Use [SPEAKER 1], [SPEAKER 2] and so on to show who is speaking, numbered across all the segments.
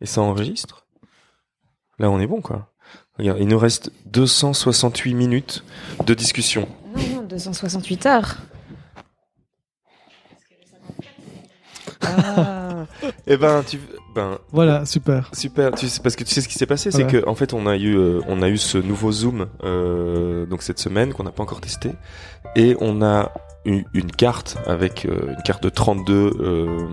[SPEAKER 1] Et ça enregistre. Là, on est bon, quoi. Regarde, il nous reste 268 minutes de discussion.
[SPEAKER 2] Non, non, 268 heures. Ah,
[SPEAKER 1] Eh ben, tu, ben,
[SPEAKER 3] Voilà, super.
[SPEAKER 1] Super, tu sais, parce que tu sais ce qui s'est passé, c'est
[SPEAKER 3] Ouais.
[SPEAKER 1] que en fait on a eu euh, on a eu ce nouveau Zoom euh, donc cette semaine qu'on n'a pas encore testé et on a eu une carte avec euh, une carte de 32 euh,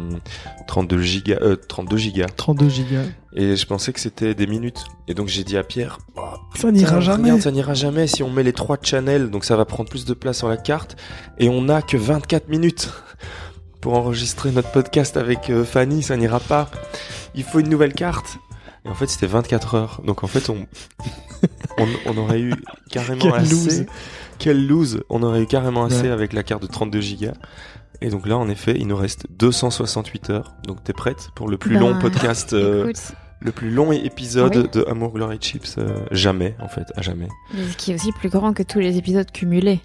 [SPEAKER 1] 32 gigas 32 gigas
[SPEAKER 3] 32 gigas.
[SPEAKER 1] et je pensais que c'était des minutes et donc j'ai dit à Pierre Oh,
[SPEAKER 3] Ça n'ira
[SPEAKER 1] putain,
[SPEAKER 3] jamais.
[SPEAKER 1] regarde, ça n'ira jamais si on met les trois channels donc ça va prendre plus de place sur la carte et on n'a que 24 minutes pour enregistrer notre podcast avec euh, Fanny ça n'ira pas il faut une nouvelle carte et en fait c'était 24 heures donc en fait on on, on aurait eu carrément
[SPEAKER 3] Quelle
[SPEAKER 1] assez
[SPEAKER 3] lose.
[SPEAKER 1] quelle lose on aurait eu carrément assez
[SPEAKER 3] Ouais.
[SPEAKER 1] avec la carte de 32 gigas et donc là en effet il nous reste 268 heures donc t'es prête pour le
[SPEAKER 3] Bah
[SPEAKER 1] plus
[SPEAKER 2] Ben,
[SPEAKER 1] long podcast euh,
[SPEAKER 2] écoute,
[SPEAKER 1] le plus long épisode
[SPEAKER 2] Oui.
[SPEAKER 1] de Amour, Glory Chips, euh, jamais, en fait, à jamais.
[SPEAKER 2] mais ce qui est aussi plus grand que tous les épisodes cumulés.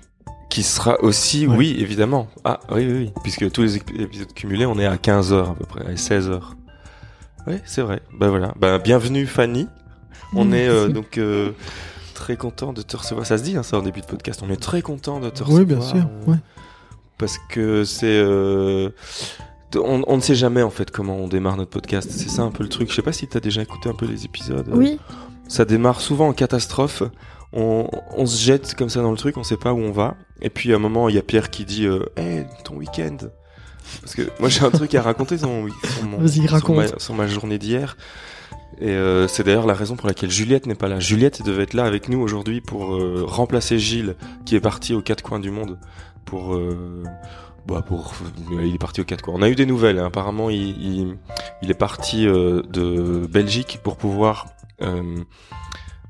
[SPEAKER 1] Qui sera aussi,
[SPEAKER 3] Ouais.
[SPEAKER 1] oui, évidemment. Ah, oui, oui, oui. Puisque tous les ép- épisodes cumulés, on est à 15 heures à peu près, à 16 heures. Oui, c'est vrai. Bah voilà. Bah, bienvenue, Fanny. On
[SPEAKER 2] Mm,
[SPEAKER 1] est euh,
[SPEAKER 2] merci.
[SPEAKER 1] donc euh, très content de te recevoir. Ça se dit, hein, ça, en début de podcast. On est très content de te recevoir.
[SPEAKER 3] Oui, bien sûr.
[SPEAKER 1] euh,
[SPEAKER 3] Ouais.
[SPEAKER 1] Parce que c'est. euh, t- on, on ne sait jamais, en fait, comment on démarre notre podcast. C'est ça un peu le truc. Je sais pas si t'as déjà écouté un peu les épisodes. euh,
[SPEAKER 2] Oui,
[SPEAKER 1] ça démarre souvent en catastrophe. On, on se jette comme ça dans le truc, on sait pas où on va. Et puis à un moment, il y a Pierre qui dit euh, Hey, ton week-end Parce que moi j'ai un truc à raconter sur, mon, sur, mon-
[SPEAKER 3] Vas-y,
[SPEAKER 1] sur
[SPEAKER 3] raconte.
[SPEAKER 1] ma, sur ma journée d'hier. Et euh, c'est d'ailleurs la raison pour laquelle Juliette n'est pas là. Juliette devait être là avec nous aujourd'hui pour euh, remplacer Gilles, qui est parti aux quatre coins du monde. Pour, euh, bah pour, il est parti aux quatre coins. On a eu des nouvelles. hein. Apparemment, il, il, il est parti euh, de Belgique pour pouvoir euh,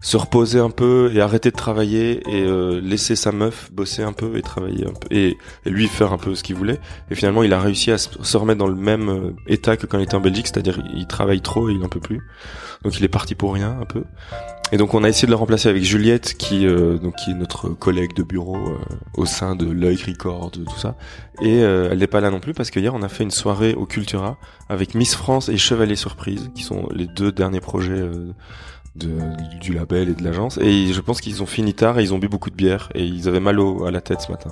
[SPEAKER 1] se reposer un peu et arrêter de travailler et euh, laisser sa meuf bosser un peu et travailler un peu et, et lui faire un peu ce qu'il voulait. Et finalement, il a réussi à se se remettre dans le même euh, état que quand il était en Belgique, c'est-à-dire il travaille trop et il n'en peut plus. Donc il est parti pour rien un peu. Et donc on a essayé de le remplacer avec Juliette, qui euh, donc qui est notre collègue de bureau euh, au sein de l'œil Record, euh, tout ça. Et euh, elle n'est pas là non plus parce que hier on a fait une soirée au Cultura avec Miss France et Chevalier Surprise, qui sont les deux derniers projets euh, de- du label et de l'agence. Et je pense qu'ils ont fini tard et ils ont bu beaucoup de bière et ils avaient mal au- à la tête ce matin.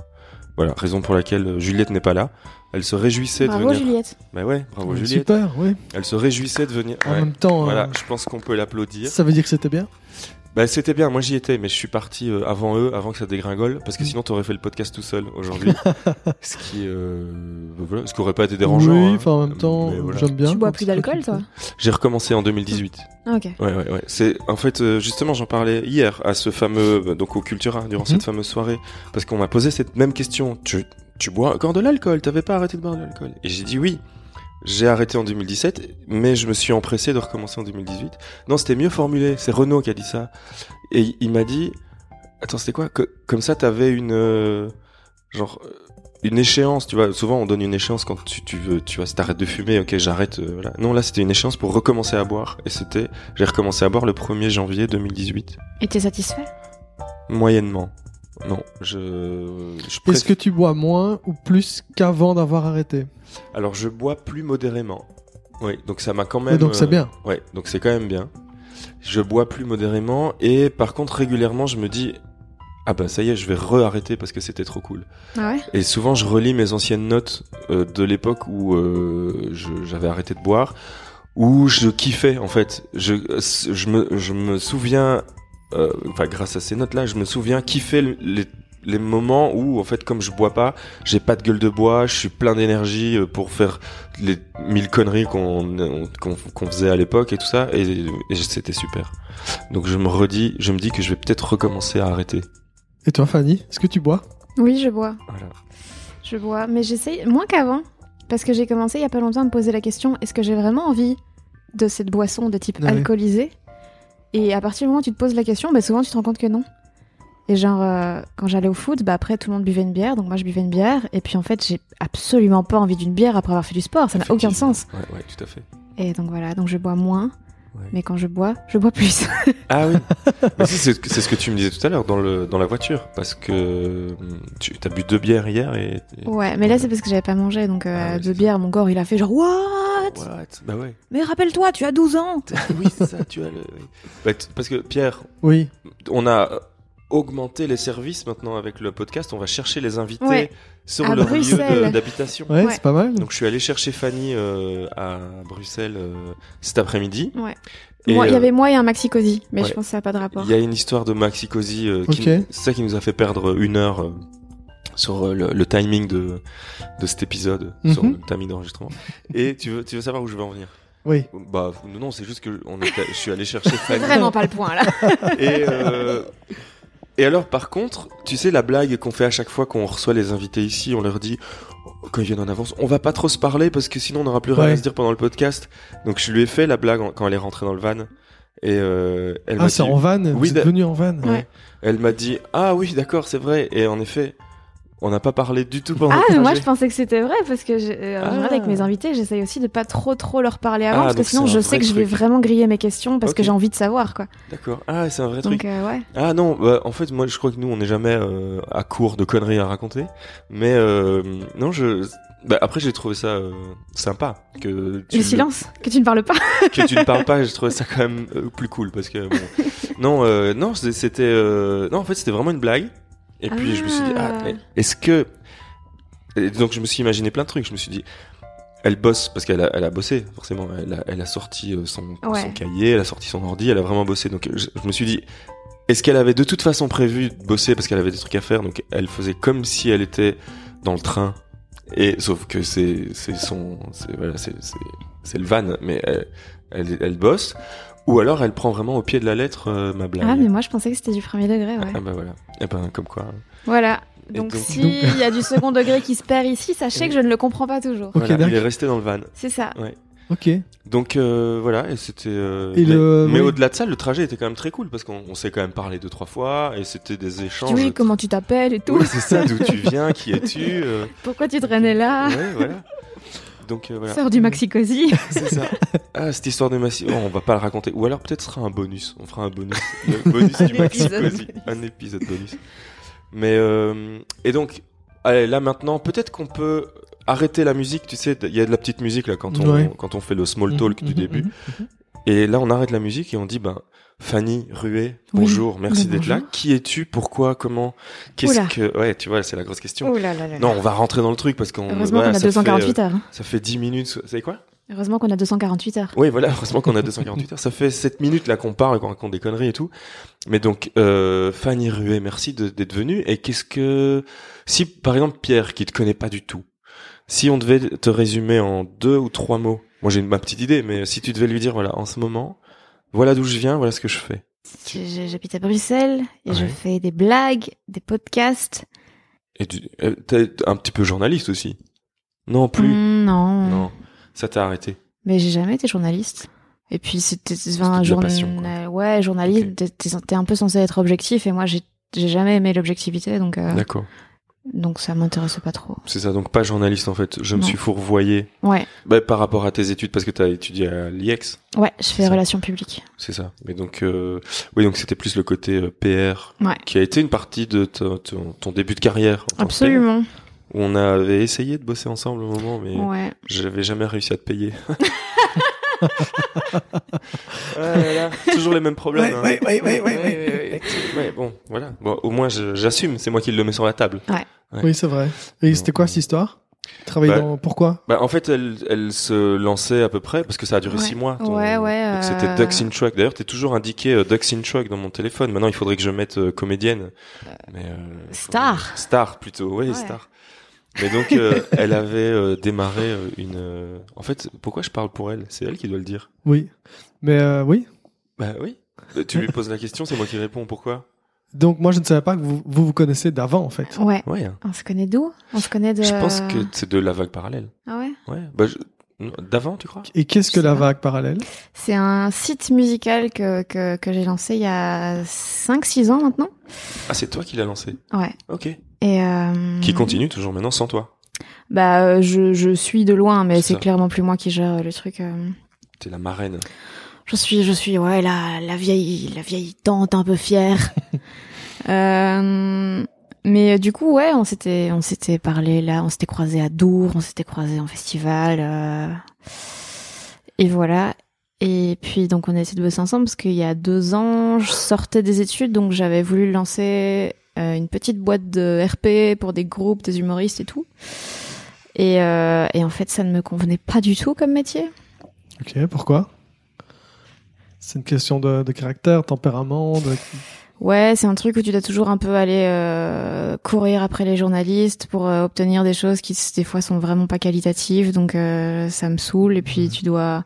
[SPEAKER 1] Voilà, raison pour laquelle euh, Juliette n'est pas là. Elle se réjouissait de
[SPEAKER 2] bravo
[SPEAKER 1] venir.
[SPEAKER 2] Juliette.
[SPEAKER 1] Bah ouais, bravo
[SPEAKER 3] Ouais,
[SPEAKER 1] Juliette.
[SPEAKER 3] Super, ouais.
[SPEAKER 1] Elle se réjouissait de venir.
[SPEAKER 3] En
[SPEAKER 1] Ouais.
[SPEAKER 3] même temps,
[SPEAKER 1] Voilà,
[SPEAKER 3] euh,
[SPEAKER 1] je pense qu'on peut l'applaudir.
[SPEAKER 3] ça veut dire que c'était bien.
[SPEAKER 1] Bah c'était bien, moi j'y étais, mais je suis parti euh, avant eux, avant que ça dégringole, parce que
[SPEAKER 3] Mm.
[SPEAKER 1] sinon t'aurais fait le podcast tout seul aujourd'hui, ce qui, euh, voilà, ce qui aurait pas été dérangeant.
[SPEAKER 3] oui,
[SPEAKER 1] hein.
[SPEAKER 3] enfin, en même temps,
[SPEAKER 1] Mais voilà.
[SPEAKER 3] j'aime bien.
[SPEAKER 2] tu bois
[SPEAKER 3] quand
[SPEAKER 2] plus
[SPEAKER 3] c'est pas
[SPEAKER 2] d'alcool, toi
[SPEAKER 3] compliqué.
[SPEAKER 1] J'ai recommencé en 2018.
[SPEAKER 2] Ah, Ok.
[SPEAKER 1] Ouais, ouais, ouais. C'est en fait euh, justement j'en parlais hier à ce fameux euh, donc au Cultura durant
[SPEAKER 3] Mhm.
[SPEAKER 1] cette fameuse soirée parce qu'on m'a posé cette même question. Tu tu bois encore de l'alcool T'avais pas arrêté de boire de l'alcool Et j'ai dit oui. J'ai arrêté en 2017, mais je me suis empressé de recommencer en 2018. Non, c'était mieux formulé. C'est Renaud qui a dit ça. Et il- il m'a dit, attends, c'était quoi Que- Comme ça, t'avais une euh, genre euh, une échéance. Tu vois, souvent on donne une échéance quand tu, tu veux. Tu vois, si t'arrêtes de fumer, ok, j'arrête. euh, voilà. Non, là, c'était une échéance pour recommencer à boire. Et c'était j'ai recommencé à boire le 1er janvier 2018.
[SPEAKER 2] Et t'es satisfait
[SPEAKER 1] Moyennement. Non, je. je
[SPEAKER 3] Est-ce que tu bois moins ou plus qu'avant d'avoir arrêté
[SPEAKER 1] préf- Alors je bois plus modérément. Oui, donc ça m'a quand même.
[SPEAKER 3] Mais Ah, Donc c'est
[SPEAKER 1] euh,
[SPEAKER 3] bien.
[SPEAKER 1] Ouais, donc c'est quand même bien. Je bois plus modérément et par contre régulièrement je me dis ah bah ça y est je vais re-arrêter parce que c'était trop cool.
[SPEAKER 2] Ah ouais
[SPEAKER 1] Et souvent, je relis mes anciennes notes euh, de l'époque où euh, je- j'avais arrêté de boire, où je kiffais en fait. Je, je, me, je me souviens, euh, enfin grâce à ces notes-là, je me souviens kiffer le- les, les moments où en fait, comme je bois pas, j'ai pas de gueule de bois, je suis plein d'énergie euh, pour faire les mille conneries qu'on on- qu'on qu'on faisait à l'époque et tout ça, et, et c'était super. Donc je me redis, je me dis que je vais peut-être recommencer à arrêter.
[SPEAKER 3] Et toi, Fanny, est-ce que tu bois
[SPEAKER 2] Oui, je bois.
[SPEAKER 1] Voilà.
[SPEAKER 2] Je bois, mais j'essaye moins qu'avant. Parce que j'ai commencé il y a pas longtemps à me poser la question est-ce que j'ai vraiment envie de cette boisson de type
[SPEAKER 1] Ah
[SPEAKER 3] Ouais.
[SPEAKER 2] alcoolisée Et à partir du moment où tu te poses la question, bah souvent tu te rends compte que non. Et genre, euh, quand j'allais au foot, bah après tout le monde buvait une bière, donc moi je buvais une bière. Et puis en fait, j'ai absolument pas envie d'une bière après avoir fait du sport, ça n'a aucun sens.
[SPEAKER 1] Ouais, ouais, tout à fait.
[SPEAKER 2] Et donc voilà, donc je bois moins.
[SPEAKER 1] Ouais.
[SPEAKER 2] Mais quand je bois, je bois plus.
[SPEAKER 1] Ah oui. Mais si, c'est c'est ce que tu me disais tout à l'heure dans, le- dans la voiture. Parce que hum, tu as bu deux bières hier et. et-
[SPEAKER 2] ouais, mais là c'est parce que j'avais pas mangé, donc
[SPEAKER 1] Ah
[SPEAKER 2] euh,
[SPEAKER 1] ouais,
[SPEAKER 2] de
[SPEAKER 1] c'est ça.
[SPEAKER 2] bière, mon corps il a fait genre What
[SPEAKER 1] What Bah ouais.
[SPEAKER 2] Mais rappelle-toi, tu as 12 ans
[SPEAKER 1] oui, c'est ça, tu as le. oui. Bah, t- parce que Pierre,
[SPEAKER 3] Oui.
[SPEAKER 1] on a euh, augmenté les services maintenant avec le podcast. On va chercher les invités
[SPEAKER 2] Ouais.
[SPEAKER 1] sur
[SPEAKER 2] À
[SPEAKER 1] leur lieu de-
[SPEAKER 2] Bruxelles.
[SPEAKER 1] d'habitation.
[SPEAKER 3] Ouais,
[SPEAKER 2] Ouais.
[SPEAKER 3] c'est pas mal.
[SPEAKER 1] Donc je suis allé chercher Fanny euh, à Bruxelles euh, cet après-midi.
[SPEAKER 2] Ouais.
[SPEAKER 1] Et,
[SPEAKER 2] Moi, Il y
[SPEAKER 1] euh,
[SPEAKER 2] avait moi et un maxi cosy, mais
[SPEAKER 1] ouais.
[SPEAKER 2] je pense que ça n'a pas de rapport.
[SPEAKER 1] Il y a une histoire de Maxi Cosi, euh, qui-
[SPEAKER 3] Ok.
[SPEAKER 1] c'est ça qui nous a fait perdre une heure euh, sur euh, le, le timing de, de cet épisode, sur
[SPEAKER 3] Mhm.
[SPEAKER 1] le timing d'enregistrement. Et tu veux, tu veux savoir où je veux en venir
[SPEAKER 3] Oui.
[SPEAKER 1] Bah non, non, c'est juste que on est, je suis allé chercher
[SPEAKER 2] C'est
[SPEAKER 1] Fanny.
[SPEAKER 2] vraiment pas le point là.
[SPEAKER 1] Et, euh, et alors, par contre, tu sais, la blague qu'on fait à chaque fois qu'on reçoit les invités ici, on leur dit, oh, quand ils viennent en avance, on va pas trop se parler parce que sinon on n'aura plus rien
[SPEAKER 3] Ouais.
[SPEAKER 1] à se dire pendant le podcast. Donc je lui ai fait la blague en- quand elle est rentrée dans le van. Et euh, elle m'a
[SPEAKER 3] Ah, c'est
[SPEAKER 1] dit-
[SPEAKER 3] en van
[SPEAKER 1] Oui,
[SPEAKER 3] Vous
[SPEAKER 1] d'a-
[SPEAKER 3] êtes venu en van
[SPEAKER 2] Ouais.
[SPEAKER 1] elle m'a dit Ah oui, d'accord, c'est vrai. Et en effet, on n'a pas parlé du tout pendant
[SPEAKER 2] Ah,
[SPEAKER 1] le
[SPEAKER 2] mais moi je
[SPEAKER 1] trajet.
[SPEAKER 2] pensais que c'était vrai parce que je- euh, en
[SPEAKER 1] Ah.
[SPEAKER 2] général, avec mes invités, j'essaye aussi de pas trop trop leur parler avant
[SPEAKER 1] Ah,
[SPEAKER 2] parce que
[SPEAKER 1] donc
[SPEAKER 2] sinon
[SPEAKER 1] c'est
[SPEAKER 2] je
[SPEAKER 1] un
[SPEAKER 2] sais
[SPEAKER 1] vrai
[SPEAKER 2] que je vais
[SPEAKER 1] truc.
[SPEAKER 2] vraiment griller mes questions parce que
[SPEAKER 1] Ok.
[SPEAKER 2] j'ai envie de savoir quoi.
[SPEAKER 1] D'accord. Ah, c'est un vrai
[SPEAKER 2] Donc
[SPEAKER 1] truc.
[SPEAKER 2] euh, ouais.
[SPEAKER 1] Ah non, bah, en fait, moi je crois que nous on n'est jamais euh, à court de conneries à raconter. Mais euh, non, je. Bah, après, j'ai trouvé ça euh, sympa. Que tu
[SPEAKER 2] Le silence, que tu ne parles pas.
[SPEAKER 1] que tu ne parles pas, j'ai trouvé ça quand même euh, plus cool parce que bon. non, euh, non, c'est- c'était euh, non en fait c'était vraiment une blague. Et puis je me suis dit ah,
[SPEAKER 2] Ah.
[SPEAKER 1] est-ce que et donc je me suis imaginé plein de trucs. Je me suis dit elle bosse parce qu'elle a, elle a bossé forcément. Elle a, elle a sorti euh, son,
[SPEAKER 2] Ouais.
[SPEAKER 1] son cahier, elle a sorti son ordi, elle a vraiment bossé. Donc je, je me suis dit est-ce qu'elle avait de toute façon prévu de bosser parce qu'elle avait des trucs à faire. Donc elle faisait comme si elle était dans le train. Et sauf que c'est c'est son c'est voilà c'est c'est c'est le van mais elle, elle elle bosse ou alors elle prend vraiment au pied de la lettre euh, ma blague.
[SPEAKER 2] Ah, mais moi je pensais que c'était du premier degré, ouais.
[SPEAKER 1] Ah bah voilà. Et ben comme quoi.
[SPEAKER 2] Voilà.
[SPEAKER 1] Et
[SPEAKER 2] Donc
[SPEAKER 1] donc-
[SPEAKER 2] s'il y a du second degré qui se perd ici, sachez
[SPEAKER 1] Oui.
[SPEAKER 2] que je ne le comprends pas toujours.
[SPEAKER 3] Ok,
[SPEAKER 1] Voilà,
[SPEAKER 3] d'accord.
[SPEAKER 1] il est resté dans le van.
[SPEAKER 2] C'est ça.
[SPEAKER 3] Ok.
[SPEAKER 1] Donc euh, voilà et c'était. euh,
[SPEAKER 3] Et
[SPEAKER 1] mais
[SPEAKER 3] le-
[SPEAKER 1] mais
[SPEAKER 3] oui.
[SPEAKER 1] au-delà de ça le trajet était quand même très cool parce qu'on on s'est quand même parlé deux trois fois et c'était des échanges.
[SPEAKER 2] oui, comment tu t'appelles et tout.
[SPEAKER 1] Oui, c'est ça d'où tu viens qui es-tu. euh,
[SPEAKER 2] Pourquoi tu traînais là
[SPEAKER 1] ouais, voilà. Donc euh, voilà.
[SPEAKER 2] Sors du maxi cosy.
[SPEAKER 1] C'est ça. Ah, cette histoire de Maxi. oh, on va pas le raconter. Ou alors peut-être ce sera un bonus. On fera un bonus. Le bonus
[SPEAKER 2] Un
[SPEAKER 1] du Maxi
[SPEAKER 2] épisode
[SPEAKER 1] Cosi.
[SPEAKER 2] bonus.
[SPEAKER 1] Un épisode bonus. Mais. euh, et donc, allez, là maintenant, peut-être qu'on peut arrêter la musique. Tu sais, il y a de la petite musique là quand on,
[SPEAKER 3] Ouais.
[SPEAKER 1] quand on fait le small talk
[SPEAKER 2] Mmh,
[SPEAKER 3] Mhm,
[SPEAKER 1] du
[SPEAKER 3] mhm,
[SPEAKER 1] début.
[SPEAKER 3] mhm.
[SPEAKER 1] Et là, on arrête la musique et on dit ben, Fanny Ruet,
[SPEAKER 2] Oui.
[SPEAKER 1] bonjour, merci
[SPEAKER 2] Ben,
[SPEAKER 1] d'être là.
[SPEAKER 2] bonjour.
[SPEAKER 1] Qui es-tu Pourquoi Comment Qu'est-ce
[SPEAKER 2] Oula.
[SPEAKER 1] que. Ouais, tu vois, c'est la grosse question.
[SPEAKER 2] Oh là là là.
[SPEAKER 1] Non, on va rentrer dans le truc parce qu'on.
[SPEAKER 2] Heureusement
[SPEAKER 1] voilà,
[SPEAKER 2] qu'on a
[SPEAKER 1] ça fait,
[SPEAKER 2] 248 heures. hein.
[SPEAKER 1] euh, ça fait 10 minutes. C'est quoi
[SPEAKER 2] Heureusement qu'on a 248 heures.
[SPEAKER 1] oui, voilà, heureusement qu'on a 248 heures. Ça fait 7 minutes là qu'on parle, qu'on raconte des conneries et tout. Mais donc, euh, Fanny Ruet, merci de- d'être venue. Et qu'est-ce que... Si, par exemple, Pierre, qui te connaît pas du tout, si on devait te résumer en deux ou trois mots, moi j'ai ma petite idée, mais si tu devais lui dire, voilà, en ce moment, voilà d'où je viens, voilà ce que je fais.
[SPEAKER 2] Je- je- J'habite à Bruxelles et je
[SPEAKER 1] Ouais.
[SPEAKER 2] fais des blagues, des podcasts.
[SPEAKER 1] Et tu euh, t'es un petit peu journaliste aussi. Non, plus.
[SPEAKER 2] Hmm, non.
[SPEAKER 1] Non, ça t'a arrêté.
[SPEAKER 2] Mais j'ai jamais été journaliste. Et puis c'était
[SPEAKER 1] de la
[SPEAKER 2] un
[SPEAKER 1] passion, quoi.
[SPEAKER 2] journal. Ouais, journalisme,
[SPEAKER 1] Ok.
[SPEAKER 2] t'es- t'es t'es un peu censé être objectif et moi j'ai j'ai jamais aimé l'objectivité donc euh,
[SPEAKER 1] D'accord.
[SPEAKER 2] donc ça m'intéressait pas trop.
[SPEAKER 1] C'est ça, donc pas journaliste en fait. Je me
[SPEAKER 2] Non.
[SPEAKER 1] suis fourvoyé
[SPEAKER 2] Ouais,
[SPEAKER 1] bah, par rapport à tes études, parce que t'as étudié à E l'IEX.
[SPEAKER 2] ouais, je fais
[SPEAKER 1] Ça.
[SPEAKER 2] relations publiques.
[SPEAKER 1] C'est ça. Mais donc, euh, oui, donc c'était plus le côté euh, PR
[SPEAKER 2] Ouais.
[SPEAKER 1] qui a été une partie de ton, ton- ton début de carrière. en tant que
[SPEAKER 2] Absolument.
[SPEAKER 1] PR, Où on avait essayé de bosser ensemble au moment, mais
[SPEAKER 2] Ouais.
[SPEAKER 1] j'avais jamais réussi à te payer. Ah là là, toujours les mêmes problèmes. hein.
[SPEAKER 3] Ouais, ouais, ouais, ouais, ouais, ouais.
[SPEAKER 1] ouais, ouais. Ouais, bon, voilà. Bon, au moins, je- j'assume. C'est moi qui le mets sur la table.
[SPEAKER 3] Oui, c'est vrai. Et c'était quoi cette histoire Travailler
[SPEAKER 1] Bah,
[SPEAKER 3] dans. Pourquoi
[SPEAKER 1] Bah, en fait, elle, elle se lançait à peu près parce que ça a duré
[SPEAKER 2] Ouais.
[SPEAKER 1] six mois.
[SPEAKER 2] Ouais, ouais,
[SPEAKER 1] Donc,
[SPEAKER 2] euh,
[SPEAKER 1] C'était Ducks in Truck. D'ailleurs, t'es toujours indiqué euh, Ducks in Truck dans mon téléphone. Maintenant, il faudrait que je mette euh, comédienne. Mais, euh,
[SPEAKER 2] star.
[SPEAKER 1] faudrait- Star plutôt. Oui,
[SPEAKER 2] Ouais.
[SPEAKER 1] star. Mais donc, euh, elle avait euh, démarré euh, une. euh, En fait, pourquoi je parle pour elle C'est elle qui doit le dire.
[SPEAKER 3] Oui. Mais euh, oui.
[SPEAKER 1] Bah oui. Euh, Tu lui poses la question, c'est moi qui réponds. Pourquoi
[SPEAKER 3] Donc moi je ne savais pas que vous vous, vous connaissez d'avant en fait.
[SPEAKER 2] Ouais.
[SPEAKER 1] Ouais.
[SPEAKER 2] On se connaît d'où On se connaît de
[SPEAKER 1] Je pense que c'est de la vague parallèle.
[SPEAKER 2] Ah ouais.
[SPEAKER 1] Ouais. Bah, je- non, d'avant, tu crois
[SPEAKER 3] Et qu'est-ce
[SPEAKER 2] Je
[SPEAKER 3] que
[SPEAKER 2] sais
[SPEAKER 3] la
[SPEAKER 2] pas.
[SPEAKER 3] vague parallèle
[SPEAKER 2] C'est un site musical que, que, que j'ai lancé il y a 5-6 ans maintenant.
[SPEAKER 1] Ah, c'est toi qui l'as lancé.
[SPEAKER 2] Ouais.
[SPEAKER 1] Ok.
[SPEAKER 2] Et euh,
[SPEAKER 1] Qui continue toujours maintenant sans toi.
[SPEAKER 2] Bah, euh, je, je suis de loin, mais
[SPEAKER 1] C'est
[SPEAKER 2] c'est
[SPEAKER 1] ça.
[SPEAKER 2] clairement plus moi qui gère euh, le truc. euh.
[SPEAKER 1] T'es la marraine.
[SPEAKER 2] Je suis, je suis, ouais, la, la vieille, la vieille tante un peu fière. Euh, mais euh, du coup, ouais, on s'était, on s'était parlé là, on s'était croisé à Dour, on s'était croisé en festival. euh. Et voilà. Et puis, donc, on a essayé de bosser ensemble parce qu'il y a deux ans, je sortais des études, donc j'avais voulu lancer euh, une petite boîte de RP pour des groupes, des humoristes et tout. Et, euh, et en fait, ça ne me convenait pas du tout comme métier.
[SPEAKER 3] Ok, pourquoi C'est une question de, de caractère, tempérament, de...
[SPEAKER 2] Ouais, c'est un truc où tu dois toujours un peu aller euh, courir après les journalistes pour euh, obtenir des choses qui s- des fois sont vraiment pas qualitatives, donc euh, ça me saoule. Et puis tu dois,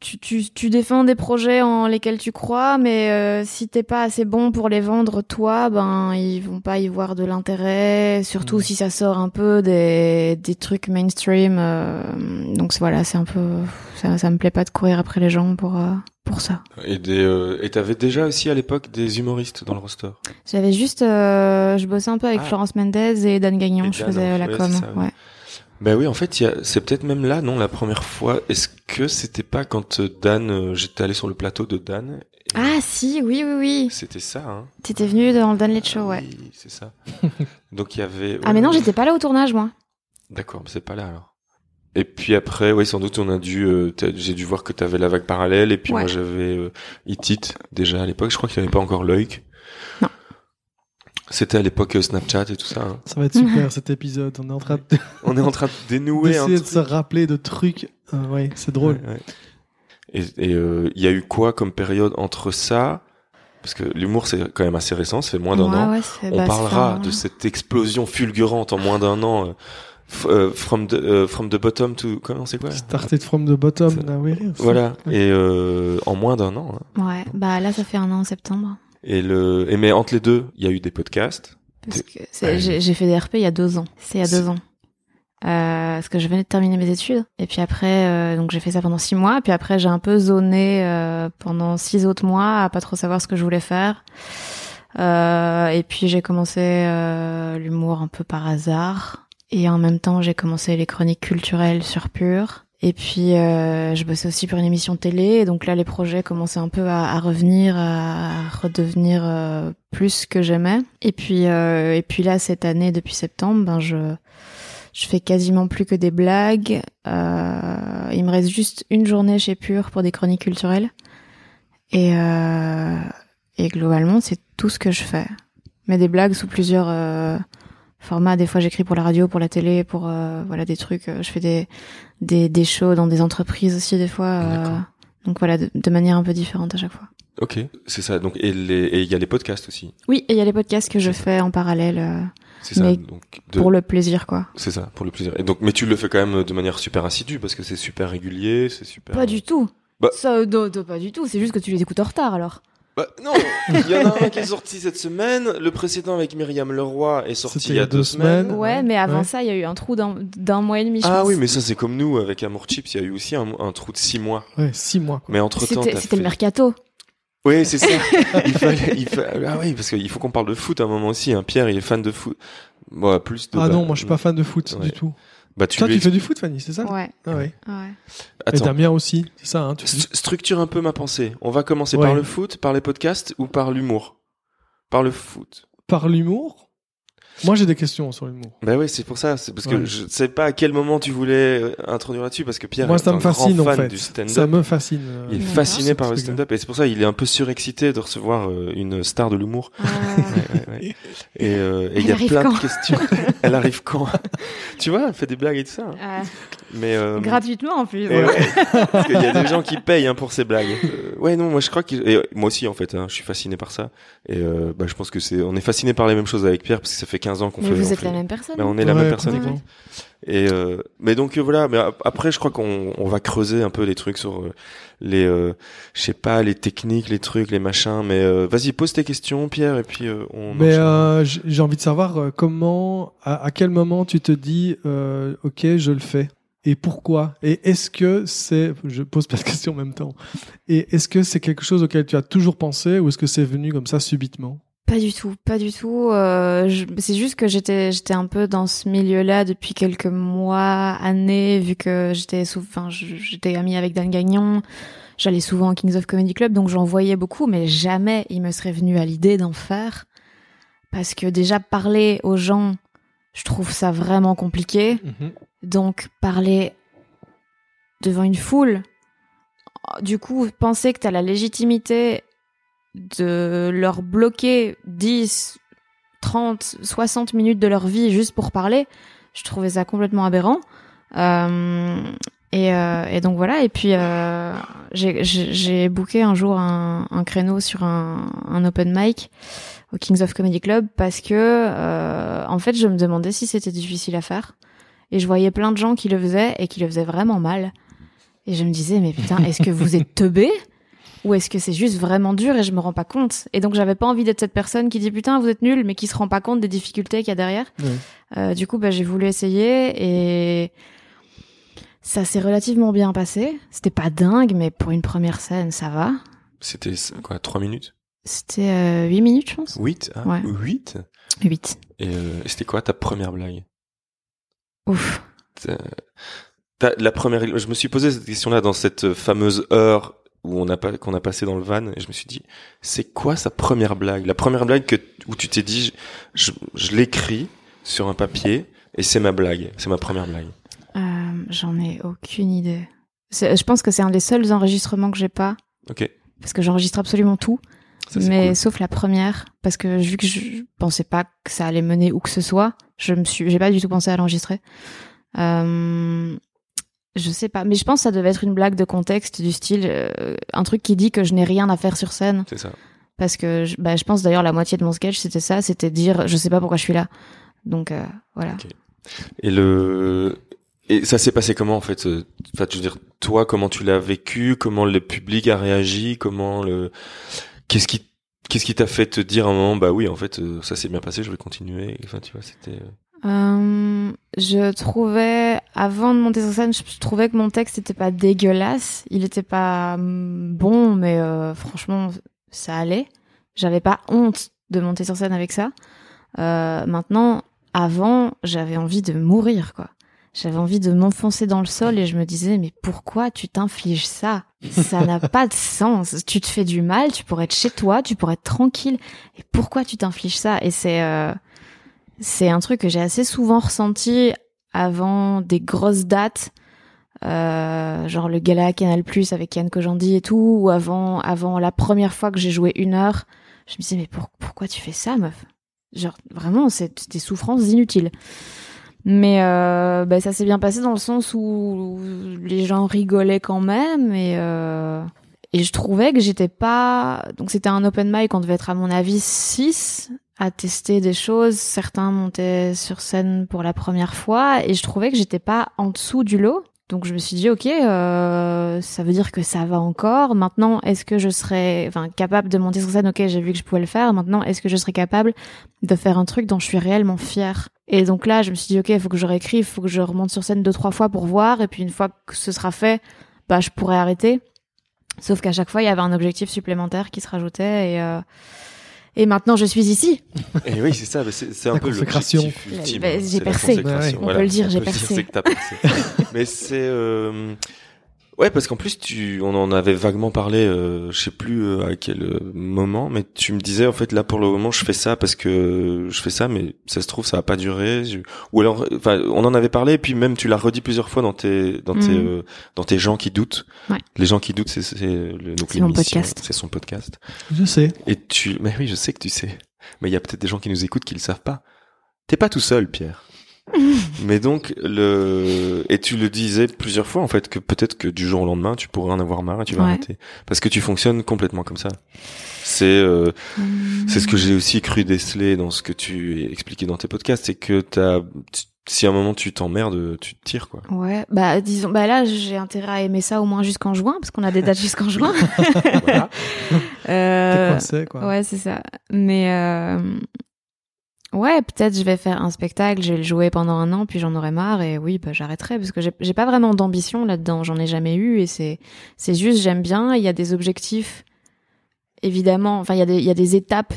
[SPEAKER 2] tu, tu, tu défends des projets en lesquels tu crois, mais euh, si t'es pas assez bon pour les vendre toi, ben ils vont pas y voir de l'intérêt, surtout
[SPEAKER 3] Mhm.
[SPEAKER 2] si ça sort un peu des, des trucs mainstream. euh, donc c'est- voilà, c'est un peu, ça, ça me plaît pas de courir après les gens pour euh, pour ça.
[SPEAKER 1] Et des, euh, et t'avais déjà aussi à l'époque des humoristes dans le roster.
[SPEAKER 2] J'avais juste, euh, je bossais un peu avec
[SPEAKER 1] Ah.
[SPEAKER 2] Florence Mendez et Dan Gagnon.
[SPEAKER 1] Et
[SPEAKER 2] je
[SPEAKER 1] Dan,
[SPEAKER 2] faisais
[SPEAKER 1] en
[SPEAKER 2] la
[SPEAKER 1] fait,
[SPEAKER 2] com.
[SPEAKER 1] c'est ça, oui.
[SPEAKER 2] ouais.
[SPEAKER 1] Ben oui, en fait, il y a- c'est peut-être même là, non, la première fois. Est-ce que c'était pas quand euh, Dan, euh, j'étais allé sur le plateau de Dan et
[SPEAKER 2] Ah si, oui, oui, oui.
[SPEAKER 1] C'était ça, hein
[SPEAKER 2] T'étais venu dans le Dan Late Show,
[SPEAKER 1] Ah
[SPEAKER 2] ouais.
[SPEAKER 1] Oui, c'est ça. Donc il y avait.
[SPEAKER 2] Ah mais non,
[SPEAKER 1] ouais.
[SPEAKER 2] j'étais pas là au tournage, moi.
[SPEAKER 1] D'accord, mais c'est pas là alors. Et puis après, oui, sans doute, on a dû, euh, t'as- j'ai dû voir que t'avais la vague parallèle, et puis
[SPEAKER 2] Ouais.
[SPEAKER 1] moi j'avais euh, Itit déjà à l'époque. Je crois qu'il n'y avait pas encore Loïc.
[SPEAKER 2] Non.
[SPEAKER 1] C'était à l'époque euh, Snapchat et tout ça. hein.
[SPEAKER 3] Ça va être super cet épisode. On est en train de-
[SPEAKER 1] On est en train de dénouer un
[SPEAKER 3] d'essayer de
[SPEAKER 1] truc.
[SPEAKER 3] se rappeler de trucs. Euh, ouais, c'est drôle.
[SPEAKER 1] Ouais, ouais. Et il et, euh, il y a eu quoi comme période entre ça Parce que l'humour c'est quand même assez récent, c'est moins d'un
[SPEAKER 2] Ouais,
[SPEAKER 1] an.
[SPEAKER 2] ouais, c'est-
[SPEAKER 1] On
[SPEAKER 2] bah, c'est
[SPEAKER 1] parlera
[SPEAKER 2] un-
[SPEAKER 1] de cette explosion fulgurante en moins d'un an. euh, f- euh, from the euh, from the bottom to comment c'est quoi
[SPEAKER 3] Started from the bottom.
[SPEAKER 1] C'est-
[SPEAKER 3] now we're here.
[SPEAKER 1] Voilà.
[SPEAKER 3] Ouais.
[SPEAKER 1] Et euh, en moins d'un an. hein.
[SPEAKER 2] Ouais, bah là ça fait un an en septembre.
[SPEAKER 1] Et le et mais entre les deux, il y a eu des podcasts.
[SPEAKER 2] Parce que c'est-
[SPEAKER 1] Ouais.
[SPEAKER 2] j'ai j'ai fait des RP il y a deux ans. C'est il y a
[SPEAKER 1] C'est-
[SPEAKER 2] deux ans. Euh, parce que je venais de terminer mes études. Et puis après, euh, donc j'ai fait ça pendant six mois. Puis après, j'ai un peu zoné euh, pendant six autres mois à pas trop savoir ce que je voulais faire. Euh, et puis j'ai commencé euh, l'humour un peu par hasard. Et en même temps, j'ai commencé les chroniques culturelles sur Pure. Et puis, euh, je bossais aussi pour une émission télé. Et donc là, les projets commençaient un peu à, à revenir, à redevenir euh, plus ce que j'aimais. Et puis, euh, et puis là, cette année, depuis septembre, ben je je fais quasiment plus que des blagues. Euh, il me reste juste une journée chez Pure pour des chroniques culturelles. Et euh, et globalement, c'est tout ce que je fais. Mais des blagues sous plusieurs euh, formats. Des fois, j'écris pour la radio, pour la télé, pour euh, voilà des trucs. Je fais des, des des shows dans des entreprises aussi des fois. euh,
[SPEAKER 1] D'accord.
[SPEAKER 2] donc voilà, de, de manière un peu différente à chaque fois.
[SPEAKER 1] Ok, c'est ça. Donc et les et il y a les podcasts aussi.
[SPEAKER 2] Oui, et il y a les podcasts que je
[SPEAKER 1] C'est ça.
[SPEAKER 2] fais en parallèle euh,
[SPEAKER 1] C'est ça.
[SPEAKER 2] Mais
[SPEAKER 1] donc de-
[SPEAKER 2] pour le plaisir, quoi.
[SPEAKER 1] c'est ça pour le plaisir. Et donc mais tu le fais quand même de manière super assidue parce que c'est super régulier, c'est super.
[SPEAKER 2] Pas du tout.
[SPEAKER 1] Bah-
[SPEAKER 2] Ça, euh, non, non, pas du tout. C'est juste que tu les écoutes en retard alors.
[SPEAKER 1] Bah, non, il y en a un qui est sorti cette semaine, le précédent avec Myriam Leroy est sorti
[SPEAKER 3] C'était
[SPEAKER 1] il y a deux semaines.
[SPEAKER 3] Ah
[SPEAKER 2] Ouais,
[SPEAKER 3] ouais,
[SPEAKER 2] mais avant
[SPEAKER 3] ouais.
[SPEAKER 2] ça, il y a eu un trou d'un- d'un mois et demi. Je
[SPEAKER 1] Ah
[SPEAKER 2] pense.
[SPEAKER 1] oui, mais ça c'est comme nous, avec Amour Chips, il y a eu aussi un, un trou de six mois.
[SPEAKER 3] Ouais, six mois. Quoi.
[SPEAKER 1] Mais entre temps,
[SPEAKER 2] c'était c'était le mercato.
[SPEAKER 1] Oui, c'est ça. il fallait, il fa- Ah oui, parce qu'il faut qu'on parle de foot à un moment aussi. Hein. Pierre, il est fan de foot. Bon, plus de
[SPEAKER 3] Ah
[SPEAKER 1] ba-
[SPEAKER 3] non, moi je suis pas fan de foot
[SPEAKER 1] Ouais.
[SPEAKER 3] du tout.
[SPEAKER 1] Bah, tu
[SPEAKER 3] Toi,
[SPEAKER 1] lui
[SPEAKER 3] tu
[SPEAKER 1] ex-
[SPEAKER 3] fais du foot, Fanny, c'est ça
[SPEAKER 2] Ouais,
[SPEAKER 3] Ah ouais.
[SPEAKER 2] ouais.
[SPEAKER 3] Et
[SPEAKER 1] Attends,
[SPEAKER 3] Damien aussi, c'est ça, hein, tu dis
[SPEAKER 1] st- structure un peu ma pensée. On va commencer
[SPEAKER 3] Ouais.
[SPEAKER 1] par le foot, par les podcasts ou par l'humour Par le foot.
[SPEAKER 3] Par l'humour Moi j'ai des questions sur l'humour.
[SPEAKER 1] Bah oui, c'est pour ça. C'est parce que
[SPEAKER 3] Ouais.
[SPEAKER 1] je sais pas à quel moment tu voulais euh, introduire là-dessus, parce que Pierre
[SPEAKER 3] Moi
[SPEAKER 1] est
[SPEAKER 3] ça
[SPEAKER 1] un
[SPEAKER 3] me fascine
[SPEAKER 1] grand
[SPEAKER 3] en
[SPEAKER 1] fan
[SPEAKER 3] fait.
[SPEAKER 1] du stand-up.
[SPEAKER 3] Ça me fascine. euh,
[SPEAKER 1] Il est
[SPEAKER 2] D'accord.
[SPEAKER 1] fasciné par le
[SPEAKER 3] Ce truc-là.
[SPEAKER 1] stand-up et c'est pour ça il est un peu surexcité de recevoir euh, une star de l'humour.
[SPEAKER 2] Euh,
[SPEAKER 1] Et euh, et il y
[SPEAKER 2] Elle
[SPEAKER 1] a
[SPEAKER 2] arrive
[SPEAKER 1] plein de
[SPEAKER 2] quand
[SPEAKER 1] questions. Elle arrive quand Tu vois, elle fait des blagues et tout ça. hein.
[SPEAKER 2] Euh,
[SPEAKER 1] Mais euh,
[SPEAKER 2] Gratuitement en
[SPEAKER 1] et
[SPEAKER 2] plus.
[SPEAKER 1] ouais, parce qu'il y a des gens qui payent hein, pour ces blagues. Euh, ouais, non, moi je crois que et, euh, moi aussi en fait, hein, je suis fasciné par ça. Et euh, bah, je pense que c'est, on est fasciné par les mêmes choses avec Pierre parce que ça fait 15 ans qu'on
[SPEAKER 2] Mais
[SPEAKER 1] fait.
[SPEAKER 2] vous
[SPEAKER 1] on
[SPEAKER 2] êtes
[SPEAKER 1] fait-
[SPEAKER 2] la même personne.
[SPEAKER 1] Bah, on est la
[SPEAKER 3] Ouais,
[SPEAKER 1] même personne.
[SPEAKER 2] complètement.
[SPEAKER 1] exact. Et euh, mais donc euh, voilà. Mais ap- après, je crois qu'on on va creuser un peu les trucs sur euh, les, euh, je sais pas, les techniques, les trucs, les machins. Mais euh, vas-y, pose tes questions, Pierre, et puis euh, on.
[SPEAKER 3] Mais
[SPEAKER 1] enchaîne.
[SPEAKER 3] euh, j- j'ai envie de savoir euh, comment, à, à quel moment tu te dis, euh, ok, je le fais, et pourquoi, et est-ce que c'est, je pose pas de questions en même temps, et est-ce que c'est quelque chose auquel tu as toujours pensé, ou est-ce que c'est venu comme ça subitement
[SPEAKER 2] Pas du tout, pas du tout. Euh, je- c'est juste que j'étais, j'étais un peu dans ce milieu-là depuis quelques mois, années, vu que j'étais, sou- enfin, je- j'étais amie avec Dan Gagnon. J'allais souvent au Kings of Comedy Club, donc j'en voyais beaucoup, mais jamais il me serait venu à l'idée d'en faire, parce que déjà parler aux gens,
[SPEAKER 1] Mhm.
[SPEAKER 2] je trouve ça vraiment compliqué. Donc parler devant une foule, du coup, penser que tu as la légitimité de leur bloquer 10, 30, 60 minutes de leur vie juste pour parler, je trouvais ça complètement aberrant. Euh, et, euh, et, donc voilà, et puis euh, j'ai- j'ai j'ai booké un jour un, un créneau sur un, un open mic au Kings of Comedy Club parce que euh, en fait je me demandais si c'était difficile à faire et je voyais plein de gens qui le faisaient et qui le faisaient vraiment mal. Et je me disais mais putain est-ce que vous êtes teubés ou est-ce que c'est juste vraiment dur et je me rends pas compte Et donc j'avais pas envie d'être cette personne qui dit putain vous êtes nul mais qui se rend pas compte des difficultés qu'il y a derrière.
[SPEAKER 3] Ouais.
[SPEAKER 2] Euh, du coup bah, j'ai voulu essayer et ça s'est relativement bien passé. C'était pas dingue mais pour une première scène ça va.
[SPEAKER 1] C'était quoi, 3 minutes
[SPEAKER 2] C'était euh, 8 minutes je pense.
[SPEAKER 1] 8
[SPEAKER 2] Ouais.
[SPEAKER 1] 8
[SPEAKER 2] 8.
[SPEAKER 1] hein Et euh, c'était quoi ta première blague
[SPEAKER 2] Ouf.
[SPEAKER 1] T'as- La première, je me suis posé cette question-là dans cette euh, fameuse heure où on a pas qu'on a passé dans le van et je me suis dit c'est quoi sa première blague La première blague que où tu t'es dit je, je, je l'écris sur un papier et c'est ma blague, c'est ma première blague.
[SPEAKER 2] Euh, J'en ai aucune idée. C'est- Je pense que c'est un des seuls enregistrements que j'ai pas,
[SPEAKER 1] Ok.
[SPEAKER 2] parce que j'enregistre absolument tout,
[SPEAKER 1] Ça, c'est
[SPEAKER 2] mais
[SPEAKER 1] cool.
[SPEAKER 2] sauf la première, parce que vu que je pensais pas que ça allait mener où que ce soit, je me suis, j'ai pas du tout pensé à l'enregistrer. Euh, je sais pas, mais je pense que ça devait être une blague de contexte du style, euh, un truc qui dit que je n'ai rien à faire sur scène,
[SPEAKER 1] C'est ça.
[SPEAKER 2] parce que je, bah, je pense d'ailleurs la moitié de mon sketch c'était ça, c'était dire je sais pas pourquoi je suis là. Donc euh, voilà.
[SPEAKER 1] Et le et ça s'est passé comment en fait euh, Enfin, je veux dire, toi, comment tu l'as vécu Comment le public a réagi Comment le Qu'est-ce qui Qu'est-ce qui t'a fait te dire à un moment bah oui en fait euh, ça s'est bien passé je vais continuer enfin tu vois c'était euh,
[SPEAKER 2] Euh, je trouvais, avant de monter sur scène, je trouvais que mon texte n'était pas dégueulasse. Il n'était pas hum, bon, mais euh, franchement, ça allait. J'avais pas honte de monter sur scène avec ça. Euh, maintenant, avant, j'avais envie de mourir, quoi. J'avais envie de m'enfoncer dans le sol et je me disais, mais pourquoi tu t'infliges ça Ça n'a pas de sens. Tu te fais du mal, tu pourrais être chez toi, tu pourrais être tranquille. Et pourquoi tu t'infliges ça Et c'est... euh, c'est un truc que j'ai assez souvent ressenti avant des grosses dates, euh, genre le gala Canal Plus avec Yann Kojandi et tout, ou avant, avant la première fois que j'ai joué une heure. Je me disais, mais pour- pourquoi tu fais ça, meuf Genre, vraiment, c'est des souffrances inutiles. Mais euh, bah, ça s'est bien passé dans le sens où les gens rigolaient quand même et, euh, et je trouvais que j'étais pas... Donc c'était un open mic, on devait être à mon avis 6 à tester des choses. Certains montaient sur scène pour la première fois et je trouvais que j'étais pas en dessous du lot. Donc je me suis dit ok, euh, ça veut dire que ça va encore. Maintenant, est-ce que je serais, enfin, capable de monter sur scène Ok, j'ai vu que je pouvais le faire. Maintenant, est-ce que je serais capable de faire un truc dont je suis réellement fière Et donc là, je me suis dit ok, il faut que je réécrive, il faut que je remonte sur scène deux trois fois pour voir. Et puis une fois que ce sera fait, bah je pourrais arrêter. Sauf qu'à chaque fois, il y avait un objectif supplémentaire qui se rajoutait et euh, et maintenant je suis ici.
[SPEAKER 1] et oui c'est ça mais c'est c'est un
[SPEAKER 3] La
[SPEAKER 1] peu
[SPEAKER 3] consécration.
[SPEAKER 1] l'objectif ultime,
[SPEAKER 2] Bah,
[SPEAKER 1] hein,
[SPEAKER 2] j'ai
[SPEAKER 1] c'est la
[SPEAKER 2] percé.
[SPEAKER 1] consécration,
[SPEAKER 3] Ouais,
[SPEAKER 2] on peut le dire, j'ai
[SPEAKER 1] peut
[SPEAKER 2] percé.
[SPEAKER 1] c'est que t'as percé mais c'est euh, ouais parce qu'en plus tu on en avait vaguement parlé euh, je sais plus euh, à quel euh, moment mais tu me disais en fait là pour le moment je fais ça parce que je fais ça mais ça se trouve ça va pas durer Je- ou alors enfin on en avait parlé et puis même tu l'as redit plusieurs fois dans tes dans tes
[SPEAKER 2] Mhm.
[SPEAKER 1] euh, dans tes gens qui doutent
[SPEAKER 2] Ouais.
[SPEAKER 1] les gens qui doutent c'est c'est le donc
[SPEAKER 2] C'est mon
[SPEAKER 1] l'émission,
[SPEAKER 2] podcast.
[SPEAKER 1] c'est son podcast
[SPEAKER 3] Je sais.
[SPEAKER 1] et tu mais oui je sais que tu sais mais il y a peut-être des gens qui nous écoutent qui le savent pas t'es pas tout seul Pierre mais donc le et tu le disais plusieurs fois en fait que peut-être que du jour au lendemain tu pourrais en avoir marre et tu vas
[SPEAKER 2] Ouais.
[SPEAKER 1] arrêter parce que tu fonctionnes complètement comme ça. C'est euh,
[SPEAKER 2] Hmm.
[SPEAKER 1] c'est ce que j'ai aussi cru déceler dans ce que tu expliquais dans tes podcasts, c'est que t'as tu- si à un moment tu t'emmerdes, tu te tires quoi.
[SPEAKER 2] Ouais, bah disons, bah là j'ai intérêt à aimer ça au moins jusqu'en juin parce qu'on a des dates jusqu'en juin.
[SPEAKER 1] Voilà.
[SPEAKER 3] T'es
[SPEAKER 2] Euh,
[SPEAKER 3] coincé, quoi.
[SPEAKER 2] ouais, c'est ça. Mais euh, ouais, peut-être je vais faire un spectacle, je vais le jouer pendant un an, puis j'en aurai marre et oui, bah j'arrêterai parce que j'ai j'ai pas vraiment d'ambition là-dedans, j'en ai jamais eu et c'est c'est juste j'aime bien. Il y a des objectifs, évidemment. Enfin, il y a des il y a des étapes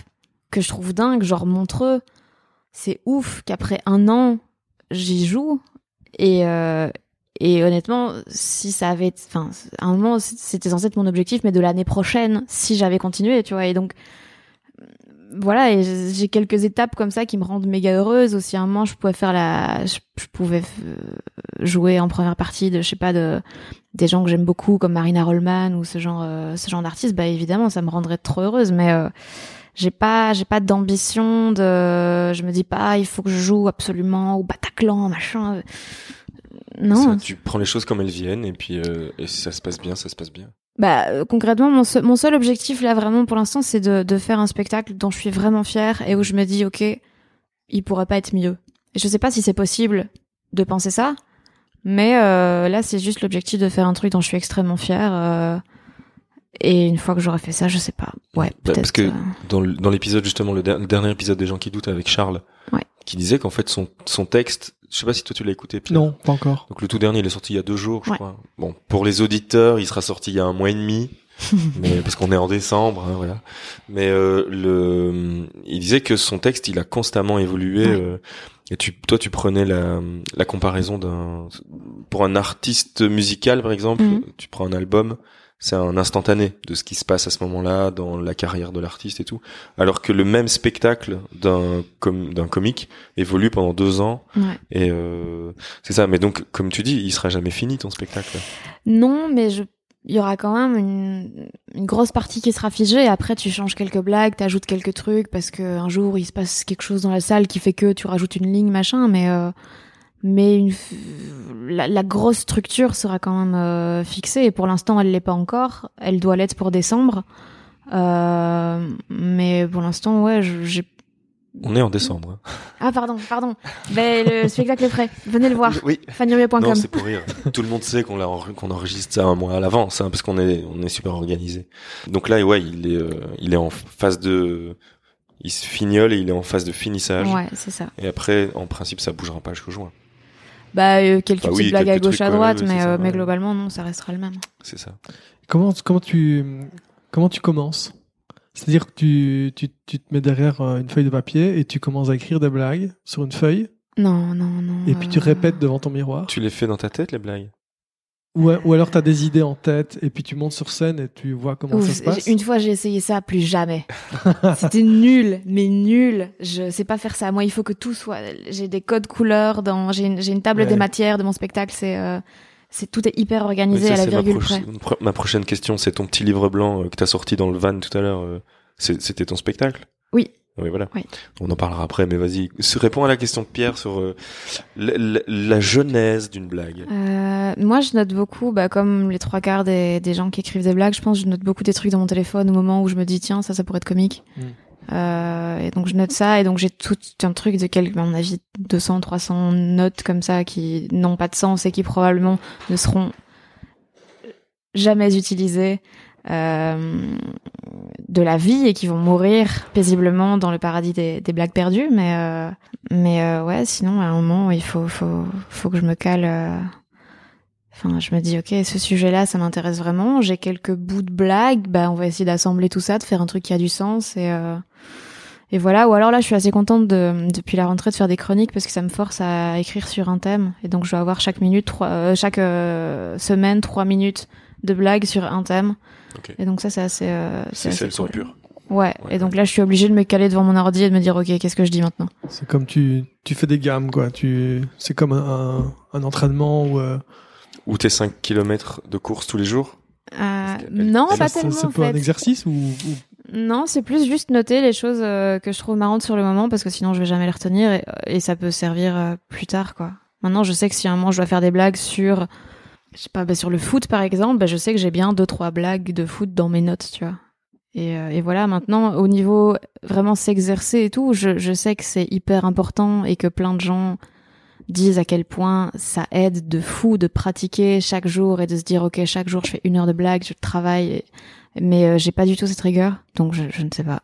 [SPEAKER 2] que je trouve dingues, genre Montreux. C'est ouf qu'après un an j'y joue et euh, et honnêtement, si ça avait, enfin, à un moment, c'était censé être mon objectif, mais de l'année prochaine, si j'avais continué, tu vois. Et donc, mm, voilà, et j'ai j'ai quelques étapes comme ça qui me rendent méga heureuse. Aussi, à un moment, je pouvais faire la, je, je pouvais euh, jouer en première partie de, je sais pas, de des gens que j'aime beaucoup comme Marina Rollman ou ce genre, euh, ce genre d'artiste. Bah évidemment, ça me rendrait trop heureuse, mais euh, j'ai pas, j'ai pas d'ambition de, je me dis pas, il faut que je joue absolument au Bataclan, machin. euh,
[SPEAKER 1] Ça,
[SPEAKER 2] Non,
[SPEAKER 1] tu prends les choses comme elles viennent et puis euh, et si ça se passe bien, ça se passe bien.
[SPEAKER 2] Bah, euh, concrètement, mon, seul- mon seul objectif là vraiment pour l'instant, c'est de, de faire un spectacle dont je suis vraiment fière et où je me dis, ok, il pourrait pas être mieux. Et je sais pas si c'est possible de penser ça, mais euh, là, c'est juste l'objectif de faire un truc dont je suis extrêmement fière. euh, et une fois que j'aurai fait ça, je sais pas. Ouais,
[SPEAKER 1] Bah,
[SPEAKER 2] peut-être.
[SPEAKER 1] parce que
[SPEAKER 2] euh,
[SPEAKER 1] dans le- dans l'épisode justement le, der- le dernier épisode des gens qui doutent avec Charles,
[SPEAKER 2] Ouais.
[SPEAKER 1] qui disait qu'en fait son son texte, je sais pas si toi tu l'as écouté. Pierre.
[SPEAKER 3] Non, pas encore.
[SPEAKER 1] Donc le tout dernier, il est sorti il y a deux jours, je
[SPEAKER 2] Ouais.
[SPEAKER 1] crois. Bon, pour les auditeurs, il sera sorti il y a un mois et demi, mais parce qu'on est en décembre, hein, voilà. Mais euh, le, il disait que son texte, il a constamment évolué.
[SPEAKER 2] Ouais.
[SPEAKER 1] euh, et tu, toi, tu prenais la, la comparaison d'un, pour un artiste musical, par exemple,
[SPEAKER 2] Mhm.
[SPEAKER 1] tu prends un album, c'est un instantané de ce qui se passe à ce moment-là dans la carrière de l'artiste et tout. Alors que le même spectacle d'un com- d'un comique évolue pendant deux ans
[SPEAKER 2] ouais.
[SPEAKER 1] et euh, c'est ça. Mais donc, comme tu dis, il sera jamais fini ton spectacle.
[SPEAKER 2] Non, mais je- il y aura quand même une, une grosse partie qui sera figée. Et après, tu changes quelques blagues, t'ajoutes quelques trucs parce que un jour il se passe quelque chose dans la salle qui fait que tu rajoutes une ligne, machin. Mais euh, mais une, f- la, la grosse structure sera quand même euh, fixée. Et pour l'instant, elle l'est pas encore. Elle doit l'être pour décembre. Euh, mais pour l'instant, ouais, je- j'ai.
[SPEAKER 1] On est en décembre. hein.
[SPEAKER 2] Ah pardon, pardon. Mais le spectacle est prêt. Venez le voir.
[SPEAKER 1] Oui.
[SPEAKER 2] fannyruet.com.
[SPEAKER 1] Non, c'est pour rire. Tout le monde sait qu'on l'a en- qu'on enregistre ça un mois à l'avance, hein, parce qu'on est on est super organisé. Donc là, ouais, il est euh, il est en phase de il se fignole et il est en phase de finissage.
[SPEAKER 2] Ouais, c'est ça.
[SPEAKER 1] Et après, en principe, ça bougera pas jusqu'au juin.
[SPEAKER 2] Bah, euh, quelques
[SPEAKER 1] Bah oui,
[SPEAKER 2] petites blagues à
[SPEAKER 1] quelques
[SPEAKER 2] gauche
[SPEAKER 1] trucs,
[SPEAKER 2] à
[SPEAKER 1] ouais,
[SPEAKER 2] droite,
[SPEAKER 1] ouais,
[SPEAKER 2] mais,
[SPEAKER 1] c'est ça,
[SPEAKER 2] euh, mais
[SPEAKER 1] ouais.
[SPEAKER 2] globalement, non, ça restera le même.
[SPEAKER 1] C'est ça.
[SPEAKER 2] Oh.
[SPEAKER 3] Comment, comment, tu, comment tu commences C'est-à-dire que tu, tu, tu te mets derrière euh, une feuille de papier et tu commences à écrire des blagues sur une feuille
[SPEAKER 2] Non, non, non.
[SPEAKER 3] et puis tu
[SPEAKER 2] euh,
[SPEAKER 3] répètes devant ton miroir.
[SPEAKER 1] Tu les fais dans ta tête les blagues
[SPEAKER 3] Ou, ou alors tu as des idées en tête et puis tu montes sur scène et tu vois comment
[SPEAKER 2] ouf,
[SPEAKER 3] ça se
[SPEAKER 2] j'ai-
[SPEAKER 3] passe.
[SPEAKER 2] une fois, j'ai essayé ça, plus jamais. C'était nul, mais nul. Je sais pas faire ça. Moi, il faut que tout soit. J'ai des codes couleurs, dans... j'ai une, j'ai une table
[SPEAKER 3] Ouais.
[SPEAKER 2] des matières de mon spectacle. C'est, euh, c'est tout est hyper organisé
[SPEAKER 1] Ça,
[SPEAKER 2] à la
[SPEAKER 1] c'est ma,
[SPEAKER 2] virgule près.
[SPEAKER 1] proche- pro- ma prochaine question, c'est ton petit livre blanc euh, que t'as sorti dans le van tout à l'heure. euh, c'est- C'était ton spectacle Ah
[SPEAKER 2] Oui.
[SPEAKER 1] Oui, voilà.
[SPEAKER 2] Oui.
[SPEAKER 1] On en parlera après, mais vas-y. Se- Réponds à la question de Pierre sur euh, l- l- la genèse d'une blague.
[SPEAKER 2] Euh, moi, je note beaucoup, bah, comme les trois quarts des, des gens qui écrivent des blagues, je pense que je note beaucoup des trucs dans mon téléphone au moment où je me dis, tiens, ça, ça pourrait être comique.
[SPEAKER 3] Mm.
[SPEAKER 2] Euh, et donc, je note ça, et donc j'ai tout un truc de quelques, à mon avis, 200, 300 notes comme ça qui n'ont pas de sens et qui probablement ne seront jamais utilisées euh, de la vie et qui vont mourir paisiblement dans le paradis des, des blagues perdues. Mais, euh, mais euh, ouais, sinon, à un moment, il faut, faut, faut que je me cale. euh, Enfin, je me dis, ok, ce sujet-là, ça m'intéresse vraiment. J'ai quelques bouts de blagues. Bah, on va essayer d'assembler tout ça, de faire un truc qui a du sens. Et, euh, et voilà. Ou alors là, je suis assez contente de, depuis la rentrée de faire des chroniques parce que ça me force à écrire sur un thème. Et donc, je dois avoir chaque minute, trois, euh, chaque euh, semaine, trois minutes de blagues sur un thème.
[SPEAKER 1] Ok.
[SPEAKER 2] Et donc, ça, c'est assez. euh,
[SPEAKER 1] C'est
[SPEAKER 2] assez
[SPEAKER 1] celle sur
[SPEAKER 2] cool.
[SPEAKER 1] pure.
[SPEAKER 2] Ouais.
[SPEAKER 1] Ouais,
[SPEAKER 2] Et donc là, je suis obligée de me caler devant mon ordi et de me dire, ok, qu'est-ce que je dis maintenant
[SPEAKER 3] C'est comme tu, tu fais des gammes, quoi. Tu, c'est comme un, un, un entraînement ou. euh,
[SPEAKER 1] Ou tes 5 km de course tous les jours
[SPEAKER 2] Euh,
[SPEAKER 1] qu'elle-
[SPEAKER 2] Non,
[SPEAKER 1] elle-
[SPEAKER 2] pas
[SPEAKER 1] elle-
[SPEAKER 3] c'est-
[SPEAKER 2] tellement.
[SPEAKER 3] C'est
[SPEAKER 2] en
[SPEAKER 3] pas un
[SPEAKER 2] fait.
[SPEAKER 3] exercice ou. ou-
[SPEAKER 2] Non, c'est plus juste noter les choses euh, que je trouve marrantes sur le moment parce que sinon je vais jamais les retenir et, et ça peut servir euh, plus tard quoi. Maintenant, je sais que si à un moment je dois faire des blagues sur je sais pas bah, sur le foot par exemple, bah, je sais que j'ai bien deux trois blagues de foot dans mes notes, tu vois. Et, euh, et voilà, maintenant au niveau vraiment s'exercer et tout, je, je sais que c'est hyper important et que plein de gens disent à quel point ça aide de fou de pratiquer chaque jour et de se dire ok chaque jour je fais une heure de blague, je travaille et- mais euh, j'ai pas du tout cette rigueur, donc je, je ne sais pas.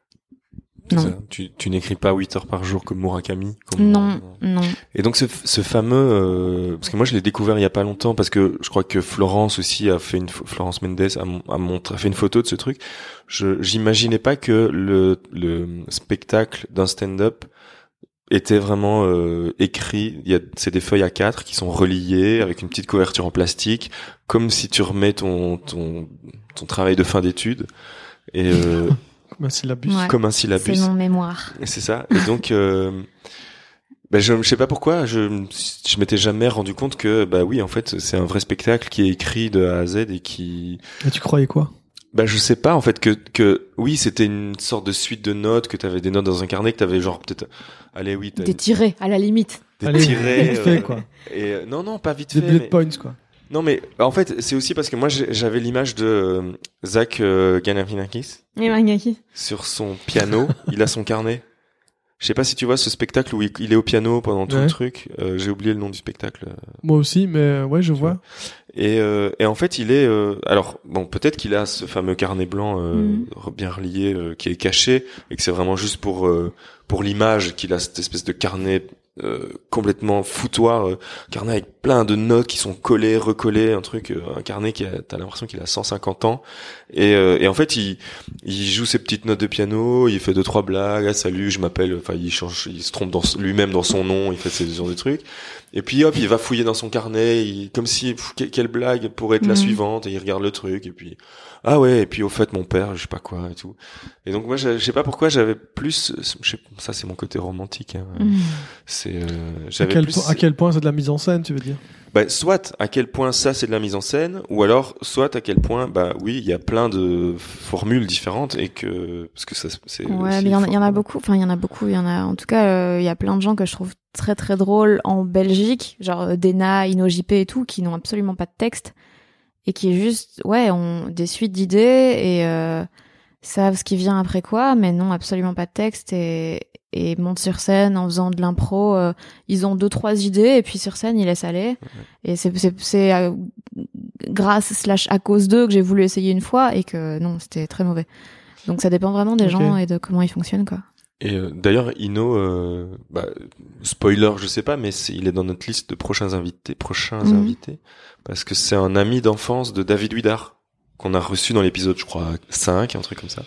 [SPEAKER 1] C'est
[SPEAKER 2] Non.
[SPEAKER 1] ça. Tu, tu n'écris pas 8 heures par jour comme Murakami comme- euh,
[SPEAKER 2] Non, non.
[SPEAKER 1] Et donc ce, ce fameux, euh, parce que moi je l'ai découvert il y a pas longtemps, parce que je crois que Florence aussi a fait une pho- Florence Mendes a, mon- a, montré- a fait une photo de ce truc. Je j'imaginais pas que le, le spectacle d'un stand-up était vraiment euh, écrit. Il y a c'est des feuilles à quatre qui sont reliées avec une petite couverture en plastique, comme si tu remets ton ton ton travail de fin d'études. Et euh,
[SPEAKER 3] Comme un syllabus.
[SPEAKER 2] Ouais.
[SPEAKER 1] comme un syllabus.
[SPEAKER 2] C'est mon mémoire.
[SPEAKER 1] Et C'est ça. Et donc, euh, ben, je ne sais pas pourquoi, je je m'étais jamais rendu compte que, bah oui, en fait, c'est un vrai spectacle qui est écrit de A à Z et qui,
[SPEAKER 3] Et Ah, tu croyais quoi
[SPEAKER 1] bah je sais pas en fait que que oui c'était une sorte de suite de notes que t'avais des notes dans un carnet que t'avais genre peut-être allez oui t'as
[SPEAKER 2] Des tirés, à la limite.
[SPEAKER 1] des
[SPEAKER 3] Allez,
[SPEAKER 1] tirets,
[SPEAKER 3] vite
[SPEAKER 1] euh,
[SPEAKER 3] fait, quoi.
[SPEAKER 1] et euh, non non pas vite
[SPEAKER 3] Des
[SPEAKER 1] fait
[SPEAKER 3] bullet
[SPEAKER 1] mais-
[SPEAKER 3] points, quoi.
[SPEAKER 1] non mais en fait c'est aussi parce que moi j'ai- j'avais l'image de euh, Zach euh, Galifianakis
[SPEAKER 2] Et Mangaki.
[SPEAKER 1] sur son piano, il a son carnet. Je sais pas si tu vois ce spectacle où il il est au piano pendant tout
[SPEAKER 3] Ouais.
[SPEAKER 1] le truc. Euh, J'ai oublié le nom du spectacle.
[SPEAKER 3] Moi aussi, mais euh, ouais, je vois.
[SPEAKER 1] Et, euh, et en fait, il est. euh, alors bon, peut-être qu'il a ce fameux carnet blanc euh,
[SPEAKER 2] Mhm.
[SPEAKER 1] re- bien relié euh, qui est caché et que c'est vraiment juste pour euh, pour l'image qu'il a cette espèce de carnet euh, complètement foutoir, euh, carnet avec plein de notes qui sont collées, recollées, un truc, euh, un carnet qui a, t'as l'impression qu'il a 150 ans. Et, euh, et en fait, il il joue ses petites notes de piano, il fait deux trois blagues, ah, salut, je m'appelle, enfin il change, il se trompe dans s- lui-même dans son nom, il fait ce genre de trucs. Et puis hop, il va fouiller dans son carnet, il, comme si pff, que- quelle blague pourrait être la
[SPEAKER 2] Mhm.
[SPEAKER 1] suivante, et il regarde le truc et puis ah ouais, et puis au fait mon père, je sais pas quoi et tout. Et donc moi je, je sais pas pourquoi j'avais plus, je sais- ça c'est mon côté romantique, hein.
[SPEAKER 2] Mhm. Mm.
[SPEAKER 1] c'est euh,
[SPEAKER 3] À
[SPEAKER 1] j'avais
[SPEAKER 3] quel,
[SPEAKER 1] plus,
[SPEAKER 3] point- à quel point c'est de la mise en scène, tu veux dire
[SPEAKER 1] bah, soit à quel point ça c'est de la mise en scène, ou alors soit à quel point bah oui il y a plein de formules différentes et que parce que ça c'est
[SPEAKER 2] Ouais,
[SPEAKER 1] aussi
[SPEAKER 2] mais il y, en a-
[SPEAKER 1] fort,
[SPEAKER 2] il y en a
[SPEAKER 1] quoi.
[SPEAKER 2] beaucoup. Enfin, il y en a beaucoup. Il y en a. En tout cas, euh, il y a plein de gens que je trouve très très drôles en Belgique, genre euh, Dena, InnoJP et tout, qui n'ont absolument pas de texte et qui juste, ouais, ont des suites d'idées et euh, savent ce qui vient après quoi, mais non, absolument pas de texte et et montent sur scène en faisant de l'impro. euh, ils ont deux trois idées et puis sur scène ils laissent aller. Et c'est c'est c'est euh, grâce slash à cause d'eux que j'ai voulu essayer une fois et que non, c'était très mauvais. Donc ça dépend vraiment des
[SPEAKER 3] Ok.
[SPEAKER 2] gens et de comment ils fonctionnent quoi.
[SPEAKER 1] Et euh, d'ailleurs, Ino, euh, bah, spoiler, je sais pas, mais c'est- il est dans notre liste de prochains invités, prochains
[SPEAKER 2] Mhm.
[SPEAKER 1] invités, parce que c'est un ami d'enfance de David Huidard qu'on a reçu dans l'épisode, je crois, 5, un truc comme ça.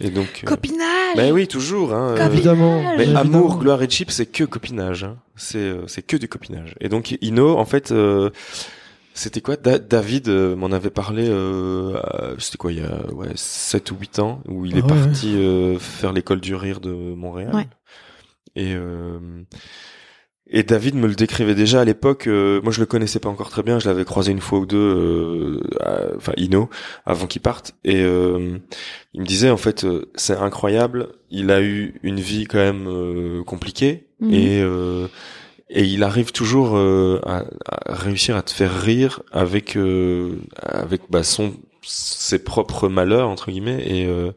[SPEAKER 1] Et donc, euh,
[SPEAKER 2] Copinage.
[SPEAKER 1] bah oui, toujours. Hein, euh,
[SPEAKER 2] Copinage.
[SPEAKER 3] Évidemment.
[SPEAKER 2] Mais
[SPEAKER 1] mais
[SPEAKER 3] évidemment.
[SPEAKER 1] amour, gloire et chip, c'est que copinage. Hein. C'est euh, c'est que du copinage. Et donc Ino, en fait, euh, c'était quoi Da- David euh, m'en avait parlé. euh, à- c'était quoi il y a ouais, 7 ou 8 ans où il
[SPEAKER 3] Ah
[SPEAKER 1] est
[SPEAKER 3] ouais,
[SPEAKER 1] parti euh, faire l'école du rire de Montréal.
[SPEAKER 2] Ouais.
[SPEAKER 1] Et euh, et David me le décrivait déjà à l'époque. euh, moi, je le connaissais pas encore très bien. Je l'avais croisé une fois ou deux. euh, à- Enfin, Ino, avant qu'il parte. Et euh, il me disait en fait euh, c'est incroyable, il a eu une vie quand même euh, compliquée
[SPEAKER 2] Mhm.
[SPEAKER 1] et euh, et il arrive toujours euh, à, à réussir à te faire rire avec euh, avec bah, son ses propres malheurs entre guillemets et euh,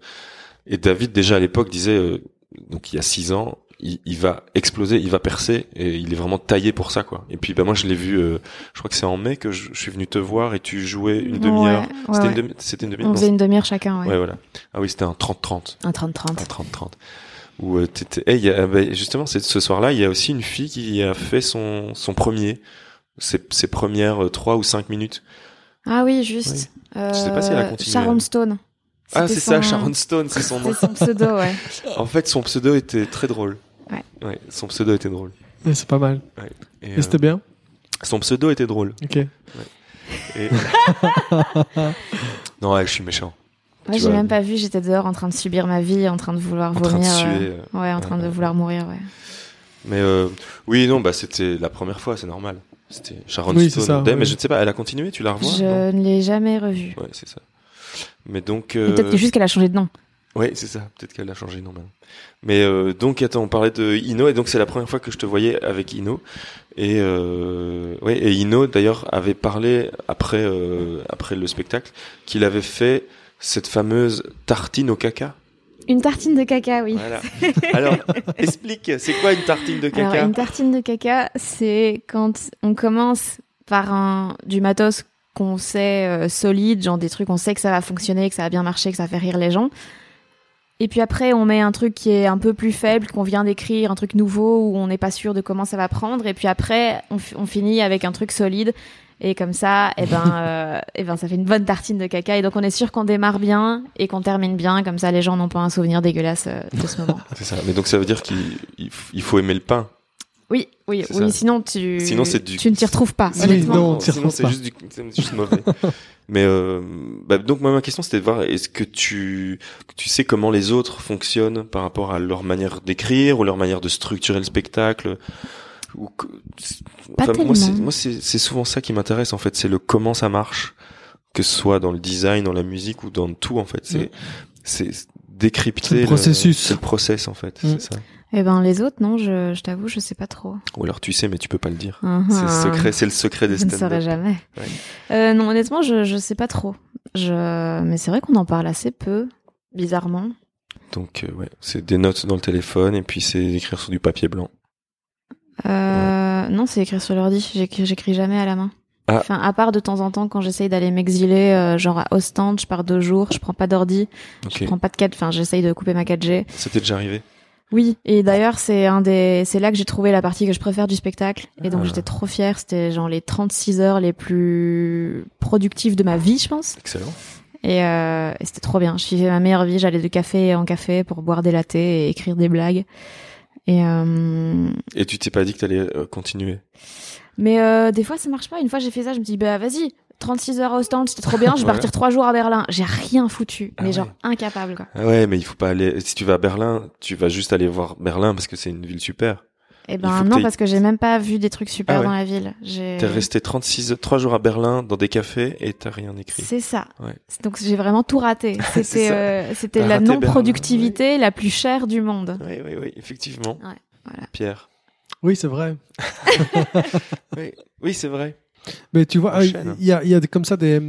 [SPEAKER 1] et David déjà à l'époque disait euh, donc il y a six ans il, il va exploser, il va percer et il est vraiment taillé pour ça quoi. Et puis bah moi je l'ai vu, euh, je crois que c'est en mai que je, je suis venu te voir et tu jouais une demi-heure.
[SPEAKER 2] Ouais, ouais,
[SPEAKER 1] C'était
[SPEAKER 2] ouais.
[SPEAKER 1] une demi- c'était une demi-heure.
[SPEAKER 2] On faisait une demi-heure chacun, ouais.
[SPEAKER 1] Ouais, voilà. Ah oui, c'était un 30-30.
[SPEAKER 2] Un
[SPEAKER 1] Un
[SPEAKER 2] 30-30.
[SPEAKER 1] 30-30. Où euh, t'étais. eh, il y a- ah, bah, justement, c'est ce soir-là, il y a aussi une fille qui a fait son, son premier. Ses, ses premières 3 ou 5 minutes.
[SPEAKER 2] Ah oui, juste. Euh,
[SPEAKER 1] Je sais pas si elle a continué.
[SPEAKER 2] Sharon Stone.
[SPEAKER 1] Ah, c'est
[SPEAKER 2] C'était
[SPEAKER 1] ça,
[SPEAKER 2] son- euh,
[SPEAKER 1] Sharon Stone, c'est son nom.
[SPEAKER 2] C'était son pseudo, ouais.
[SPEAKER 1] En fait, son pseudo était très drôle.
[SPEAKER 2] Ouais.
[SPEAKER 1] son pseudo était drôle.
[SPEAKER 3] Ouais, C'est pas mal.
[SPEAKER 1] Et,
[SPEAKER 3] Et c'était
[SPEAKER 1] euh,
[SPEAKER 3] bien
[SPEAKER 1] son pseudo était drôle.
[SPEAKER 3] Ok.
[SPEAKER 1] Et- non, ouais, je suis méchant.
[SPEAKER 2] Ouais,
[SPEAKER 1] Tu
[SPEAKER 2] j'ai
[SPEAKER 1] vois.
[SPEAKER 2] même pas vu, j'étais dehors en train de subir ma vie, en train de vouloir
[SPEAKER 1] En train
[SPEAKER 2] vomir.
[SPEAKER 1] de
[SPEAKER 2] euh,
[SPEAKER 1] suer. euh.
[SPEAKER 2] Ouais, en train de
[SPEAKER 1] Ouais.
[SPEAKER 2] vouloir mourir, ouais.
[SPEAKER 1] Mais euh, oui, non, bah c'était la première fois, c'est normal. C'était Sharon
[SPEAKER 3] Oui, c'est
[SPEAKER 1] Stone.
[SPEAKER 3] ça,
[SPEAKER 1] on l'aime,
[SPEAKER 3] ouais.
[SPEAKER 1] Mais je ne sais pas, elle a continué, tu la revois non
[SPEAKER 2] Je ne l'ai jamais revue.
[SPEAKER 1] Ouais, c'est ça. Mais donc.
[SPEAKER 2] Et
[SPEAKER 1] Euh...
[SPEAKER 2] Peut-être que juste qu'elle a changé de nom.
[SPEAKER 1] Ouais, c'est ça. Peut-être qu'elle a changé, non, maintenant. Mais euh, donc, attends, on parlait de Ino, et donc c'est la première fois que je te voyais avec Ino. Et, euh, ouais, et Ino, d'ailleurs, avait parlé, après, euh, après le spectacle, qu'il avait fait cette fameuse tartine au caca.
[SPEAKER 2] Une tartine de caca, oui.
[SPEAKER 1] Voilà. Alors, explique, c'est quoi une tartine de caca
[SPEAKER 2] Alors, une tartine de caca, c'est quand on commence par un, du matos qu'on sait euh, solide, genre des trucs, on sait que ça va fonctionner, que ça va bien marcher, que ça va faire rire les gens. Et puis après, on met un truc qui est un peu plus faible, qu'on vient d'écrire, un truc nouveau où on n'est pas sûr de comment ça va prendre. Et puis après, on, fi- on finit avec un truc solide. Et comme ça, eh ben, euh, eh ben, ça fait une bonne tartine de caca. Et donc, on est sûr qu'on démarre bien et qu'on termine bien. Comme ça, les gens n'ont pas un souvenir dégueulasse euh, de ce moment.
[SPEAKER 1] C'est ça. Mais donc, ça veut dire qu'il il f- il faut aimer le pain.
[SPEAKER 2] Oui, oui,
[SPEAKER 1] C'est
[SPEAKER 2] oui.
[SPEAKER 1] ça.
[SPEAKER 2] Sinon, tu,
[SPEAKER 1] Sinon, c'est du-
[SPEAKER 2] tu ne t'y retrouves pas.
[SPEAKER 3] Oui,
[SPEAKER 2] honnêtement.
[SPEAKER 3] non, on s'y
[SPEAKER 1] sinon
[SPEAKER 3] retrouve
[SPEAKER 1] c'est
[SPEAKER 3] pas.
[SPEAKER 1] juste, du- c'est juste mauvais. Mais euh, bah, donc moi ma question c'était de voir est-ce que tu tu sais comment les autres fonctionnent par rapport à leur manière d'écrire ou leur manière de structurer le spectacle ou que-
[SPEAKER 2] Pas
[SPEAKER 1] moi c'est
[SPEAKER 2] tellement.
[SPEAKER 1] moi c'est c'est souvent ça qui m'intéresse en fait c'est le comment ça marche que ce soit dans le design dans la musique ou dans tout en fait c'est
[SPEAKER 3] Mm.
[SPEAKER 1] c'est décrypter
[SPEAKER 3] C'est le processus.
[SPEAKER 1] c'est le process en fait
[SPEAKER 3] Mm.
[SPEAKER 1] c'est ça
[SPEAKER 2] Eh ben, les autres, non, je, je t'avoue, je sais pas trop.
[SPEAKER 1] ou alors tu sais mais tu peux pas le dire
[SPEAKER 2] Ah,
[SPEAKER 1] c'est le
[SPEAKER 2] ah.
[SPEAKER 1] secret c'est le secret des
[SPEAKER 2] Je ne
[SPEAKER 1] stand
[SPEAKER 2] saurais jamais.
[SPEAKER 1] Ouais.
[SPEAKER 2] Euh, non, honnêtement, je, je sais pas trop. Je... Mais c'est vrai qu'on en parle assez peu, bizarrement.
[SPEAKER 1] donc euh, ouais c'est des notes dans le téléphone et puis c'est écrire sur du papier blanc
[SPEAKER 2] Euh, Non, c'est écrire sur l'ordi. J'écris j'écris jamais à la main.
[SPEAKER 1] Ah.
[SPEAKER 2] Enfin, à part de temps en temps quand j'essaye d'aller m'exiler, euh, genre à Ostende, je pars deux jours, je prends pas d'ordi,
[SPEAKER 1] ok
[SPEAKER 2] je prends pas de 4 Enfin, j'essaye de couper ma 4G.
[SPEAKER 1] C'était déjà arrivé.
[SPEAKER 2] Oui. Et d'ailleurs, c'est un des, c'est là que j'ai trouvé la partie que je préfère du spectacle. Et donc,
[SPEAKER 1] Ah.
[SPEAKER 2] j'étais trop fière. C'était genre les 36 heures les plus productives de ma vie, je pense.
[SPEAKER 1] Excellent.
[SPEAKER 2] Et, euh, et c'était trop bien. Je vivais ma meilleure vie. J'allais de café en café pour boire des lattés et écrire des blagues. Et euh,
[SPEAKER 1] Et tu t'es pas dit que t'allais euh, continuer
[SPEAKER 2] mais euh, des fois ça marche pas. Une fois j'ai fait ça, je me dis bah vas-y, 36 heures au stand, c'était trop bien. Je vais
[SPEAKER 1] Ouais.
[SPEAKER 2] partir trois jours à Berlin. J'ai rien foutu,
[SPEAKER 1] Ah
[SPEAKER 2] mais
[SPEAKER 1] ouais.
[SPEAKER 2] genre incapable quoi.
[SPEAKER 1] Ah ouais, mais il faut pas aller. Si tu vas à Berlin, tu vas juste aller voir Berlin parce que c'est une ville super.
[SPEAKER 2] Et
[SPEAKER 1] faut
[SPEAKER 2] ben
[SPEAKER 1] que
[SPEAKER 2] non
[SPEAKER 1] t'aies-
[SPEAKER 2] parce que j'ai même pas vu des trucs super
[SPEAKER 1] Ah ouais.
[SPEAKER 2] dans la ville. J'ai
[SPEAKER 1] T'es resté 36, 3 jours à Berlin dans des cafés et t'as rien écrit.
[SPEAKER 2] c'est ça.
[SPEAKER 1] Ouais.
[SPEAKER 2] C'est- Donc j'ai vraiment tout raté. C'était
[SPEAKER 1] ça.
[SPEAKER 2] euh, c'était
[SPEAKER 1] T'as
[SPEAKER 2] la
[SPEAKER 1] raté Berlin,
[SPEAKER 2] non-productivité la plus chère du monde.
[SPEAKER 1] Oui, oui, oui, effectivement.
[SPEAKER 2] Ouais, voilà.
[SPEAKER 1] Pierre.
[SPEAKER 3] Oui, c'est vrai.
[SPEAKER 1] Oui, oui c'est vrai.
[SPEAKER 3] Mais tu vois, ah, il
[SPEAKER 1] Enchaîne.
[SPEAKER 3] y a, il y a des- comme ça des.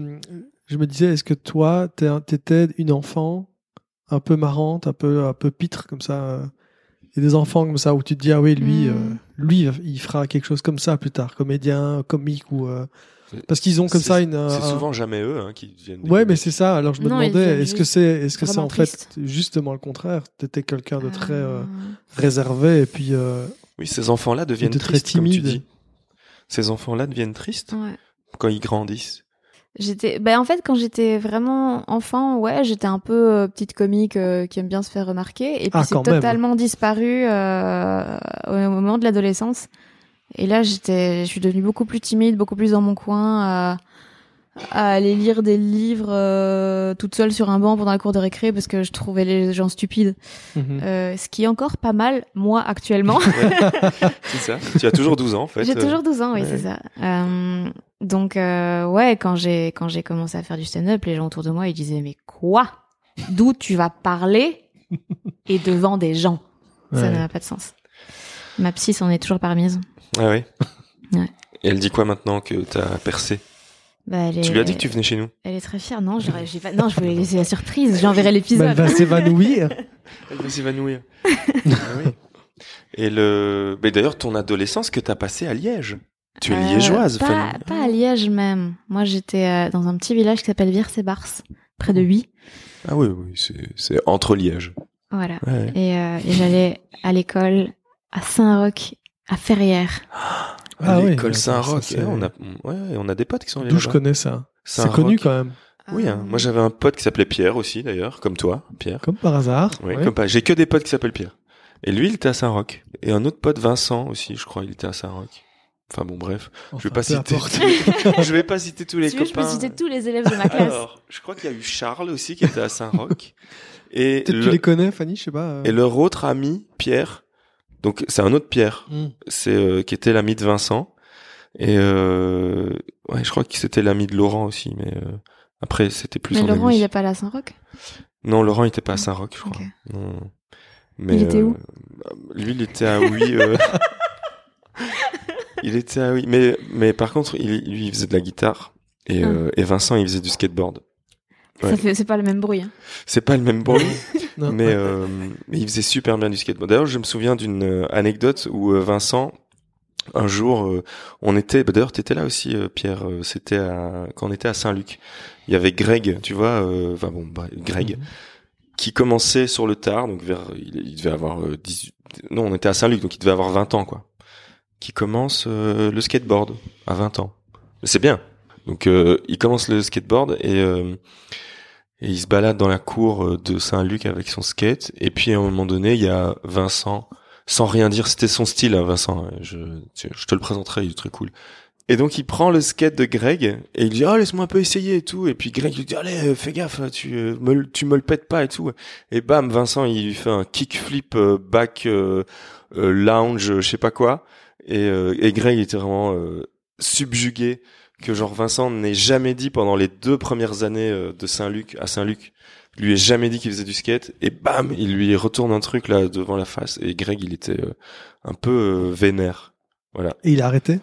[SPEAKER 3] Je me disais, est-ce que toi, t'es un- t'étais une enfant un peu marrante, un peu, un peu pitre comme ça euh, et des enfants comme ça où tu te dis ah oui
[SPEAKER 2] Mm.
[SPEAKER 3] lui euh, lui il fera quelque chose comme ça plus tard comédien comique ou euh,
[SPEAKER 1] C'est-
[SPEAKER 3] parce qu'ils ont comme
[SPEAKER 1] c'est-
[SPEAKER 3] ça une euh,
[SPEAKER 1] C'est
[SPEAKER 3] un-
[SPEAKER 1] souvent jamais eux hein, qui viennent.
[SPEAKER 3] ouais mais c'est ça alors je me
[SPEAKER 2] Non, ils viennent
[SPEAKER 3] demandais est-ce que
[SPEAKER 2] juste
[SPEAKER 3] c'est est-ce que c'est
[SPEAKER 2] vraiment
[SPEAKER 3] en fait
[SPEAKER 2] tristes.
[SPEAKER 3] justement le contraire t'étais quelqu'un de très euh,
[SPEAKER 2] Euh,
[SPEAKER 3] réservé et puis euh,
[SPEAKER 1] Oui, ces enfants-là deviennent
[SPEAKER 3] Ils étaient très
[SPEAKER 1] tristes, comme tu
[SPEAKER 3] timides.
[SPEAKER 1] dis. Ces enfants-là deviennent tristes
[SPEAKER 2] Euh, ouais.
[SPEAKER 1] quand ils grandissent.
[SPEAKER 2] J'étais, bah en fait, quand j'étais vraiment enfant, ouais, j'étais un peu euh, petite comique euh, qui aime bien se faire remarquer. Et puis
[SPEAKER 3] Ah,
[SPEAKER 2] c'est
[SPEAKER 3] quand même.
[SPEAKER 2] totalement disparu euh, au moment de l'adolescence. Et là, j'étais, je suis devenue beaucoup plus timide, beaucoup plus dans mon coin, à, à aller lire des livres euh, toute seule sur un banc pendant la cour de récré parce que je trouvais les gens stupides.
[SPEAKER 3] mhm.
[SPEAKER 2] Euh, ce qui est encore pas mal, moi actuellement.
[SPEAKER 1] C'est ça. tu as toujours 12 ans, en fait.
[SPEAKER 2] J'ai
[SPEAKER 1] Euh,
[SPEAKER 2] toujours 12 ans, oui,
[SPEAKER 1] ouais.
[SPEAKER 2] c'est ça. Euh, donc, euh, ouais, quand j'ai quand j'ai commencé à faire du stand-up, les gens autour de moi, ils disaient mais quoi D'où tu vas parler et devant des gens Ça
[SPEAKER 3] Ouais.
[SPEAKER 2] n'a pas de sens. Ma psy s'en est toujours parmise.
[SPEAKER 1] Ah oui.
[SPEAKER 2] Ouais.
[SPEAKER 1] Et elle dit quoi maintenant que t'as percé
[SPEAKER 2] Bah, elle est,
[SPEAKER 1] Tu lui as dit que tu venais chez nous
[SPEAKER 2] Elle est très fière. Non, j'aurais- j'ai pas- non, je voulais laisser la surprise. J'enverrai
[SPEAKER 3] Mais elle
[SPEAKER 1] Bah,
[SPEAKER 2] l'épisode.
[SPEAKER 3] va s'évanouir
[SPEAKER 1] Elle va s'évanouir. Et le. Mais d'ailleurs, ton adolescence que t'as passée à Liège. Tu es
[SPEAKER 2] Euh,
[SPEAKER 1] liégeoise,
[SPEAKER 2] pas,
[SPEAKER 1] Fanny.
[SPEAKER 2] pas à Liège même. Moi, j'étais euh, dans un petit village qui s'appelle Virsébars, près de Huy.
[SPEAKER 1] Ah oui, oui, c'est- c'est entre Liège.
[SPEAKER 2] Voilà.
[SPEAKER 1] Ouais.
[SPEAKER 2] Et, euh, et j'allais à l'école à Saint-Roch, à Ferrières.
[SPEAKER 3] Ah
[SPEAKER 1] à
[SPEAKER 3] oui,
[SPEAKER 1] l'école
[SPEAKER 3] d'accord,
[SPEAKER 1] Saint-Roch.
[SPEAKER 3] ça,
[SPEAKER 1] eh,
[SPEAKER 3] c'est-
[SPEAKER 1] on a, ouais, on a des potes qui sont allés
[SPEAKER 3] d'où je
[SPEAKER 1] là-bas.
[SPEAKER 3] connais ça c'est
[SPEAKER 1] Saint-Roch.
[SPEAKER 3] connu quand même
[SPEAKER 1] Oui, hein. moi j'avais un pote qui s'appelait Pierre aussi, d'ailleurs, comme toi, Pierre.
[SPEAKER 3] comme par hasard
[SPEAKER 1] Oui,
[SPEAKER 3] ouais.
[SPEAKER 1] comme pas. J'ai que des potes qui s'appellent Pierre. Et lui, il était à Saint-Roch. Et un autre pote, Vincent aussi, je crois, il était à Saint-Roch. Enfin bon, bref. je vais
[SPEAKER 3] Enfin,
[SPEAKER 1] pas
[SPEAKER 3] peu
[SPEAKER 1] citer.
[SPEAKER 3] importe.
[SPEAKER 1] je vais pas citer tous les
[SPEAKER 2] Tu veux,
[SPEAKER 1] copains. euh,
[SPEAKER 2] je peux citer tous les élèves de ma classe.
[SPEAKER 1] Alors, je crois qu'il y a eu Charles aussi qui était à Saint-Roch. et,
[SPEAKER 3] Peut-être
[SPEAKER 1] le-
[SPEAKER 3] tu les connais, Fanny, je sais pas. euh.
[SPEAKER 1] et leur autre ami, Pierre. Donc, c'est un autre Pierre.
[SPEAKER 3] Hmm.
[SPEAKER 1] C'est, euh, qui était l'ami de Vincent. Et, euh, ouais, je crois que c'était l'ami de Laurent aussi, mais, euh, après, c'était plus
[SPEAKER 2] mais
[SPEAKER 1] un
[SPEAKER 2] Laurent,
[SPEAKER 1] ami.
[SPEAKER 2] il est pas là à Saint-Roch
[SPEAKER 1] Non, Laurent, il était pas à Saint-Roch, je crois.
[SPEAKER 2] Ok.
[SPEAKER 1] Non. Mais,
[SPEAKER 2] Il était où
[SPEAKER 1] euh, Lui, il était à oui. euh, il était à oui. Mais, mais par contre, il, lui, il faisait de la guitare. Et,
[SPEAKER 2] Ah.
[SPEAKER 1] euh, et Vincent, il faisait du skateboard. Ouais.
[SPEAKER 2] Ça fait, c'est pas le même bruit. hein.
[SPEAKER 1] C'est pas le même bruit,
[SPEAKER 3] Non.
[SPEAKER 1] mais, euh, mais il faisait super bien du skateboard. D'ailleurs, je me souviens d'une euh, anecdote où euh, Vincent, un jour, euh, on était, bah, d'ailleurs, t'étais là aussi, euh, Pierre, euh, c'était à, quand on était à Saint-Luc. Il y avait Greg, tu vois, euh, enfin bon, bref,
[SPEAKER 3] Mmh.
[SPEAKER 1] Greg, qui commençait sur le tard, donc vers, il, il devait avoir euh, 18, non, on était à Saint-Luc, donc il devait avoir 20 ans, quoi. Qui commence euh, le skateboard à 20 ans. Mais C'est bien. Donc euh, il commence le skateboard et, euh, et il se balade dans la cour euh, de Saint-Luc avec son skate. Et puis à un moment donné, il y a Vincent, sans rien dire, c'était son style, hein, Vincent. hein, Je, tu- je te le présenterai, il est très cool. Et donc il prend le skate de Greg et il dit oh laisse-moi un peu essayer et tout et puis Greg lui dit allez euh, fais gaffe tu euh, me le- tu me le pètes pas et tout et bam Vincent il lui fait un kickflip euh, back euh, euh, lounge euh, je sais pas quoi et euh, et Greg était vraiment euh, subjugué que genre Vincent n'ait jamais dit pendant les deux premières années euh, de Saint-Luc à Saint-Luc lui ait jamais dit qu'il faisait du skate et bam il lui retourne un truc là devant la face et Greg il était euh, un peu euh, vénère voilà
[SPEAKER 3] Et il a arrêté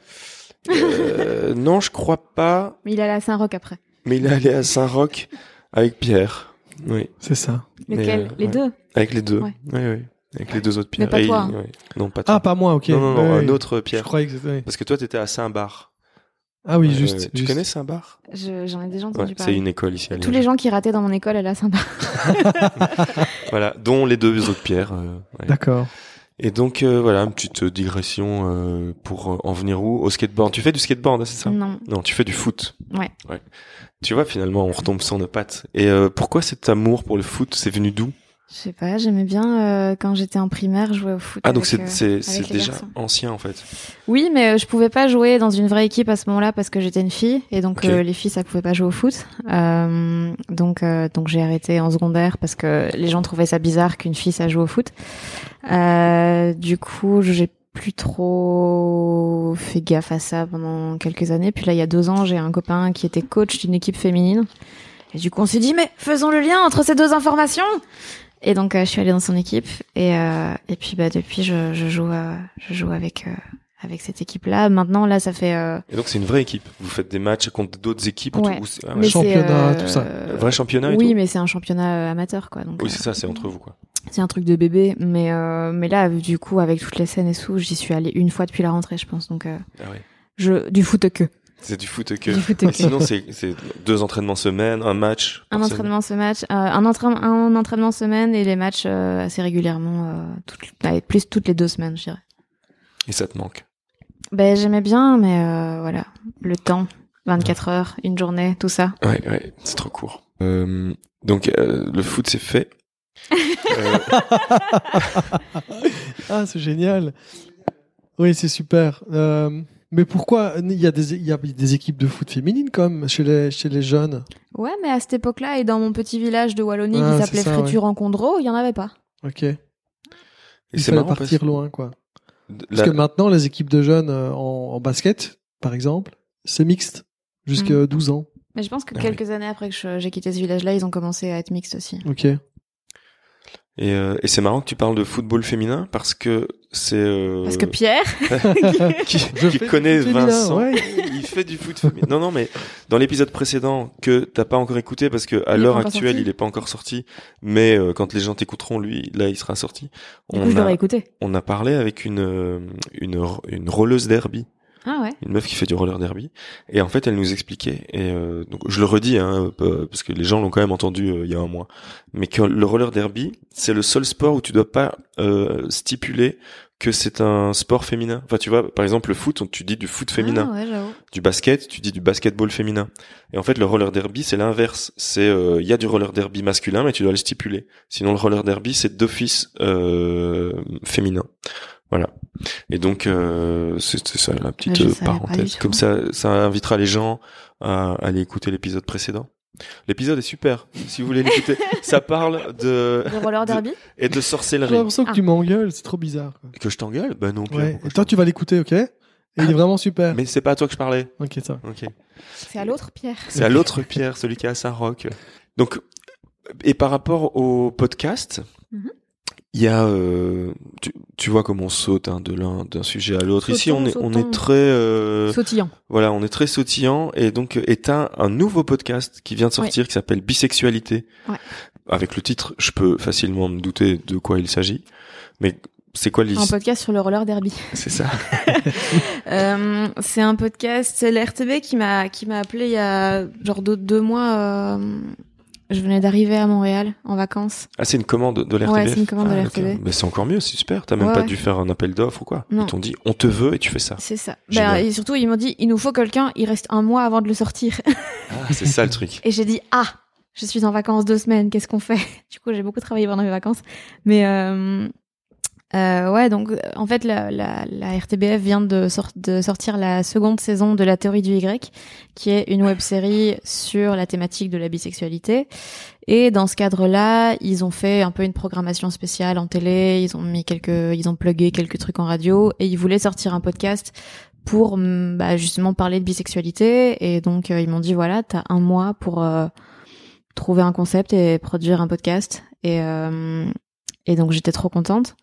[SPEAKER 1] euh, non, je crois pas.
[SPEAKER 2] Mais il allait à Saint-Roch après.
[SPEAKER 1] Mais il est allé à Saint-Roch avec Pierre. Oui.
[SPEAKER 3] C'est ça.
[SPEAKER 1] Mais,
[SPEAKER 2] Lequel
[SPEAKER 1] euh,
[SPEAKER 2] Les
[SPEAKER 1] ouais.
[SPEAKER 2] deux
[SPEAKER 1] Avec les deux.
[SPEAKER 2] Ouais.
[SPEAKER 1] Oui, oui. Avec les deux autres
[SPEAKER 2] Mais
[SPEAKER 1] Pierre.
[SPEAKER 2] pas
[SPEAKER 1] Et
[SPEAKER 2] toi, hein.
[SPEAKER 1] il- ouais. Non, pas toi.
[SPEAKER 3] Ah, pas moi, ok.
[SPEAKER 1] non, non, non,
[SPEAKER 3] Ouais,
[SPEAKER 1] un
[SPEAKER 3] ouais.
[SPEAKER 1] autre
[SPEAKER 3] Je
[SPEAKER 1] Pierre.
[SPEAKER 3] croyais que c'était. ouais.
[SPEAKER 1] Parce que toi, t'étais à Saint-Bar.
[SPEAKER 3] Ah oui,
[SPEAKER 1] Euh,
[SPEAKER 3] juste.
[SPEAKER 1] Tu
[SPEAKER 3] juste.
[SPEAKER 1] connais Saint-Bar
[SPEAKER 2] Je- J'en ai déjà
[SPEAKER 1] Ouais,
[SPEAKER 2] entendu
[SPEAKER 1] C'est
[SPEAKER 2] parler.
[SPEAKER 1] une école ici à
[SPEAKER 2] Tous
[SPEAKER 1] Liège.
[SPEAKER 2] les gens qui rataient dans mon école allaient à Saint-Barth.
[SPEAKER 1] Voilà, dont les deux autres Pierre. euh, ouais.
[SPEAKER 3] D'accord.
[SPEAKER 1] Et donc, euh, voilà, une petite euh, digression euh, pour euh, en venir où Au skateboard. Tu fais du skateboard, hein, c'est ça
[SPEAKER 2] Non.
[SPEAKER 1] Non, tu fais du foot.
[SPEAKER 2] Mm. Ouais.
[SPEAKER 1] Tu vois, finalement, on retombe sur nos pattes. Et euh, pourquoi cet amour pour le foot, c'est venu d'où
[SPEAKER 2] Je sais pas, j'aimais bien euh, quand j'étais en primaire jouer au foot.
[SPEAKER 1] Ah donc
[SPEAKER 2] avec,
[SPEAKER 1] c'est c'est
[SPEAKER 2] euh,
[SPEAKER 1] c'est
[SPEAKER 2] les
[SPEAKER 1] déjà
[SPEAKER 2] garçons.
[SPEAKER 1] ancien en fait.
[SPEAKER 2] Oui, mais euh, je pouvais pas jouer dans une vraie équipe à ce moment-là parce que j'étais une fille et donc
[SPEAKER 1] Ok.
[SPEAKER 2] euh, les filles ça pouvait pas jouer au foot. Euh, donc euh, donc j'ai arrêté en secondaire parce que les gens trouvaient ça bizarre qu'une fille ça joue au foot. Euh, du coup, j'ai plus trop fait gaffe à ça pendant quelques années. Puis là, il y a deux ans, j'ai un copain qui était coach d'une équipe féminine. Et du coup, on s'est dit, mais faisons le lien entre ces deux informations. Et donc, euh, je suis allée dans son équipe. Et, euh, et puis, bah, depuis, je, je joue, euh, je joue avec, euh, avec cette équipe-là. Maintenant, là, ça fait... euh,
[SPEAKER 1] Et donc c'est une vraie équipe. Vous faites des matchs contre d'autres équipes.
[SPEAKER 2] Ouais.
[SPEAKER 1] Ou tout, ou c'est- ah
[SPEAKER 2] mais c'est, euh,
[SPEAKER 3] Championnat, tout ça.
[SPEAKER 1] Un vrai championnat et
[SPEAKER 2] oui,
[SPEAKER 1] tout.
[SPEAKER 2] mais c'est un championnat euh, amateur, quoi. Donc,
[SPEAKER 1] Oui
[SPEAKER 2] euh,
[SPEAKER 1] c'est ça, c'est entre vous quoi.
[SPEAKER 2] c'est un truc de bébé. Mais, euh, mais là, du coup, avec toutes les scènes et tout, j'y suis allée une fois depuis la rentrée, je pense. Donc, euh,
[SPEAKER 1] Ah ouais.
[SPEAKER 2] je, du foot que.
[SPEAKER 1] C'est du foot que.
[SPEAKER 2] Du foot que.
[SPEAKER 1] Mais Sinon c'est c'est deux entraînements semaine, un match.
[SPEAKER 2] Un
[SPEAKER 1] par semaine.
[SPEAKER 2] entraînement ce match, euh, un, entraînement, un entraînement semaine et les matchs euh, assez régulièrement, euh, toutes- bah, plus toutes les deux semaines, je dirais.
[SPEAKER 1] Et ça te manque.
[SPEAKER 2] Ben, j'aimais bien, mais euh, voilà, le temps, 24 heures, une journée, tout ça.
[SPEAKER 1] Ouais ouais, c'est trop court. Euh, donc euh, le foot c'est fait. Euh,
[SPEAKER 3] Ah, c'est génial. Oui, c'est super. Euh, mais pourquoi il y, a des, il y a des équipes de foot féminines quand même chez les, chez les jeunes
[SPEAKER 2] Ouais, mais à cette époque-là, et dans mon petit village de Wallonie
[SPEAKER 3] Ah,
[SPEAKER 2] qui
[SPEAKER 3] c'est
[SPEAKER 2] s'appelait
[SPEAKER 3] ça, ouais.
[SPEAKER 2] Friture en Condro, il y en avait pas.
[SPEAKER 3] Ok.
[SPEAKER 1] et
[SPEAKER 3] Il
[SPEAKER 1] c'est
[SPEAKER 3] fallait
[SPEAKER 1] marrant parce
[SPEAKER 3] partir loin, quoi. Parce
[SPEAKER 1] la-
[SPEAKER 3] que maintenant, les équipes de jeunes euh, en, en basket, par exemple, c'est mixte jusqu'à 12 ans.
[SPEAKER 2] Mais je pense que
[SPEAKER 1] Ah
[SPEAKER 2] quelques années après que je- j'ai quitté ce village-là, ils ont commencé à être mixtes aussi.
[SPEAKER 3] Ok.
[SPEAKER 1] et, euh, et c'est marrant que tu parles de football féminin parce que c'est. euh,
[SPEAKER 2] Parce que Pierre,
[SPEAKER 1] qui,
[SPEAKER 3] Je
[SPEAKER 1] qui
[SPEAKER 3] fais du
[SPEAKER 1] connaît
[SPEAKER 3] foot
[SPEAKER 2] hein,
[SPEAKER 3] féminin,
[SPEAKER 1] Vincent,
[SPEAKER 3] ouais.
[SPEAKER 1] il fait du foot féminin. Non, non, mais dans l'épisode précédent que t'as pas encore écouté parce que à
[SPEAKER 2] Il est
[SPEAKER 1] l'heure
[SPEAKER 2] pas encore
[SPEAKER 1] actuelle
[SPEAKER 2] sorti.
[SPEAKER 1] il est pas encore sorti, mais euh, quand les gens t'écouteront, lui, là, il sera sorti.
[SPEAKER 2] du coup, je
[SPEAKER 1] On a,
[SPEAKER 2] l'aurais écouté.
[SPEAKER 1] on a parlé avec une euh, une r- une rolleuse derby,
[SPEAKER 2] Ah ouais.
[SPEAKER 1] une meuf qui fait du roller derby, et en fait elle nous expliquait et euh, donc je le redis hein, euh, parce que les gens l'ont quand même entendu euh, il y a un mois, mais que le roller derby c'est le seul sport où tu dois pas euh, stipuler que c'est un sport féminin. Enfin, tu vois, par exemple, le foot, on- tu dis du foot féminin
[SPEAKER 2] Ah ouais, j'avoue.
[SPEAKER 1] du basket, tu dis du basketball féminin. Et en fait, le roller derby, c'est l'inverse. C'est euh, il y a du roller derby masculin, mais tu dois le stipuler. Sinon, le roller derby, c'est d'office euh, féminin. Voilà. Et donc, euh, c'est c'est ça la petite
[SPEAKER 2] Je
[SPEAKER 1] euh,
[SPEAKER 2] savais pas
[SPEAKER 1] parenthèse.
[SPEAKER 2] du tout.
[SPEAKER 1] Comme ça, ça invitera les gens à aller écouter l'épisode précédent. L'épisode est super. Si vous voulez l'écouter, ça parle de
[SPEAKER 2] Le roller derby
[SPEAKER 1] et de
[SPEAKER 3] J'ai
[SPEAKER 1] sorcellerie.
[SPEAKER 3] l'impression que
[SPEAKER 2] Ah.
[SPEAKER 3] tu m'engueules, c'est trop bizarre. quoi.
[SPEAKER 1] Que je t'engueule Ben non. Pierre,
[SPEAKER 3] Ouais.
[SPEAKER 1] pourquoi
[SPEAKER 3] Et
[SPEAKER 1] je
[SPEAKER 3] toi, tu vas l'écouter, ok Et il est vraiment super.
[SPEAKER 1] t'engueule Ah. Mais c'est pas à toi que je parlais.
[SPEAKER 3] Ok, ça. va.
[SPEAKER 1] Ok.
[SPEAKER 2] C'est à l'autre Pierre.
[SPEAKER 1] C'est à l'autre Pierre, celui qui est à Saint-Roch. Donc, et par rapport au podcast, il
[SPEAKER 2] Mhm.
[SPEAKER 1] y a, euh, tu, tu vois comment on saute hein, de l'un d'un sujet à l'autre. Ici,
[SPEAKER 2] Sautons,
[SPEAKER 1] on est, on
[SPEAKER 2] sautons.
[SPEAKER 1] est très, euh,
[SPEAKER 2] Sautillant.
[SPEAKER 1] voilà, on est très sautillant et donc euh, est un, un nouveau podcast qui vient de sortir qui s'appelle Bisexualité.
[SPEAKER 2] Ouais.
[SPEAKER 1] Avec le titre, je peux facilement me douter de quoi il s'agit, mais c'est quoi
[SPEAKER 2] Un
[SPEAKER 1] l'histoire
[SPEAKER 2] podcast sur le roller derby.
[SPEAKER 1] C'est ça.
[SPEAKER 2] Euh, c'est un podcast, c'est l'RTB qui m'a qui m'a appelé il y a genre deux, deux mois. euh, je venais d'arriver à Montréal en vacances.
[SPEAKER 1] Ah, c'est une commande de l'RTBF.
[SPEAKER 2] Ouais, c'est une commande de
[SPEAKER 1] Ah, ok.
[SPEAKER 2] l'RTBF.
[SPEAKER 1] Mais c'est encore mieux, c'est super. T'as même
[SPEAKER 2] Ouais,
[SPEAKER 1] pas
[SPEAKER 2] ouais.
[SPEAKER 1] dû faire un appel d'offres ou quoi.
[SPEAKER 2] Non.
[SPEAKER 1] Ils t'ont dit, on te veut et tu fais ça.
[SPEAKER 2] C'est ça. Ben,
[SPEAKER 1] Ah, Génial.
[SPEAKER 2] et surtout, ils m'ont dit, il nous faut quelqu'un. Il reste un mois avant de le sortir.
[SPEAKER 1] Ah, c'est ça le truc.
[SPEAKER 2] Et j'ai dit, ah, je suis en vacances deux semaines. Qu'est-ce qu'on fait Du coup, j'ai beaucoup travaillé pendant mes vacances. Mais euh, Euh, ouais, donc euh, en fait, la, la, la RTBF vient de, sor- de sortir la seconde saison de La théorie du Y, qui est une web série sur la thématique de la bisexualité. Et dans ce cadre-là, ils ont fait un peu une programmation spéciale en télé, ils ont mis quelques, ils ont plugué quelques trucs en radio, et ils voulaient sortir un podcast pour hum, bah, justement parler de bisexualité. Et donc euh, ils m'ont dit voilà, t'as un mois pour euh, trouver un concept et produire un podcast. Et, euh, et donc j'étais trop contente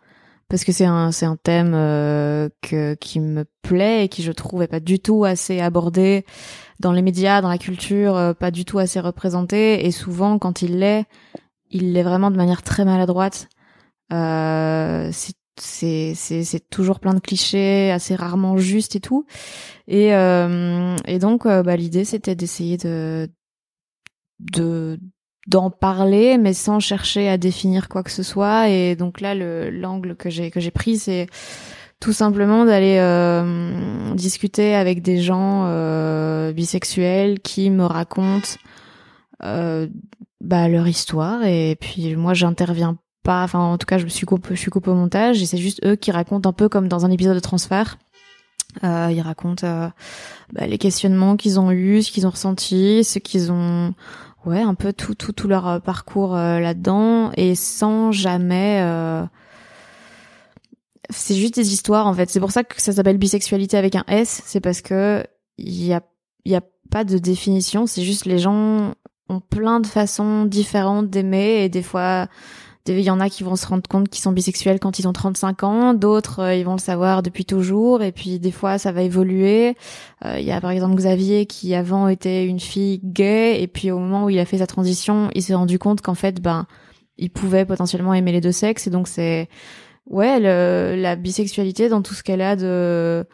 [SPEAKER 2] parce que c'est un c'est un thème euh, que qui me plaît et qui je trouve est pas du tout assez abordé dans les médias, dans la culture, euh, pas du tout assez représenté et souvent quand il l'est, il l'est vraiment de manière très maladroite. Euh, c'est c'est c'est c'est toujours plein de clichés, assez rarement juste et tout. Et euh, et donc euh, bah, l'idée c'était d'essayer de de d'en parler mais sans chercher à définir quoi que ce soit et donc là le l'angle que j'ai que j'ai pris c'est tout simplement d'aller euh, discuter avec des gens euh, bisexuels qui me racontent euh, bah, leur histoire et puis moi j'interviens pas enfin en tout cas je me suis coupe je suis coupe au montage et c'est juste eux qui racontent un peu comme dans un épisode de transfert euh, ils racontent euh, bah, les questionnements qu'ils ont eus ce qu'ils ont ressenti ce qu'ils ont ouais un peu tout tout tout leur euh, parcours euh, là-dedans et sans jamais euh, c'est juste des histoires en fait c'est pour ça que ça s'appelle bisexualité avec un S c'est parce que il y a il y a pas de définition c'est juste les gens ont plein de façons différentes d'aimer et des fois des- il y en a qui vont se rendre compte qu'ils sont bisexuels quand ils ont 35 ans, d'autres euh, ils vont le savoir depuis toujours et puis des fois ça va évoluer. Euh, Il y a par exemple Xavier qui avant était une fille gay et puis au moment où il a fait sa transition, il s'est rendu compte qu'en fait ben il pouvait potentiellement aimer les deux sexes et donc c'est ouais le- la bisexualité dans tout ce qu'elle a de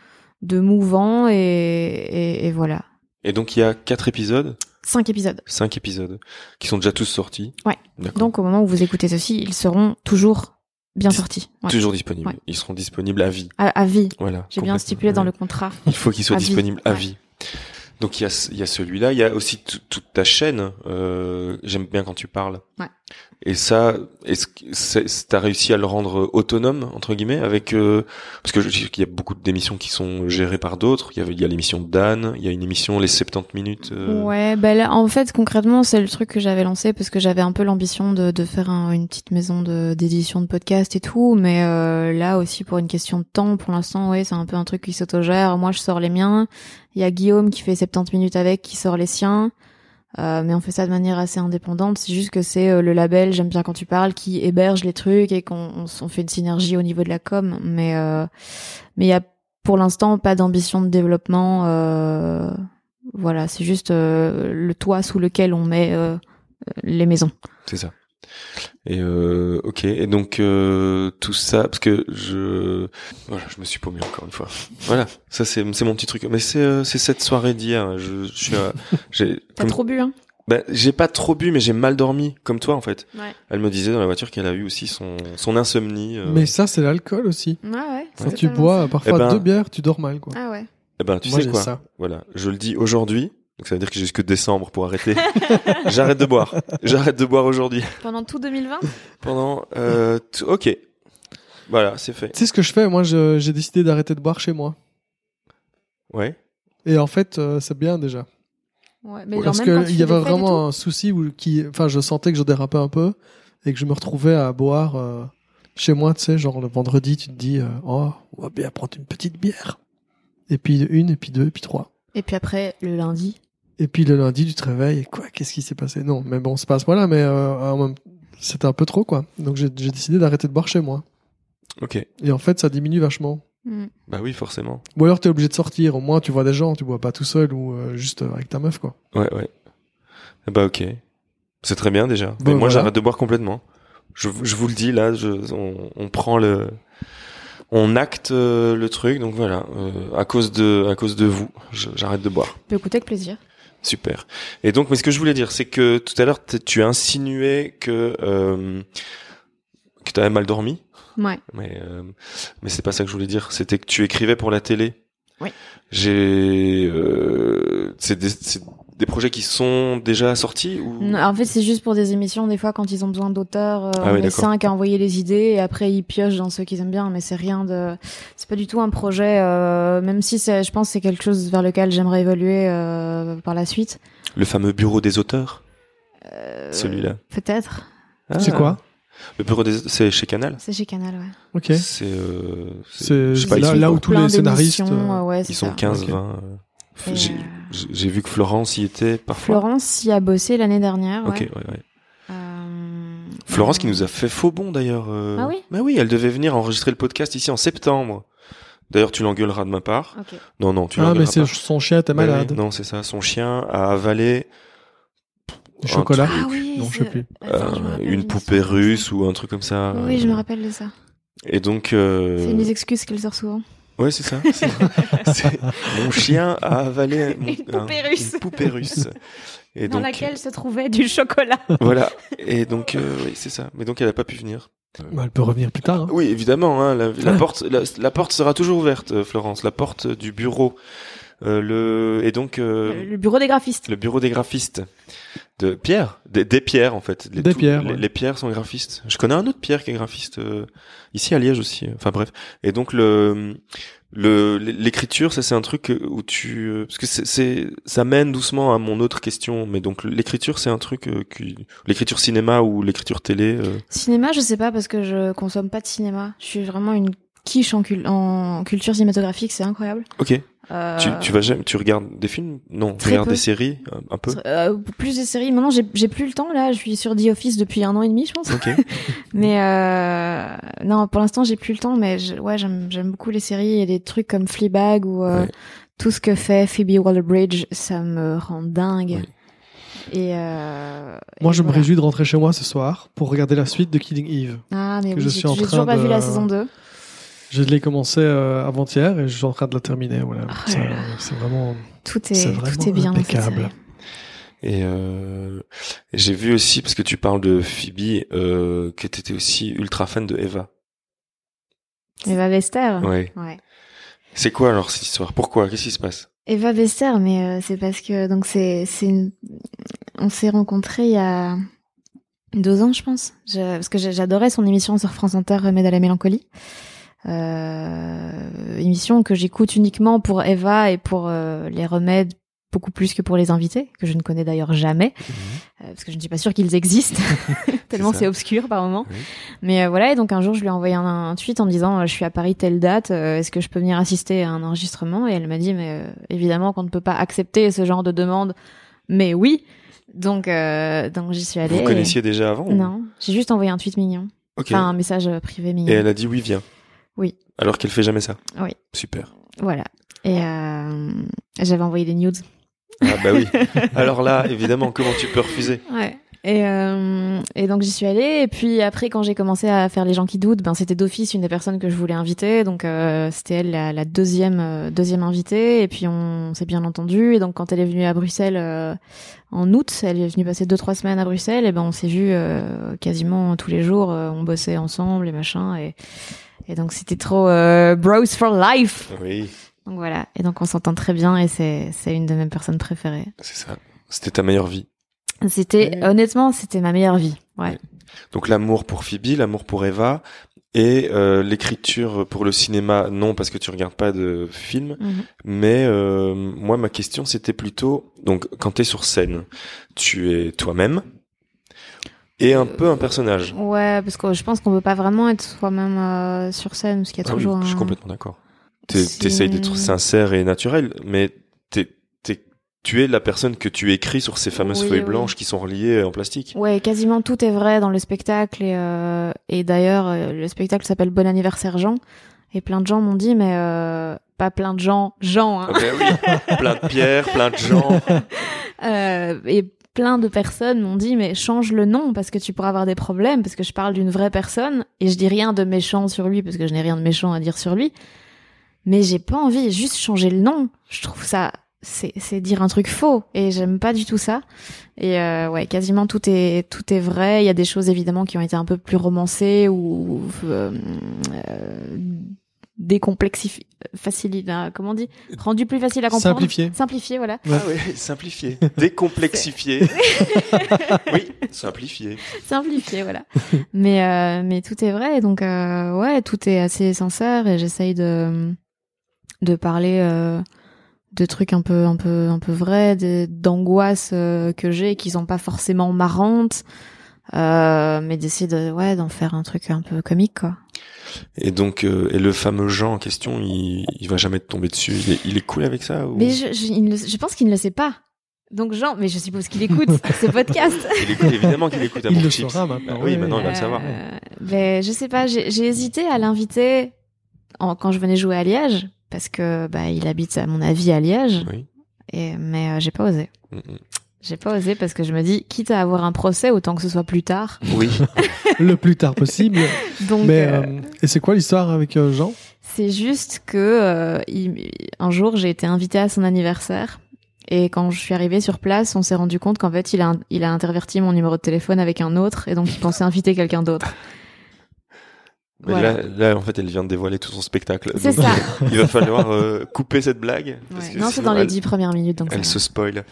[SPEAKER 2] de mouvant et, et, et voilà.
[SPEAKER 1] Et donc il y a quatre épisodes,
[SPEAKER 2] Cinq épisodes.
[SPEAKER 1] cinq épisodes, qui sont déjà tous sortis.
[SPEAKER 2] Ouais.
[SPEAKER 1] D'accord.
[SPEAKER 2] Donc au moment où vous écoutez ceci, ils seront toujours bien
[SPEAKER 1] Dis-
[SPEAKER 2] sortis. Ouais.
[SPEAKER 1] Toujours disponibles.
[SPEAKER 2] Ouais.
[SPEAKER 1] Ils seront disponibles à vie.
[SPEAKER 2] À- à vie.
[SPEAKER 1] Voilà.
[SPEAKER 2] J'ai bien
[SPEAKER 1] complètement.
[SPEAKER 2] stipulé dans
[SPEAKER 1] Ouais.
[SPEAKER 2] le contrat.
[SPEAKER 1] Il faut qu'il soit
[SPEAKER 2] À vie.
[SPEAKER 1] disponible à
[SPEAKER 2] Ouais.
[SPEAKER 1] vie. Donc il y a, ce- il y a celui-là, il y a aussi tout- toute ta chaîne. euh, J'aime bien quand tu parles.
[SPEAKER 2] Ouais.
[SPEAKER 1] Et ça, est-ce que c'est- c'est- t'as réussi à le rendre autonome entre guillemets avec euh, parce que je sais qu'il y a beaucoup d'émissions qui sont gérées par d'autres. Il y a, il y a l'émission d'Anne, il y a une émission les 70 minutes. euh,
[SPEAKER 2] Ouais, bah là, en fait, concrètement, c'est le truc que j'avais lancé parce que j'avais un peu l'ambition de, de faire un- une petite maison de- d'édition de, podcast et tout, mais euh, là aussi pour une question de temps, pour l'instant, ouais, c'est un peu un truc qui s'autogère. Moi, je sors les miens. Il y a Guillaume qui fait 70 minutes avec, qui sort les siens. Euh, mais on fait ça de manière assez indépendante. C'est juste que c'est euh, le label J'aime bien quand tu parles qui héberge les trucs et qu'on on, s- on fait une synergie au niveau de la com. Mais euh, mais il y a pour l'instant pas d'ambition de développement. euh, voilà, c'est juste euh, le toit sous lequel on met euh, les maisons.
[SPEAKER 1] C'est ça. Et euh, ok. Et donc euh, tout ça parce que je voilà, je me suis paumé encore une fois. Voilà, ça c'est c'est mon petit truc. Mais c'est euh, c'est cette soirée d'hier. Je, je suis à- j'ai
[SPEAKER 2] T'as
[SPEAKER 1] comme-
[SPEAKER 2] trop bu, hein
[SPEAKER 1] ben, j'ai pas trop bu, mais j'ai mal dormi, comme toi en fait.
[SPEAKER 2] Ouais.
[SPEAKER 1] Elle me disait dans la voiture qu'elle a eu aussi son son insomnie. euh.
[SPEAKER 3] Mais ça, c'est l'alcool aussi.
[SPEAKER 2] Ouais, ouais.
[SPEAKER 3] Quand tu bois parfois
[SPEAKER 1] Eh ben-
[SPEAKER 3] deux bières, tu dors mal. Quoi.
[SPEAKER 2] Ah ouais.
[SPEAKER 1] Eh ben tu
[SPEAKER 3] Moi,
[SPEAKER 1] sais
[SPEAKER 3] j'ai
[SPEAKER 1] quoi
[SPEAKER 3] ça.
[SPEAKER 1] Voilà, je le dis aujourd'hui. Donc ça veut dire que j'ai jusque décembre pour arrêter. J'arrête de boire. J'arrête de boire aujourd'hui.
[SPEAKER 2] Pendant tout 2020
[SPEAKER 1] Pendant euh, t- ok. Voilà, c'est fait.
[SPEAKER 3] Tu sais ce que je fais Moi, je- j'ai décidé d'arrêter de boire chez moi.
[SPEAKER 1] Ouais.
[SPEAKER 3] Et en fait, euh, c'est bien déjà.
[SPEAKER 2] Ouais, mais
[SPEAKER 3] Parce qu'il y avait vraiment un souci où qui, enfin, je sentais que je dérapais un peu et que je me retrouvais à boire euh, chez moi, tu sais, genre le vendredi, tu te dis, euh, oh, on va bien prendre une petite bière. Et puis une, et puis deux, et puis trois.
[SPEAKER 2] Et puis après, le lundi.
[SPEAKER 3] Et puis le lundi, tu te réveilles et quoi, qu'est-ce qui s'est passé Non, mais bon, c'est pas à ce moment-là, mais euh, en même- c'était un peu trop, quoi. Donc j'ai j'ai décidé d'arrêter de boire chez moi.
[SPEAKER 1] Ok.
[SPEAKER 3] Et en fait, ça diminue vachement.
[SPEAKER 2] Mm.
[SPEAKER 1] Bah oui, forcément.
[SPEAKER 3] Ou alors t'es obligé de sortir, au moins tu vois des gens, tu bois pas tout seul ou euh, juste euh, avec ta meuf, quoi.
[SPEAKER 1] Ouais, ouais. Eh Bah ok. C'est très bien déjà. Mais
[SPEAKER 3] Bon,
[SPEAKER 1] moi
[SPEAKER 3] voilà.
[SPEAKER 1] j'arrête de boire complètement. Je, vous- je vous le dis là, je, on, on prend le, on acte euh, le truc. Donc voilà, euh, à cause de, à cause de vous, je- j'arrête de boire.
[SPEAKER 2] Peut écouter avec plaisir.
[SPEAKER 1] Super. Et donc, mais ce que je voulais dire, c'est que tout à l'heure t- tu as insinué que euh, que t'avais mal dormi,
[SPEAKER 2] Ouais.
[SPEAKER 1] mais euh, mais c'est pas ça que je voulais dire. C'était que tu écrivais pour la télé.
[SPEAKER 2] Oui.
[SPEAKER 1] J'ai, euh, c'est des, c'est des projets qui sont déjà sortis ou
[SPEAKER 2] Non, en fait, c'est juste pour des émissions, des fois, quand ils ont besoin d'auteurs, euh,
[SPEAKER 1] Ah oui,
[SPEAKER 2] on est
[SPEAKER 1] d'accord.
[SPEAKER 2] cinq à envoyer les idées et après ils piochent dans ceux qu'ils aiment bien, mais c'est rien de. C'est pas du tout un projet, euh, même si c'est- je pense que c'est quelque chose vers lequel j'aimerais évoluer euh, par la suite.
[SPEAKER 1] le fameux bureau des auteurs,
[SPEAKER 2] Euh,
[SPEAKER 1] celui-là.
[SPEAKER 2] Peut-être.
[SPEAKER 3] C'est
[SPEAKER 1] Ah.
[SPEAKER 3] quoi
[SPEAKER 1] Le bureau des, c'est chez Canal.
[SPEAKER 2] C'est chez Canal, ouais.
[SPEAKER 3] Ok.
[SPEAKER 1] C'est, euh,
[SPEAKER 3] C'est
[SPEAKER 1] je sais pas, ils
[SPEAKER 3] là,
[SPEAKER 1] sont
[SPEAKER 3] là où
[SPEAKER 1] quoi
[SPEAKER 3] tous
[SPEAKER 2] Plein
[SPEAKER 3] les scénaristes.
[SPEAKER 2] d'émissions,
[SPEAKER 3] euh,
[SPEAKER 2] euh, ouais, c'est
[SPEAKER 1] Ils sont
[SPEAKER 2] ça.
[SPEAKER 1] 15,
[SPEAKER 3] Ok.
[SPEAKER 1] 20. euh,
[SPEAKER 2] Et,
[SPEAKER 1] J'ai,
[SPEAKER 2] euh,
[SPEAKER 1] j'ai vu que Florence y était parfois.
[SPEAKER 2] Florence y a bossé l'année dernière. Ouais.
[SPEAKER 1] Ok, ouais, ouais.
[SPEAKER 2] Euh,
[SPEAKER 1] Florence qui nous a fait faux bon d'ailleurs. euh.
[SPEAKER 2] Ah oui
[SPEAKER 1] Bah oui, elle devait venir enregistrer le podcast ici en septembre. D'ailleurs, tu l'engueuleras de ma part.
[SPEAKER 2] Ok.
[SPEAKER 1] Non, non, tu
[SPEAKER 3] Ah, mais
[SPEAKER 1] l'engueuleras
[SPEAKER 3] c'est
[SPEAKER 1] pas.
[SPEAKER 3] son chien, t'es
[SPEAKER 1] Ouais, ouais,
[SPEAKER 3] malade.
[SPEAKER 1] Bah non, c'est ça. Son chien a avalé un
[SPEAKER 3] Du chocolat.
[SPEAKER 2] Ah oui,
[SPEAKER 3] Non, je sais
[SPEAKER 2] c'est-
[SPEAKER 3] plus.
[SPEAKER 2] Attends, je me
[SPEAKER 1] euh,
[SPEAKER 2] rappelle
[SPEAKER 1] une
[SPEAKER 2] d'une
[SPEAKER 1] poupée
[SPEAKER 2] histoire comme
[SPEAKER 1] russe ou un truc comme ça.
[SPEAKER 2] ça. Oui, je me
[SPEAKER 1] Euh,
[SPEAKER 2] rappelle de ça.
[SPEAKER 1] Et donc, euh,
[SPEAKER 2] C'est une des excuses qu'elle sort souvent.
[SPEAKER 1] ouais, c'est ça. C'est- c'est- Mon chien a avalé mon-
[SPEAKER 2] Une poupée
[SPEAKER 1] un-
[SPEAKER 2] russe.
[SPEAKER 1] une poupée russe. Et
[SPEAKER 2] Dans
[SPEAKER 1] donc, euh,
[SPEAKER 2] laquelle se trouvait du chocolat.
[SPEAKER 1] voilà. Et donc, euh, oui, c'est ça. Mais donc, elle a pas pu venir.
[SPEAKER 3] Bah, elle peut revenir plus tard. hein.
[SPEAKER 1] Oui, évidemment. hein, la, la
[SPEAKER 3] Ah.
[SPEAKER 1] porte, la, la porte sera toujours ouverte, euh, Florence. La porte du bureau. Euh, le et donc euh,
[SPEAKER 2] Le le bureau des graphistes.
[SPEAKER 1] le bureau des graphistes de Pierre, des, des Pierres en fait. Les,
[SPEAKER 3] Des
[SPEAKER 1] tous-
[SPEAKER 3] Pierres,
[SPEAKER 1] les,
[SPEAKER 3] ouais.
[SPEAKER 1] les Pierres sont graphistes. Je connais un autre Pierre qui est graphiste euh, ici à Liège aussi. euh, Enfin bref. Et donc le le l'écriture, ça c'est un truc où tu euh, parce que c'est- c'est ça mène doucement à mon autre question. Mais donc l'écriture, c'est un truc euh, qui l'écriture cinéma ou l'écriture télé. euh,
[SPEAKER 2] Cinéma, je sais pas parce que je consomme pas de cinéma. Je suis vraiment une quiche en, cul- en culture cinématographique, c'est incroyable.
[SPEAKER 1] Ok.
[SPEAKER 2] Euh,
[SPEAKER 1] Tu, tu vas jamais, tu regardes des films Non, tu
[SPEAKER 2] Très
[SPEAKER 1] regardes
[SPEAKER 2] peu.
[SPEAKER 1] des séries un, un peu.
[SPEAKER 2] euh, plus des séries. Maintenant, j'ai j'ai plus le temps là. Je suis sur The Office depuis un an et demi, je pense.
[SPEAKER 1] Ok.
[SPEAKER 2] Mais euh, non, pour l'instant, j'ai plus le temps. Mais je- ouais, j'aime j'aime beaucoup les séries et les trucs comme Fleabag ou euh,
[SPEAKER 1] Ouais.
[SPEAKER 2] tout ce que fait Phoebe Waller-Bridge, ça me rend dingue.
[SPEAKER 1] Oui.
[SPEAKER 2] Et euh,
[SPEAKER 3] Moi,
[SPEAKER 2] et
[SPEAKER 3] je me
[SPEAKER 2] voilà.
[SPEAKER 3] réjouis de rentrer chez moi ce soir pour regarder la suite de Killing Eve.
[SPEAKER 2] Ah, mais
[SPEAKER 3] que
[SPEAKER 2] oui,
[SPEAKER 3] je
[SPEAKER 2] j'ai
[SPEAKER 3] suis en
[SPEAKER 2] j'ai
[SPEAKER 3] train
[SPEAKER 2] toujours pas vu
[SPEAKER 3] de-
[SPEAKER 2] la saison 2.
[SPEAKER 3] Je l'ai commencé euh, avant-hier et je suis en train de la terminer. Voilà.
[SPEAKER 2] Oh là
[SPEAKER 3] Ça,
[SPEAKER 2] là.
[SPEAKER 3] C'est vraiment.
[SPEAKER 2] Tout est,
[SPEAKER 3] C'est
[SPEAKER 2] tout est
[SPEAKER 3] vraiment
[SPEAKER 2] bien dans cette
[SPEAKER 3] impeccable.
[SPEAKER 2] série.
[SPEAKER 1] Et euh, j'ai vu aussi, parce que tu parles de Phoebe, euh, que tu étais aussi ultra fan de Eva.
[SPEAKER 2] Eva Bester.
[SPEAKER 1] Ouais.
[SPEAKER 2] Ouais.
[SPEAKER 1] C'est quoi alors cette histoire Pourquoi Qu'est-ce qui se passe
[SPEAKER 2] Eva Bester, mais euh, c'est parce que donc c'est c'est une... on s'est rencontrés il y a deux ans, je pense, Je- parce que j'a- j'adorais son émission sur France Inter, Remède à la mélancolie, Euh, émission que j'écoute uniquement pour Eva et pour euh, les remèdes beaucoup plus que pour les invités, que je ne connais d'ailleurs jamais, euh, parce que je ne suis pas sûre qu'ils existent, tellement
[SPEAKER 1] Mhm. ça.
[SPEAKER 2] c'est obscur par moment.
[SPEAKER 1] Oui.
[SPEAKER 2] Mais euh, voilà, et donc un jour, je lui ai envoyé un, un tweet en me disant, euh, je suis à Paris telle date, euh, est-ce que je peux venir assister à un enregistrement Et elle m'a dit, mais euh, évidemment qu'on ne peut pas accepter ce genre de demande, mais oui. Donc, euh, donc j'y suis allée.
[SPEAKER 1] Vous
[SPEAKER 2] et-
[SPEAKER 1] connaissiez déjà avant ou-
[SPEAKER 2] Non, j'ai juste envoyé un tweet mignon,
[SPEAKER 1] Ok.
[SPEAKER 2] enfin un message euh, privé mignon.
[SPEAKER 1] Et elle a dit oui, viens.
[SPEAKER 2] Oui.
[SPEAKER 1] Alors qu'elle fait jamais ça.
[SPEAKER 2] Oui.
[SPEAKER 1] Super.
[SPEAKER 2] Voilà. Et euh, j'avais envoyé des nudes.
[SPEAKER 1] Ah bah oui. alors là, évidemment, comment tu peux refuser
[SPEAKER 2] Ouais. Et, euh, et donc j'y suis allée. Et puis après, quand j'ai commencé à faire les gens qui doutent, ben c'était d'office une des personnes que je voulais inviter. Donc euh, c'était elle la, la deuxième euh, deuxième invitée. Et puis on s'est bien entendu. Et donc quand elle est venue à Bruxelles euh, en août, elle est venue passer deux trois semaines à Bruxelles. Et ben on s'est vu euh, quasiment tous les jours. Euh, on bossait ensemble et machin. Et, et donc c'était trop euh, bros for life.
[SPEAKER 1] Oui,
[SPEAKER 2] Donc voilà. Et donc on s'entend très bien. Et c'est c'est une de mes personnes préférées.
[SPEAKER 1] c'est ça. C'était ta meilleure vie.
[SPEAKER 2] C'était honnêtement c'était ma meilleure vie. Ouais.
[SPEAKER 1] Donc l'amour pour Phoebe, l'amour pour Eva et euh, l'écriture pour le cinéma, non parce que tu regardes pas de films,
[SPEAKER 2] Mhm.
[SPEAKER 1] Mais euh, moi, ma question, c'était plutôt, donc, quand tu es sur scène, tu es toi-même et un
[SPEAKER 2] Euh,
[SPEAKER 1] peu un personnage.
[SPEAKER 2] Ouais, parce que je pense qu'on peut pas vraiment être soi-même euh, sur scène, parce qu'il y a
[SPEAKER 1] Ah oui,
[SPEAKER 2] toujours
[SPEAKER 1] je suis
[SPEAKER 2] un-
[SPEAKER 1] complètement d'accord. T'es-
[SPEAKER 2] C'est-
[SPEAKER 1] T'essayes d'être sincère et naturel, mais t'es- t'es- tu es la personne que tu écris sur ces fameuses
[SPEAKER 2] Oui,
[SPEAKER 1] feuilles
[SPEAKER 2] oui.
[SPEAKER 1] blanches qui sont reliées en plastique.
[SPEAKER 2] Ouais, quasiment tout est vrai dans le spectacle. Et, euh, et d'ailleurs, euh, le spectacle s'appelle Bon anniversaire Jean. Et plein de gens m'ont dit, mais euh, pas plein de gens, Jean, hein.
[SPEAKER 1] Ah ben oui, plein de pierres, plein de gens.
[SPEAKER 2] Euh, et plein de personnes m'ont dit, mais change le nom parce que tu pourras avoir des problèmes, parce que je parle d'une vraie personne et je dis rien de méchant sur lui parce que je n'ai rien de méchant à dire sur lui. Mais j'ai pas envie, juste changer le nom. Je trouve ça, c'est c'est dire un truc faux et j'aime pas du tout ça. Et euh, ouais, quasiment tout est tout est vrai. Il y a des choses évidemment qui ont été un peu plus romancées ou euh, euh, décomplexifie, facilite, hein, comment on dit, rendu plus facile à comprendre.
[SPEAKER 3] Simplifié.
[SPEAKER 2] Simplifié, voilà.
[SPEAKER 3] Ouais.
[SPEAKER 1] Ah oui, simplifié, décomplexifié. oui, simplifié.
[SPEAKER 2] Simplifié, voilà. mais, euh, mais tout est vrai, donc euh, ouais, tout est assez sincère et j'essaye de, de parler euh, de trucs un peu, un peu, un peu vrais, des- d'angoisses euh, que j'ai qui sont pas forcément marrantes, euh, mais d'essayer de, ouais, d'en faire un truc un peu comique, quoi.
[SPEAKER 1] Et donc, euh, et le fameux Jean en question, il, il va jamais te tomber dessus. Il est, il est cool avec ça ou...
[SPEAKER 2] Mais je, je, il ne le- je pense qu'il ne le sait pas. Donc Jean, mais je suppose qu'il écoute ce podcast.
[SPEAKER 1] Il écoute- évidemment qu'il écoute à
[SPEAKER 3] Il
[SPEAKER 1] mon
[SPEAKER 3] le
[SPEAKER 1] chips.
[SPEAKER 3] saura maintenant,
[SPEAKER 1] Ah oui,
[SPEAKER 3] ouais.
[SPEAKER 1] maintenant il va le savoir.
[SPEAKER 2] Euh, mais je sais pas, j'ai j'ai hésité à l'inviter en- quand je venais jouer à Liège parce que bah il habite à mon avis à Liège.
[SPEAKER 1] Oui.
[SPEAKER 2] Et mais euh, j'ai pas osé.
[SPEAKER 1] Mm, mm.
[SPEAKER 2] J'ai pas osé parce que je me dis quitte à avoir un procès autant que ce soit plus tard.
[SPEAKER 1] Oui.
[SPEAKER 3] le plus tard possible.
[SPEAKER 2] Donc
[SPEAKER 3] Mais
[SPEAKER 2] euh,
[SPEAKER 3] euh, et c'est quoi l'histoire avec euh, Jean
[SPEAKER 2] C'est juste que euh, il- un jour j'ai été invitée à son anniversaire et quand je suis arrivée sur place, on s'est rendu compte qu'en fait il a il a interverti mon numéro de téléphone avec un autre et donc il pensait inviter quelqu'un d'autre.
[SPEAKER 1] Mais
[SPEAKER 2] Voilà.
[SPEAKER 1] là, là, en fait, elle vient de dévoiler tout son spectacle.
[SPEAKER 2] C'est
[SPEAKER 1] Donc,
[SPEAKER 2] ça.
[SPEAKER 1] Il va falloir euh, couper cette blague. parce
[SPEAKER 2] Ouais.
[SPEAKER 1] que
[SPEAKER 2] Non, c'est
[SPEAKER 1] sinon,
[SPEAKER 2] dans les
[SPEAKER 1] elle-
[SPEAKER 2] dix premières minutes donc. ça
[SPEAKER 1] Elle
[SPEAKER 2] va.
[SPEAKER 1] se spoil.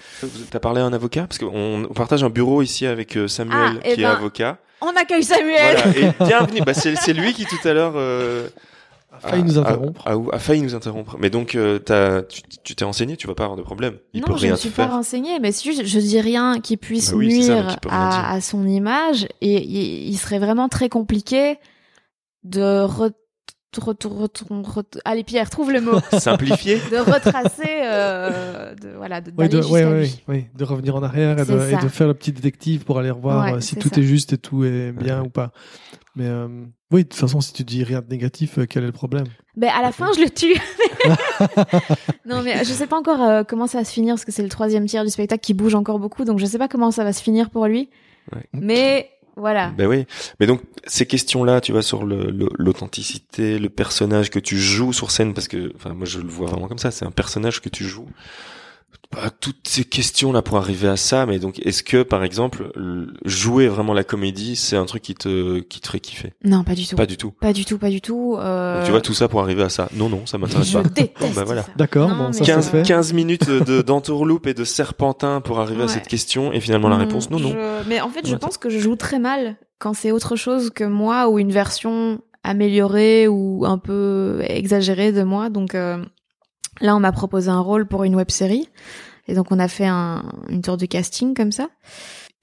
[SPEAKER 1] T'as parlé à un avocat Parce qu'on on partage un bureau ici avec euh, Samuel,
[SPEAKER 2] Ah, eh
[SPEAKER 1] qui est
[SPEAKER 2] ben,
[SPEAKER 1] avocat.
[SPEAKER 2] On accueille Samuel.
[SPEAKER 1] Voilà. Et bienvenue. Bah, c'est c'est lui qui tout à l'heure euh, a
[SPEAKER 3] failli nous interrompre.
[SPEAKER 1] A, a- a failli nous interrompre. Mais donc, euh, t'as- tu tu t'es enseigné, tu vas pas avoir de problème. Il
[SPEAKER 2] non,
[SPEAKER 1] peut
[SPEAKER 2] je ne
[SPEAKER 1] rien
[SPEAKER 2] suis
[SPEAKER 1] te
[SPEAKER 2] pas
[SPEAKER 1] faire.
[SPEAKER 2] renseignée, mais si je, je dis rien qui puisse
[SPEAKER 1] Bah oui, c'est ça, mais
[SPEAKER 2] nuire
[SPEAKER 1] qui peut rien dire.
[SPEAKER 2] à, à son image, et il, il serait vraiment très compliqué de re- re- re- re- re- allez Pierre, trouve le mot.
[SPEAKER 1] Simplifié.
[SPEAKER 2] de retracer, euh, de, voilà, de,
[SPEAKER 3] Oui,
[SPEAKER 2] d'aller
[SPEAKER 3] de,
[SPEAKER 2] jusqu'à
[SPEAKER 3] ouais,
[SPEAKER 2] lui.
[SPEAKER 3] ouais, ouais, de revenir en arrière et de,
[SPEAKER 2] C'est ça.
[SPEAKER 3] et de faire le petit détective pour aller revoir
[SPEAKER 2] Ouais,
[SPEAKER 3] euh, si
[SPEAKER 2] c'est
[SPEAKER 3] tout
[SPEAKER 2] ça.
[SPEAKER 3] est juste et tout est bien
[SPEAKER 1] Ouais.
[SPEAKER 3] ou pas. Mais euh, oui, de toute façon, si tu dis rien de négatif, euh, quel est le problème
[SPEAKER 2] Ben, à la fin, je le tue. non, mais je sais pas encore euh, comment ça va se finir, parce que c'est le troisième tiers du spectacle qui bouge encore beaucoup, donc je sais pas comment ça va se finir pour lui.
[SPEAKER 1] Ouais.
[SPEAKER 2] Mais voilà.
[SPEAKER 1] Ben oui. Mais donc ces questions-là, tu vois, sur le- le- l'authenticité, le, personnage que tu joues sur scène, parce que, enfin, moi je le vois vraiment comme ça. C'est un personnage que tu joues. Bah, toutes ces questions-là pour arriver à ça. Mais donc, est-ce que, par exemple, le- jouer vraiment la comédie, c'est un truc qui te qui te ferait kiffer
[SPEAKER 2] Non, pas du tout. Pas,
[SPEAKER 1] Pas du tout.
[SPEAKER 2] du tout, pas du tout. euh,
[SPEAKER 1] Donc, tu vois tout ça pour arriver à ça. Non, non, ça m'intéresse
[SPEAKER 2] je
[SPEAKER 1] pas.
[SPEAKER 2] déteste
[SPEAKER 1] Bon, bah, voilà.
[SPEAKER 2] ça.
[SPEAKER 3] D'accord,
[SPEAKER 2] Non,
[SPEAKER 3] bon,
[SPEAKER 2] mais
[SPEAKER 3] ça,
[SPEAKER 2] c'est
[SPEAKER 3] ça
[SPEAKER 1] 15,
[SPEAKER 3] se fait.
[SPEAKER 1] 15 minutes de d'entourloupe et de serpentin pour arriver à
[SPEAKER 2] Ouais.
[SPEAKER 1] cette question et finalement la
[SPEAKER 2] Mm,
[SPEAKER 1] réponse non non.
[SPEAKER 2] je- Mais en fait, je
[SPEAKER 1] Attends.
[SPEAKER 2] pense que je joue très mal quand c'est autre chose que moi ou une version améliorée ou un peu exagérée de moi. Donc euh, là, on m'a proposé un rôle pour une web série. Et donc, on a fait un, une tour du casting comme ça.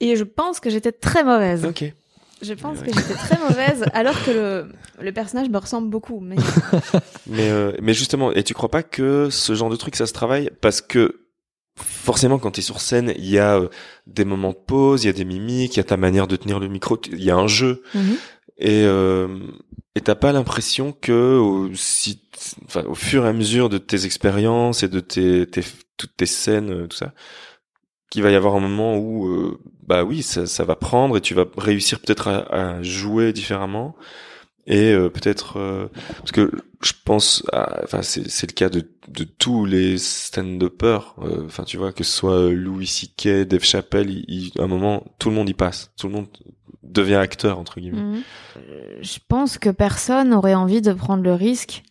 [SPEAKER 2] Et je pense que j'étais très mauvaise.
[SPEAKER 1] Ok.
[SPEAKER 2] Je pense
[SPEAKER 1] Hein Ouais.
[SPEAKER 2] que j'étais très mauvaise, alors que le, le personnage me ressemble beaucoup. Mais
[SPEAKER 1] Mais, euh, mais justement, et tu crois pas que ce genre de truc, ça se travaille Parce que forcément, quand tu es sur scène, il y a euh, des moments de pause, il y a des mimiques, il y a ta manière de tenir le micro, tu- il y a un jeu.
[SPEAKER 2] Mhm.
[SPEAKER 1] Et euh, et t'as pas l'impression que au, si, enfin, au fur et à mesure de tes expériences et de tes, tes- toutes tes scènes, euh, tout ça, qu'il va y avoir un moment où, euh, bah oui, ça, ça va prendre et tu vas réussir peut-être à, à jouer différemment. Et euh, peut-être euh, parce que je pense, à- enfin c'est c'est le cas de, de tous les stand-uppers. euh, Enfin tu vois que ce soit euh, Louis C.K., Dave Chappelle, il- il- à un moment tout le monde y passe, tout le monde devient acteur entre guillemets.
[SPEAKER 2] Euh, Je pense que personne aurait envie de prendre le risque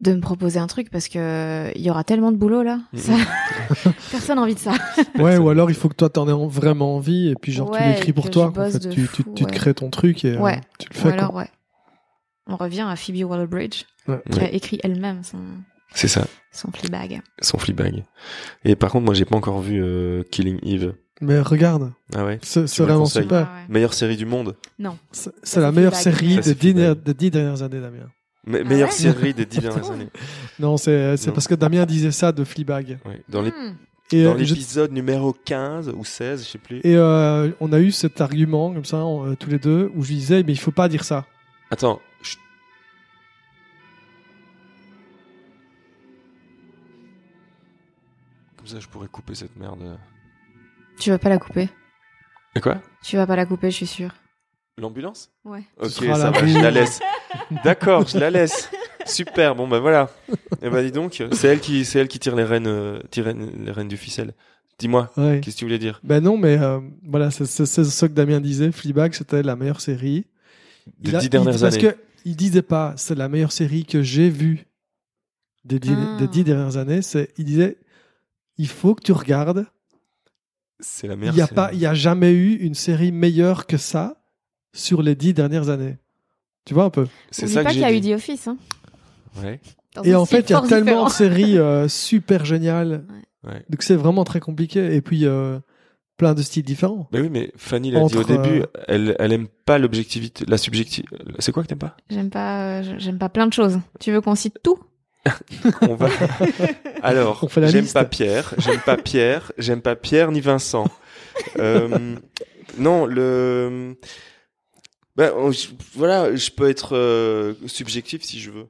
[SPEAKER 2] de me proposer un truc parce que euh, il y aura tellement de boulot là.
[SPEAKER 1] Mhm.
[SPEAKER 2] Ça- personne n'a envie de ça.
[SPEAKER 3] Ouais, ou alors il faut que toi t'en aies en- vraiment envie et puis genre tu
[SPEAKER 2] Ouais, que
[SPEAKER 3] l'écris pour
[SPEAKER 2] je
[SPEAKER 3] toi. quoi. En
[SPEAKER 2] bosse
[SPEAKER 3] fait,
[SPEAKER 2] de
[SPEAKER 3] tu,
[SPEAKER 2] fou,
[SPEAKER 3] tu- tu te
[SPEAKER 2] ouais.
[SPEAKER 3] crées ton truc et euh,
[SPEAKER 2] Ouais.
[SPEAKER 3] tu
[SPEAKER 2] Ou
[SPEAKER 3] le fais. quoi.
[SPEAKER 2] alors ouais. On revient à Phoebe Waller-Bridge
[SPEAKER 3] Ouais.
[SPEAKER 2] qui a écrit elle-même son
[SPEAKER 1] C'est ça,
[SPEAKER 2] son Fleabag.
[SPEAKER 1] son flipbag. Et par contre moi j'ai pas encore vu euh, Killing Eve.
[SPEAKER 3] Mais regarde,
[SPEAKER 1] Ah ouais.
[SPEAKER 3] c'est c'est
[SPEAKER 1] me le
[SPEAKER 3] vraiment
[SPEAKER 1] conseilles.
[SPEAKER 3] super.
[SPEAKER 2] Ah ouais.
[SPEAKER 1] Meilleure série du monde.
[SPEAKER 3] C'est c'est
[SPEAKER 2] Ça,
[SPEAKER 3] la
[SPEAKER 2] c'est
[SPEAKER 3] meilleure
[SPEAKER 2] Fleabag.
[SPEAKER 3] série
[SPEAKER 1] Ça,
[SPEAKER 3] des
[SPEAKER 1] c'est
[SPEAKER 3] dix,
[SPEAKER 1] Fleabag.
[SPEAKER 3] des dix dernières années, Damien.
[SPEAKER 1] Me-
[SPEAKER 2] Ah
[SPEAKER 1] meilleure
[SPEAKER 2] ouais
[SPEAKER 1] série des dix dernières années.
[SPEAKER 3] Non, c'est c'est
[SPEAKER 1] Non.
[SPEAKER 3] parce que Damien disait ça de Fleabag.
[SPEAKER 1] Ouais. Dans l'ép-
[SPEAKER 2] Hmm.
[SPEAKER 3] Mm. Et
[SPEAKER 1] dans
[SPEAKER 3] euh, je-
[SPEAKER 1] l'épisode numéro 15 ou 16, je sais plus.
[SPEAKER 3] Et euh, on a eu cet argument, comme ça, on- euh, tous les deux, où je lui disais, mais il faut pas dire ça.
[SPEAKER 1] Attends. chut. Comme ça, je pourrais couper cette merde.
[SPEAKER 2] Tu vas pas la couper.
[SPEAKER 1] Et quoi
[SPEAKER 2] Tu vas pas la couper, je suis sûre.
[SPEAKER 1] L'ambulance
[SPEAKER 2] Ouais.
[SPEAKER 1] Ok,
[SPEAKER 3] seras
[SPEAKER 1] ça
[SPEAKER 3] la
[SPEAKER 1] va, je la
[SPEAKER 3] boue.
[SPEAKER 1] laisse. D'accord, je la laisse. Super, bon ben voilà. Et ben dis donc, c'est elle qui, c'est elle qui tire les rênes, euh, tire les rênes du ficelle. Dis-moi,
[SPEAKER 3] Ouais.
[SPEAKER 1] qu'est-ce que tu voulais dire
[SPEAKER 3] Ben non, mais euh, voilà, c'est c'est- c'est ce que Damien disait. Fleabag, c'était la meilleure série.
[SPEAKER 1] Des
[SPEAKER 3] Il a-
[SPEAKER 1] dix
[SPEAKER 3] il-
[SPEAKER 1] dernières
[SPEAKER 3] parce
[SPEAKER 1] années.
[SPEAKER 3] que il disait pas, c'est la meilleure série que j'ai vue. des dix,
[SPEAKER 2] Ah.
[SPEAKER 3] des dix dernières années, c'est il disait il faut que tu regardes.
[SPEAKER 1] C'est la
[SPEAKER 3] Il
[SPEAKER 1] merde.
[SPEAKER 3] n'y a
[SPEAKER 1] c'est-
[SPEAKER 3] pas, il y a jamais eu une série meilleure que ça sur les dix dernières années. Tu vois un peu.
[SPEAKER 1] C'est
[SPEAKER 2] Oublie
[SPEAKER 1] ça
[SPEAKER 2] pas
[SPEAKER 1] que
[SPEAKER 2] qu'il y
[SPEAKER 1] j'ai
[SPEAKER 2] a eu
[SPEAKER 1] dit.
[SPEAKER 2] The Office. Hein,
[SPEAKER 1] Ouais.
[SPEAKER 2] dans
[SPEAKER 3] Et
[SPEAKER 2] un
[SPEAKER 3] en
[SPEAKER 2] style
[SPEAKER 3] fait, il y a
[SPEAKER 2] Ah fort
[SPEAKER 3] tellement
[SPEAKER 2] différent.
[SPEAKER 3] de séries euh, super géniales.
[SPEAKER 1] Ouais. Ouais.
[SPEAKER 3] Donc c'est vraiment très compliqué. Et puis euh, plein de styles différents.
[SPEAKER 1] Mais Bah oui, mais Fanny l'a dit au
[SPEAKER 3] Entre,
[SPEAKER 1] début,
[SPEAKER 3] euh,
[SPEAKER 1] elle, elle aime pas l'objectivité, la subjectivité. C'est quoi que t'aimes pas
[SPEAKER 2] J'aime pas, euh, j'aime pas plein de choses. Tu veux qu'on cite tout
[SPEAKER 1] On va. Alors,
[SPEAKER 3] On fait la
[SPEAKER 1] j'aime
[SPEAKER 3] liste.
[SPEAKER 1] pas Pierre, j'aime pas Pierre, j'aime pas Pierre ni Vincent. Euh, non, le. Ben, on- je- voilà, je peux être euh, subjectif si je veux.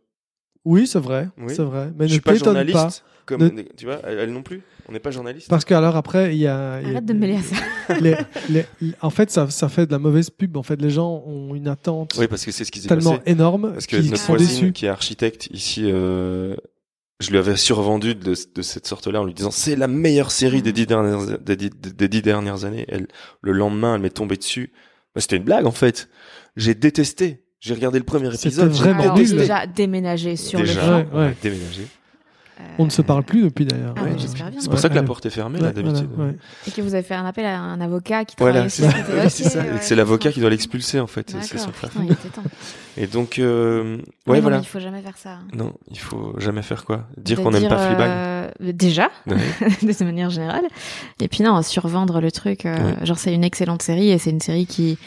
[SPEAKER 3] Oui, c'est vrai.
[SPEAKER 1] Oui.
[SPEAKER 3] C'est vrai. Mais
[SPEAKER 1] Je
[SPEAKER 3] ne
[SPEAKER 1] suis pas
[SPEAKER 3] t'étonne
[SPEAKER 1] journaliste.
[SPEAKER 3] pas.
[SPEAKER 1] Comme, Tu vois, elle, elle non plus. On n'est pas journaliste.
[SPEAKER 3] Parce que alors après, il y a. il y a-
[SPEAKER 2] Arrête de me mêler à ça.
[SPEAKER 3] les- les- en fait, ça, ça fait de la mauvaise pub. En fait, les gens ont une attente
[SPEAKER 1] Oui, parce que c'est ce qui s'est
[SPEAKER 3] tellement
[SPEAKER 1] passé.
[SPEAKER 3] énorme
[SPEAKER 1] Parce que
[SPEAKER 3] qu'ils
[SPEAKER 1] notre
[SPEAKER 3] sont
[SPEAKER 1] voisine
[SPEAKER 3] déçus.
[SPEAKER 1] qui est architecte ici, euh, je lui avais survendu de, de cette sorte-là en lui disant c'est la meilleure série des dix dernières, des dix, des dix dernières années. Elle, le lendemain, elle m'est tombée dessus. Bah, C'était une blague en fait. J'ai détesté. J'ai regardé le premier
[SPEAKER 3] C'était
[SPEAKER 1] épisode. j'ai
[SPEAKER 3] vraiment
[SPEAKER 2] Alors,
[SPEAKER 3] nul.
[SPEAKER 1] détesté.
[SPEAKER 2] déjà déménagé sur
[SPEAKER 1] Déjà,
[SPEAKER 2] le champ. Euh,
[SPEAKER 3] Ouais,
[SPEAKER 1] on a
[SPEAKER 3] ouais.
[SPEAKER 1] déménagé.
[SPEAKER 3] On ne se parle plus depuis d'ailleurs.
[SPEAKER 2] Ah
[SPEAKER 1] ouais,
[SPEAKER 3] Ouais.
[SPEAKER 2] j'espère bien.
[SPEAKER 1] C'est pour ça que la
[SPEAKER 3] Ouais,
[SPEAKER 1] porte est fermée
[SPEAKER 3] ouais,
[SPEAKER 1] là d'habitude.
[SPEAKER 3] voilà, ouais.
[SPEAKER 2] Et que vous avez fait un appel à un avocat qui
[SPEAKER 1] Voilà,
[SPEAKER 2] travaille
[SPEAKER 1] c'est ça.
[SPEAKER 2] aussi.
[SPEAKER 1] C'est ça. Et C'est l'avocat qui doit l'expulser en fait. C'est son
[SPEAKER 2] D'accord.
[SPEAKER 1] frère.
[SPEAKER 2] Putain, il était temps.
[SPEAKER 1] Et donc, euh,
[SPEAKER 2] Mais
[SPEAKER 1] ouais,
[SPEAKER 2] non,
[SPEAKER 1] voilà.
[SPEAKER 2] mais Il faut jamais faire ça. hein.
[SPEAKER 1] Non, il faut jamais faire quoi Dire
[SPEAKER 2] De
[SPEAKER 1] qu'on n'aime pas Fleabag.
[SPEAKER 2] euh, Déjà,
[SPEAKER 1] Ouais.
[SPEAKER 2] de manière générale. Et puis non, survendre le truc. euh,
[SPEAKER 1] Ouais.
[SPEAKER 2] Genre, c'est une excellente série et c'est une série qui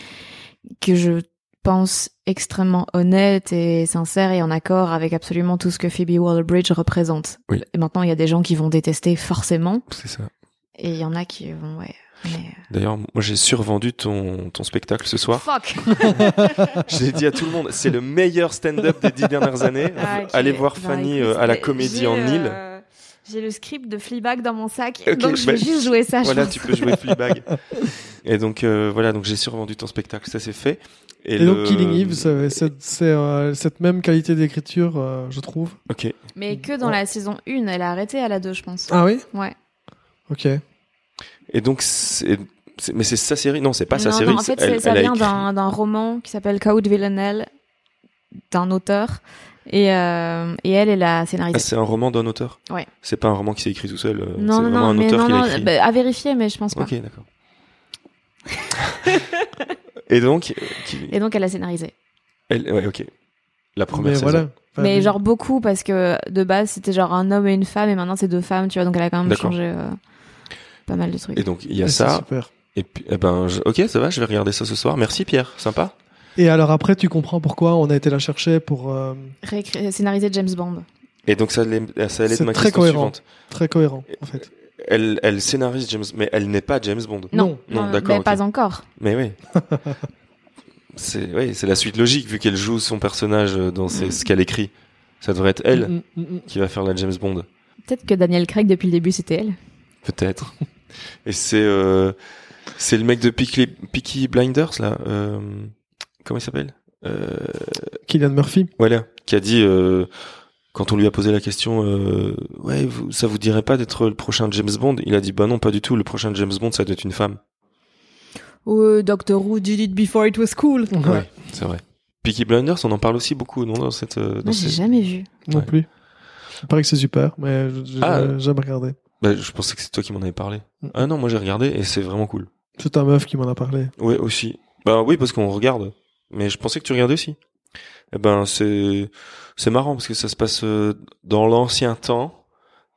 [SPEAKER 2] que je pense extrêmement honnête et sincère et en accord avec absolument tout ce que Phoebe Waller-Bridge représente.
[SPEAKER 1] Oui.
[SPEAKER 2] Et maintenant, il y a des gens qui vont détester forcément
[SPEAKER 1] C'est ça.
[SPEAKER 2] et il y en a qui vont ouais. mais-
[SPEAKER 1] D'ailleurs, moi j'ai survendu ton, ton spectacle ce soir.
[SPEAKER 2] Fuck.
[SPEAKER 1] Je l'ai dit à tout le monde, c'est le meilleur stand-up des dix dernières années.
[SPEAKER 2] Ah, ok.
[SPEAKER 1] Allez voir
[SPEAKER 2] Bah,
[SPEAKER 1] Fanny
[SPEAKER 2] écoute,
[SPEAKER 1] euh, à la
[SPEAKER 2] j'ai-
[SPEAKER 1] comédie
[SPEAKER 2] j'ai,
[SPEAKER 1] en île.
[SPEAKER 2] euh, J'ai le script de Fleabag dans mon sac,
[SPEAKER 1] Ok,
[SPEAKER 2] donc je vais
[SPEAKER 1] bah,
[SPEAKER 2] juste jouer ça. je
[SPEAKER 1] Voilà,
[SPEAKER 2] pense.
[SPEAKER 1] tu peux jouer Fleabag. Et donc euh, voilà, donc j'ai survendu ton spectacle, ça c'est fait.
[SPEAKER 3] Et,
[SPEAKER 1] le-
[SPEAKER 3] donc Killing Eve, c'est- c'est c'est, euh, cette même qualité d'écriture, euh, je trouve.
[SPEAKER 1] Ok.
[SPEAKER 2] Mais que dans la saison 1, elle a arrêté à la 2, je pense.
[SPEAKER 3] Ah oui
[SPEAKER 2] Ouais.
[SPEAKER 3] Ok.
[SPEAKER 1] Et donc c'est c'est- mais c'est sa série Non, c'est pas sa
[SPEAKER 2] Non,
[SPEAKER 1] série.
[SPEAKER 2] non, en fait,
[SPEAKER 1] c'est- elle-
[SPEAKER 2] ça
[SPEAKER 1] elle a
[SPEAKER 2] vient
[SPEAKER 1] écrit-
[SPEAKER 2] d'un d'un roman qui s'appelle Code Villanelle, d'un auteur. Et, euh, et elle, elle a
[SPEAKER 1] Ah,
[SPEAKER 2] scénarisé.
[SPEAKER 1] c'est un roman d'un auteur.
[SPEAKER 2] Ouais.
[SPEAKER 1] C'est pas un roman qui s'est écrit tout seul. euh,
[SPEAKER 2] non,
[SPEAKER 1] c'est
[SPEAKER 2] non,
[SPEAKER 1] vraiment
[SPEAKER 2] non,
[SPEAKER 1] un
[SPEAKER 2] mais
[SPEAKER 1] auteur
[SPEAKER 2] non,
[SPEAKER 1] qui l'a
[SPEAKER 2] non,
[SPEAKER 1] écrit.
[SPEAKER 2] bah, à vérifier, mais je pense pas.
[SPEAKER 1] Ok, d'accord. Et donc, euh, qui-
[SPEAKER 2] Et donc, elle a scénarisé.
[SPEAKER 1] elle, ouais, ok. La première
[SPEAKER 3] Mais
[SPEAKER 1] saison.
[SPEAKER 3] voilà. Enfin,
[SPEAKER 2] mais genre beaucoup, parce que de base, c'était genre un homme et une femme, et maintenant, c'est deux femmes, tu vois, donc elle a quand même
[SPEAKER 1] D'accord.
[SPEAKER 2] changé euh, pas mal de trucs.
[SPEAKER 1] Et donc il y
[SPEAKER 3] mais
[SPEAKER 1] a
[SPEAKER 3] c'est
[SPEAKER 1] ça.
[SPEAKER 3] Super.
[SPEAKER 1] Et puis, eh ben, je- ok, ça va, je vais regarder ça ce soir. Merci Pierre, sympa.
[SPEAKER 3] Et alors après, tu comprends pourquoi on a été la chercher pour euh,
[SPEAKER 2] Réécri- Scénarisé James Bond.
[SPEAKER 1] Et donc ça allait, ça allait être
[SPEAKER 3] C'est
[SPEAKER 1] ma
[SPEAKER 3] très
[SPEAKER 1] question
[SPEAKER 3] cohérent.
[SPEAKER 1] suivante.
[SPEAKER 3] très cohérent en fait.
[SPEAKER 1] Elle, elle scénarise James, mais elle n'est pas James Bond.
[SPEAKER 3] Non.
[SPEAKER 1] Non,
[SPEAKER 2] mais
[SPEAKER 1] d'accord, ok.
[SPEAKER 2] pas encore.
[SPEAKER 1] Mais oui. c'est oui, c'est la suite logique vu qu'elle joue son personnage euh, dans ses- ce qu'elle écrit. Ça devrait être elle
[SPEAKER 3] Mm, mm, mm, mm.
[SPEAKER 1] qui va faire la James Bond,
[SPEAKER 2] Peut-être que Daniel Craig, depuis le début, c'était elle.
[SPEAKER 1] peut-être. Et c'est euh, c'est le mec de Peaky, Peaky Blinders là. euh, comment il s'appelle Euh,
[SPEAKER 3] Killian Murphy.
[SPEAKER 1] Voilà, qui a dit euh, quand on lui a posé la question, euh, ouais, vous- ça vous dirait pas d'être le prochain James Bond Il a dit bah non, pas du tout. Le prochain James Bond, ça doit être une femme.
[SPEAKER 2] Ou euh, Doctor Who did it before it was cool.
[SPEAKER 3] Ouais.
[SPEAKER 1] Ouais, c'est vrai. Peaky Blinders, on en parle aussi beaucoup, non Dans cette, euh, dans
[SPEAKER 2] Moi, j'ai
[SPEAKER 1] ces-
[SPEAKER 2] jamais vu.
[SPEAKER 3] Non
[SPEAKER 1] Ouais.
[SPEAKER 3] plus. Il paraît que c'est super, mais je- je-
[SPEAKER 1] Ah.
[SPEAKER 3] j'ai jamais regardé.
[SPEAKER 1] Bah, je pensais que c'est toi qui m'en avais parlé.
[SPEAKER 3] Mm.
[SPEAKER 1] Ah non, moi j'ai regardé et c'est vraiment cool.
[SPEAKER 3] C'est ta meuf qui m'en a parlé.
[SPEAKER 1] Ouais, aussi. Bah oui, parce qu'on regarde. Mais je pensais que tu regardais aussi. Eh ben c'est c'est marrant parce que ça se passe euh, dans l'ancien temps.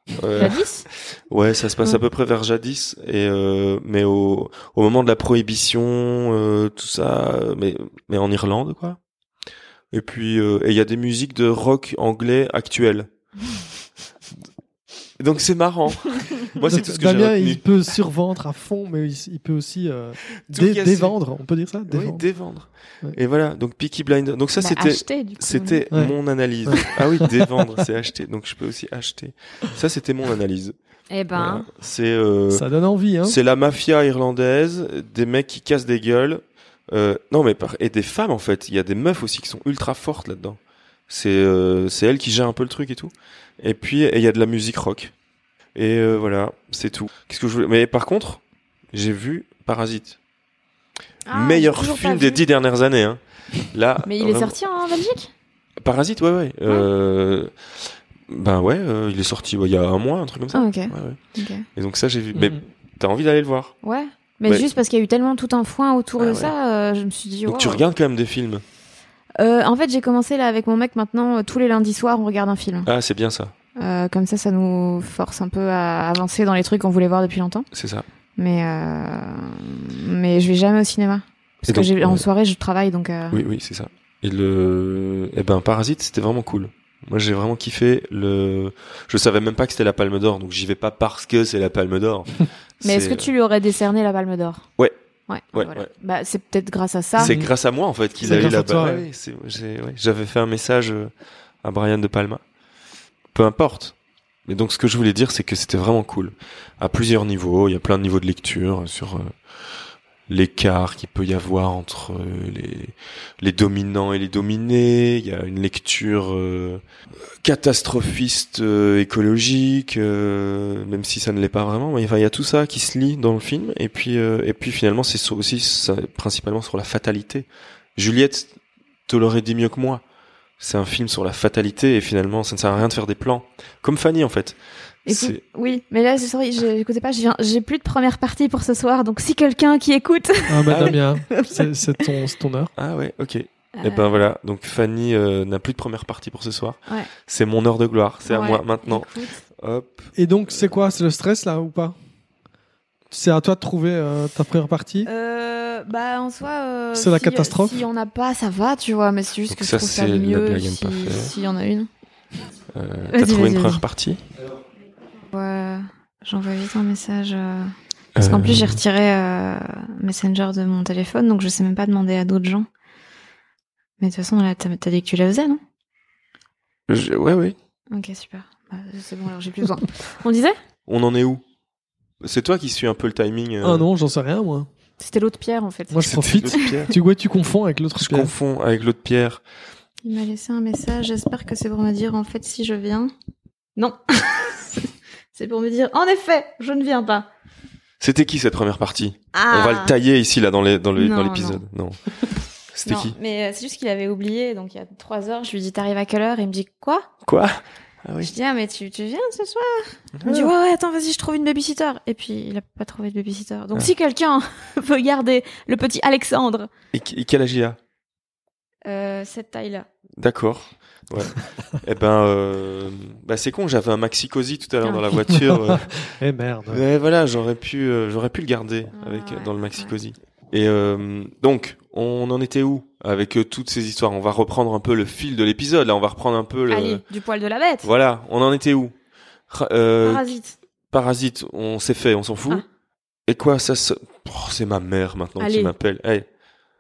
[SPEAKER 1] Euh,
[SPEAKER 2] Jadis
[SPEAKER 1] Ouais, ça se passe à peu près vers jadis, et euh, mais au, au moment de la prohibition, euh, tout ça, euh, mais mais en Irlande quoi. Et puis euh, et il y a des musiques de rock anglais actuel. Donc c'est marrant. Moi c'est
[SPEAKER 3] Donc,
[SPEAKER 1] tout ce que j'ai
[SPEAKER 3] Damien,
[SPEAKER 1] retenu.
[SPEAKER 3] il peut survendre à fond, mais il, il peut aussi euh,
[SPEAKER 1] Tout
[SPEAKER 3] dé-
[SPEAKER 1] casser.
[SPEAKER 3] dévendre. On peut dire ça
[SPEAKER 1] Oui,
[SPEAKER 3] dévendre.
[SPEAKER 1] dévendre.
[SPEAKER 3] Ouais.
[SPEAKER 1] Et voilà, donc Peaky Blind. Donc ça
[SPEAKER 2] Bah,
[SPEAKER 1] c'était
[SPEAKER 2] acheté, du coup.
[SPEAKER 1] c'était
[SPEAKER 3] Ouais.
[SPEAKER 1] mon analyse.
[SPEAKER 3] Ouais.
[SPEAKER 1] Ah oui, dévendre, c'est acheter. Donc je peux aussi acheter. Ça c'était mon analyse.
[SPEAKER 2] Eh
[SPEAKER 1] Voilà.
[SPEAKER 2] ben,
[SPEAKER 1] C'est euh,
[SPEAKER 3] Ça donne envie, hein.
[SPEAKER 1] C'est la mafia irlandaise, des mecs qui cassent des gueules. Euh, non, mais par... et des femmes en fait. Il y a des meufs aussi qui sont ultra fortes là-dedans. C'est euh, c'est elles qui gèrent un peu le truc et tout. Et puis et il y a de la musique rock. Et euh, voilà, c'est tout. Qu'est-ce que je voulais Mais par contre, j'ai vu Parasite,
[SPEAKER 2] ah,
[SPEAKER 1] meilleur
[SPEAKER 2] j'ai toujours
[SPEAKER 1] film
[SPEAKER 2] pas
[SPEAKER 1] des
[SPEAKER 2] vu.
[SPEAKER 1] dix dernières années. Hein. Là,
[SPEAKER 2] Mais il est
[SPEAKER 1] vraiment-
[SPEAKER 2] sorti en Belgique
[SPEAKER 1] Parasite, ouais, ouais. Euh, Ben ouais, euh, il est sorti ouais, il y a un mois, un truc comme ça.
[SPEAKER 2] Ah, Mm. ok.
[SPEAKER 1] Ouais, ouais.
[SPEAKER 2] ok.
[SPEAKER 1] Et donc ça, j'ai vu. Mais
[SPEAKER 3] Mhm.
[SPEAKER 1] t'as envie d'aller le voir.
[SPEAKER 2] Ouais. Mais
[SPEAKER 1] Ouais.
[SPEAKER 2] juste parce qu'il y a eu tellement tout un foin autour
[SPEAKER 1] Ah
[SPEAKER 2] de
[SPEAKER 1] ouais.
[SPEAKER 2] ça, euh, je me suis dit.
[SPEAKER 1] Donc
[SPEAKER 2] wow.
[SPEAKER 1] tu regardes quand même des films.
[SPEAKER 2] Euh, en fait, j'ai commencé là avec mon mec. Maintenant, euh, tous les lundis soirs, on regarde un film.
[SPEAKER 1] Ah, c'est bien ça.
[SPEAKER 2] Euh, comme ça, ça nous force un peu à avancer dans les trucs qu'on voulait voir depuis longtemps.
[SPEAKER 1] C'est ça.
[SPEAKER 2] Mais euh, mais je vais jamais au cinéma parce
[SPEAKER 1] Et
[SPEAKER 2] que
[SPEAKER 1] donc,
[SPEAKER 2] j'ai- en
[SPEAKER 1] ouais.
[SPEAKER 2] soirée, je travaille donc. euh,
[SPEAKER 1] Oui, oui, c'est ça. Et le, eh ben, Parasite, c'était vraiment cool. Moi, j'ai vraiment kiffé le, je savais même pas que c'était la Palme d'Or, donc j'y vais pas parce que c'est la Palme d'Or.
[SPEAKER 2] Mais est-ce
[SPEAKER 1] C'est-
[SPEAKER 2] que tu lui aurais décerné la Palme d'Or
[SPEAKER 1] Ouais.
[SPEAKER 2] Ouais.
[SPEAKER 1] Ouais,
[SPEAKER 2] voilà.
[SPEAKER 1] ouais.
[SPEAKER 2] Bah, c'est peut-être grâce à ça.
[SPEAKER 1] C'est grâce à moi, en fait, qu'ils
[SPEAKER 3] C'est
[SPEAKER 1] avaient
[SPEAKER 3] grâce
[SPEAKER 1] la
[SPEAKER 3] à toi,
[SPEAKER 1] Palme.
[SPEAKER 3] ouais.
[SPEAKER 1] Ouais, c'est- j'ai- ouais, J'avais fait un message euh, à Brian De Palma. Peu importe. Mais donc, ce que je voulais dire, c'est que c'était vraiment cool. À plusieurs niveaux, il y a plein de niveaux de lecture euh, sur euh, l'écart qu'il peut y avoir entre euh, les, les dominants et les dominés. Il y a une lecture euh, catastrophiste euh, écologique, euh, même si ça ne l'est pas vraiment. Mais enfin, il y a tout ça qui se lit dans le film. Et puis, euh, et puis finalement, c'est sur- aussi ça- principalement sur la fatalité. Juliette te l'aurait dit mieux que moi. C'est un film sur la fatalité et finalement, ça ne sert à rien de faire des plans. Comme Fanny, en fait.
[SPEAKER 2] Écoute,
[SPEAKER 1] C'est-
[SPEAKER 2] oui, mais là, c'est- sorry, j'ai- j'écoutais pas. je viens- J'ai plus de première partie pour ce soir, donc si quelqu'un qui écoute,
[SPEAKER 3] Ah, bah,
[SPEAKER 1] Ah oui.
[SPEAKER 3] Damien, c'est c'est ton, c'est ton heure.
[SPEAKER 1] Ah ouais, ok.
[SPEAKER 2] Euh,
[SPEAKER 1] Et ben voilà, donc Fanny euh, n'a plus de première partie pour ce soir.
[SPEAKER 2] Ouais.
[SPEAKER 1] C'est mon heure de gloire, c'est à
[SPEAKER 2] ouais,
[SPEAKER 1] moi maintenant.
[SPEAKER 2] euh, écoute.
[SPEAKER 1] Hop.
[SPEAKER 3] Et donc, c'est quoi C'est le stress, là, ou pas C'est à toi de trouver euh, ta première partie
[SPEAKER 2] Euh, bah en soi. euh,
[SPEAKER 3] C'est la
[SPEAKER 2] si-
[SPEAKER 3] catastrophe.
[SPEAKER 2] Si on a pas, ça va, tu vois, mais c'est juste
[SPEAKER 1] Donc
[SPEAKER 2] que
[SPEAKER 1] ça,
[SPEAKER 2] je trouve ça
[SPEAKER 1] c'est la
[SPEAKER 2] mieux
[SPEAKER 1] blague à ne
[SPEAKER 2] si-
[SPEAKER 1] pas
[SPEAKER 2] s'il
[SPEAKER 1] faire.
[SPEAKER 2] y en a une.
[SPEAKER 1] Euh, T'as
[SPEAKER 2] Vas-y,
[SPEAKER 1] trouvé
[SPEAKER 2] vas-y,
[SPEAKER 1] une
[SPEAKER 2] vas-y.
[SPEAKER 1] première partie
[SPEAKER 2] Ouais, j'envoie vite un message. euh, Parce qu'en
[SPEAKER 1] Euh,
[SPEAKER 2] plus, j'ai retiré euh, Messenger de mon téléphone, donc je sais même pas demander à d'autres gens. Mais de toute façon, là, t'as t'as dit que tu la faisais, non
[SPEAKER 1] je- Ouais, ouais.
[SPEAKER 2] Ok, super. Bah, c'est bon, alors j'ai plus besoin. On disait
[SPEAKER 1] On en est où C'est toi qui suis un peu le timing. euh,
[SPEAKER 3] Ah non, j'en sais rien, moi.
[SPEAKER 2] C'était l'autre pierre, en fait.
[SPEAKER 3] Moi, je
[SPEAKER 1] c'était
[SPEAKER 3] profite.
[SPEAKER 1] l'autre Pierre.
[SPEAKER 3] Tu, ouais, tu confonds avec l'autre
[SPEAKER 1] Je
[SPEAKER 3] pièce.
[SPEAKER 1] confonds avec l'autre Pierre.
[SPEAKER 2] Il m'a laissé un message, j'espère que c'est pour me dire, en fait, si je viens. Non C'est pour me dire, en effet, je ne viens pas.
[SPEAKER 1] C'était qui cette première partie
[SPEAKER 2] Ah
[SPEAKER 1] On va le tailler ici, là, dans les- dans le-
[SPEAKER 2] Non,
[SPEAKER 1] dans l'épisode. Non. C'était
[SPEAKER 2] Non,
[SPEAKER 1] qui
[SPEAKER 2] mais euh, c'est juste qu'il avait oublié, donc il y a trois heures, je lui dis, t'arrives à quelle heure Et il me dit, quoi
[SPEAKER 1] Quoi Ah oui. Ah.
[SPEAKER 2] Je dis, ah, mais tu, tu viens ce soir Il me dit, ouais, ouais, attends, vas-y, je trouve une babysitter. Et puis, il a pas trouvé de babysitter. Donc,
[SPEAKER 1] Ah.
[SPEAKER 2] si quelqu'un veut garder le petit Alexandre,
[SPEAKER 1] Et, qui- et quel âge il a
[SPEAKER 2] euh, cette taille-là.
[SPEAKER 1] D'accord. Ouais. eh ben, euh, bah c'est con. J'avais un maxi cosy tout à
[SPEAKER 2] Ah
[SPEAKER 1] l'heure dans la voiture. euh,
[SPEAKER 3] Eh merde.
[SPEAKER 1] Ouais, voilà, j'aurais pu, euh, j'aurais pu le garder
[SPEAKER 2] Ah,
[SPEAKER 1] avec euh,
[SPEAKER 2] ouais,
[SPEAKER 1] dans le
[SPEAKER 2] ouais.
[SPEAKER 1] Maxi Cosi. Et euh, donc, on en était où avec euh, toutes ces histoires On va reprendre un peu le fil de l'épisode. Là, on va reprendre un peu le.
[SPEAKER 2] Allez, du poil de la bête.
[SPEAKER 1] Voilà, on en était où Ra- euh,
[SPEAKER 2] Parasite.
[SPEAKER 1] Parasite, on s'est fait, on s'en fout.
[SPEAKER 2] Ah.
[SPEAKER 1] Et quoi ça se... Oh, C'est ma mère maintenant
[SPEAKER 2] Allez.
[SPEAKER 1] qui m'appelle. Hey,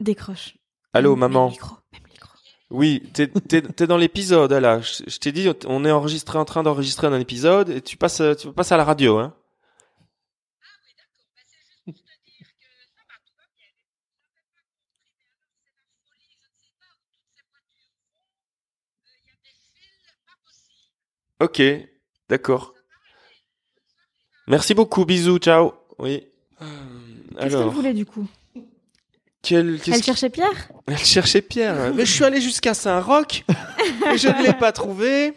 [SPEAKER 2] Décroche.
[SPEAKER 1] Allô,
[SPEAKER 2] Même-
[SPEAKER 1] maman.
[SPEAKER 2] Même micro, même micro.
[SPEAKER 1] Oui, t'es t'es- t'es dans l'épisode là. Je, je t'ai dit, on est enregistré en train d'enregistrer un épisode et tu passes, euh, tu passes à la radio, hein. Ok, d'accord. Merci beaucoup, bisous, ciao. Oui. Euh,
[SPEAKER 2] Qu'est-ce qu'elle
[SPEAKER 1] Alors,
[SPEAKER 2] voulait du coup
[SPEAKER 1] quel, qu'est-ce
[SPEAKER 2] Elle
[SPEAKER 1] qui-
[SPEAKER 2] cherchait Pierre
[SPEAKER 1] elle cherchait Pierre. Mais je suis allé jusqu'à Saint-Roch et je ne l'ai pas trouvé.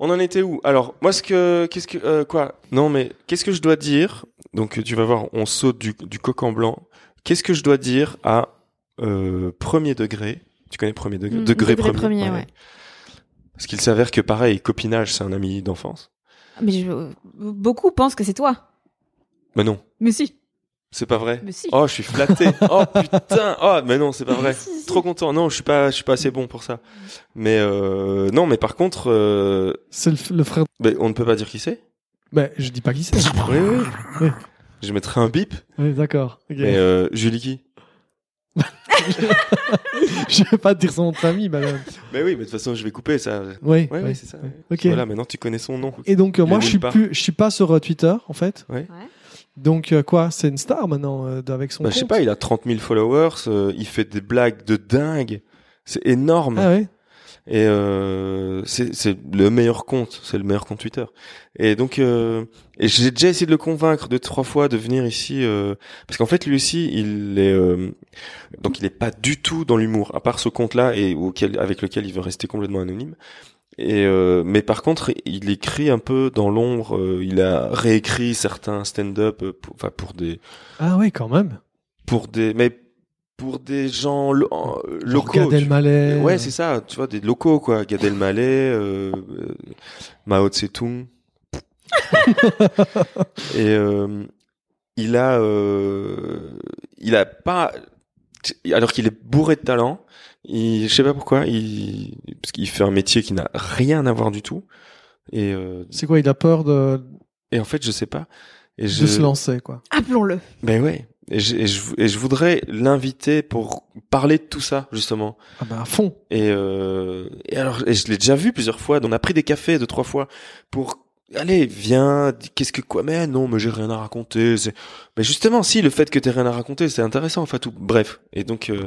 [SPEAKER 1] On en était où Alors, moi, ce que. Qu'est-ce que. euh, quoi Non, mais qu'est-ce que je dois dire Donc, tu vas voir, on saute du, du coq en blanc. Qu'est-ce que je dois dire à euh, premier degré Tu connais premier degré
[SPEAKER 2] Mm, degré premier, ouais.
[SPEAKER 1] Parce qu'il s'avère que, pareil, copinage, c'est un ami d'enfance.
[SPEAKER 2] Mais je- beaucoup pensent que c'est toi.
[SPEAKER 1] Mais non,
[SPEAKER 2] Mais si.
[SPEAKER 1] c'est pas vrai.
[SPEAKER 2] Mais si.
[SPEAKER 1] Oh, je suis flatté. oh putain. Oh, mais non, c'est pas vrai.
[SPEAKER 2] Si, si, si.
[SPEAKER 1] Trop content. Non, je suis pas, je suis pas assez bon pour ça. Mais euh, non, mais par contre, euh,
[SPEAKER 3] C'est le, f- le frère.
[SPEAKER 1] ben, on ne peut pas dire qui c'est.
[SPEAKER 3] Bah, je dis pas qui c'est.
[SPEAKER 1] Oui, oui.
[SPEAKER 3] Oui.
[SPEAKER 1] Je mettrai un bip.
[SPEAKER 3] Oui, d'accord. Ok.
[SPEAKER 1] Mais euh, Julie qui
[SPEAKER 3] Je vais pas te dire son nom de famille, madame.
[SPEAKER 1] Mais oui, mais de toute façon, je vais couper ça. Oui,
[SPEAKER 3] Oui, oui.
[SPEAKER 1] oui, c'est ça. ouais.
[SPEAKER 3] Ok.
[SPEAKER 1] Voilà, maintenant tu connais son nom.
[SPEAKER 3] Et donc, euh,
[SPEAKER 1] Il
[SPEAKER 3] moi,
[SPEAKER 1] est
[SPEAKER 3] je
[SPEAKER 1] nulle
[SPEAKER 3] suis,
[SPEAKER 1] part.
[SPEAKER 3] plus, je suis pas sur euh, Twitter, en fait.
[SPEAKER 1] Ouais.
[SPEAKER 2] Ouais.
[SPEAKER 3] Donc, euh, quoi C'est une star maintenant, euh, d- avec son.
[SPEAKER 1] Bah, je sais
[SPEAKER 3] compte.
[SPEAKER 1] pas, il a 30 000 followers, euh, il fait des blagues de dingue. C'est énorme.
[SPEAKER 3] Ah ouais
[SPEAKER 1] Et euh, c'est c'est le meilleur compte, c'est le meilleur compte Twitter. Et donc, euh, et j'ai déjà essayé de le convaincre deux trois fois de venir ici, euh, parce qu'en fait lui aussi, il est euh, donc il est pas du tout dans l'humour, à part ce compte-là et auquel avec lequel il veut rester complètement anonyme. Et euh, mais par contre, il écrit un peu dans l'ombre. euh, il a réécrit certains stand-up, euh, pour- enfin pour des,
[SPEAKER 3] Ah oui, quand même.
[SPEAKER 1] pour des, mais pour des gens lo- en- locaux.
[SPEAKER 3] Gad Elmaleh.
[SPEAKER 1] Ouais, c'est ça. Tu vois, des locaux quoi. Gad Elmaleh, euh, euh, Mao Tse-tung. Et euh, il a, euh, il a pas, alors qu'il est bourré de talent. Il, je sais pas pourquoi, il, parce qu'il fait un métier qui n'a rien à voir du tout. Et, euh,
[SPEAKER 3] C'est quoi Il a peur de,
[SPEAKER 1] et en fait, je sais pas. Et
[SPEAKER 3] de
[SPEAKER 1] je,
[SPEAKER 3] se lancer, quoi.
[SPEAKER 2] Appelons-le.
[SPEAKER 1] Ben ouais. Et je, et je, et je voudrais l'inviter pour parler de tout ça justement.
[SPEAKER 3] Ah bah à fond.
[SPEAKER 1] Et, euh, et alors, et je l'ai déjà vu plusieurs fois. On a pris des cafés deux trois fois pour allez, viens. dis- Qu'est-ce que quoi Mais non, mais j'ai rien à raconter. c'est- Mais justement, si le fait que t'aies rien à raconter, c'est intéressant enfin tout. Bref. Et donc, euh,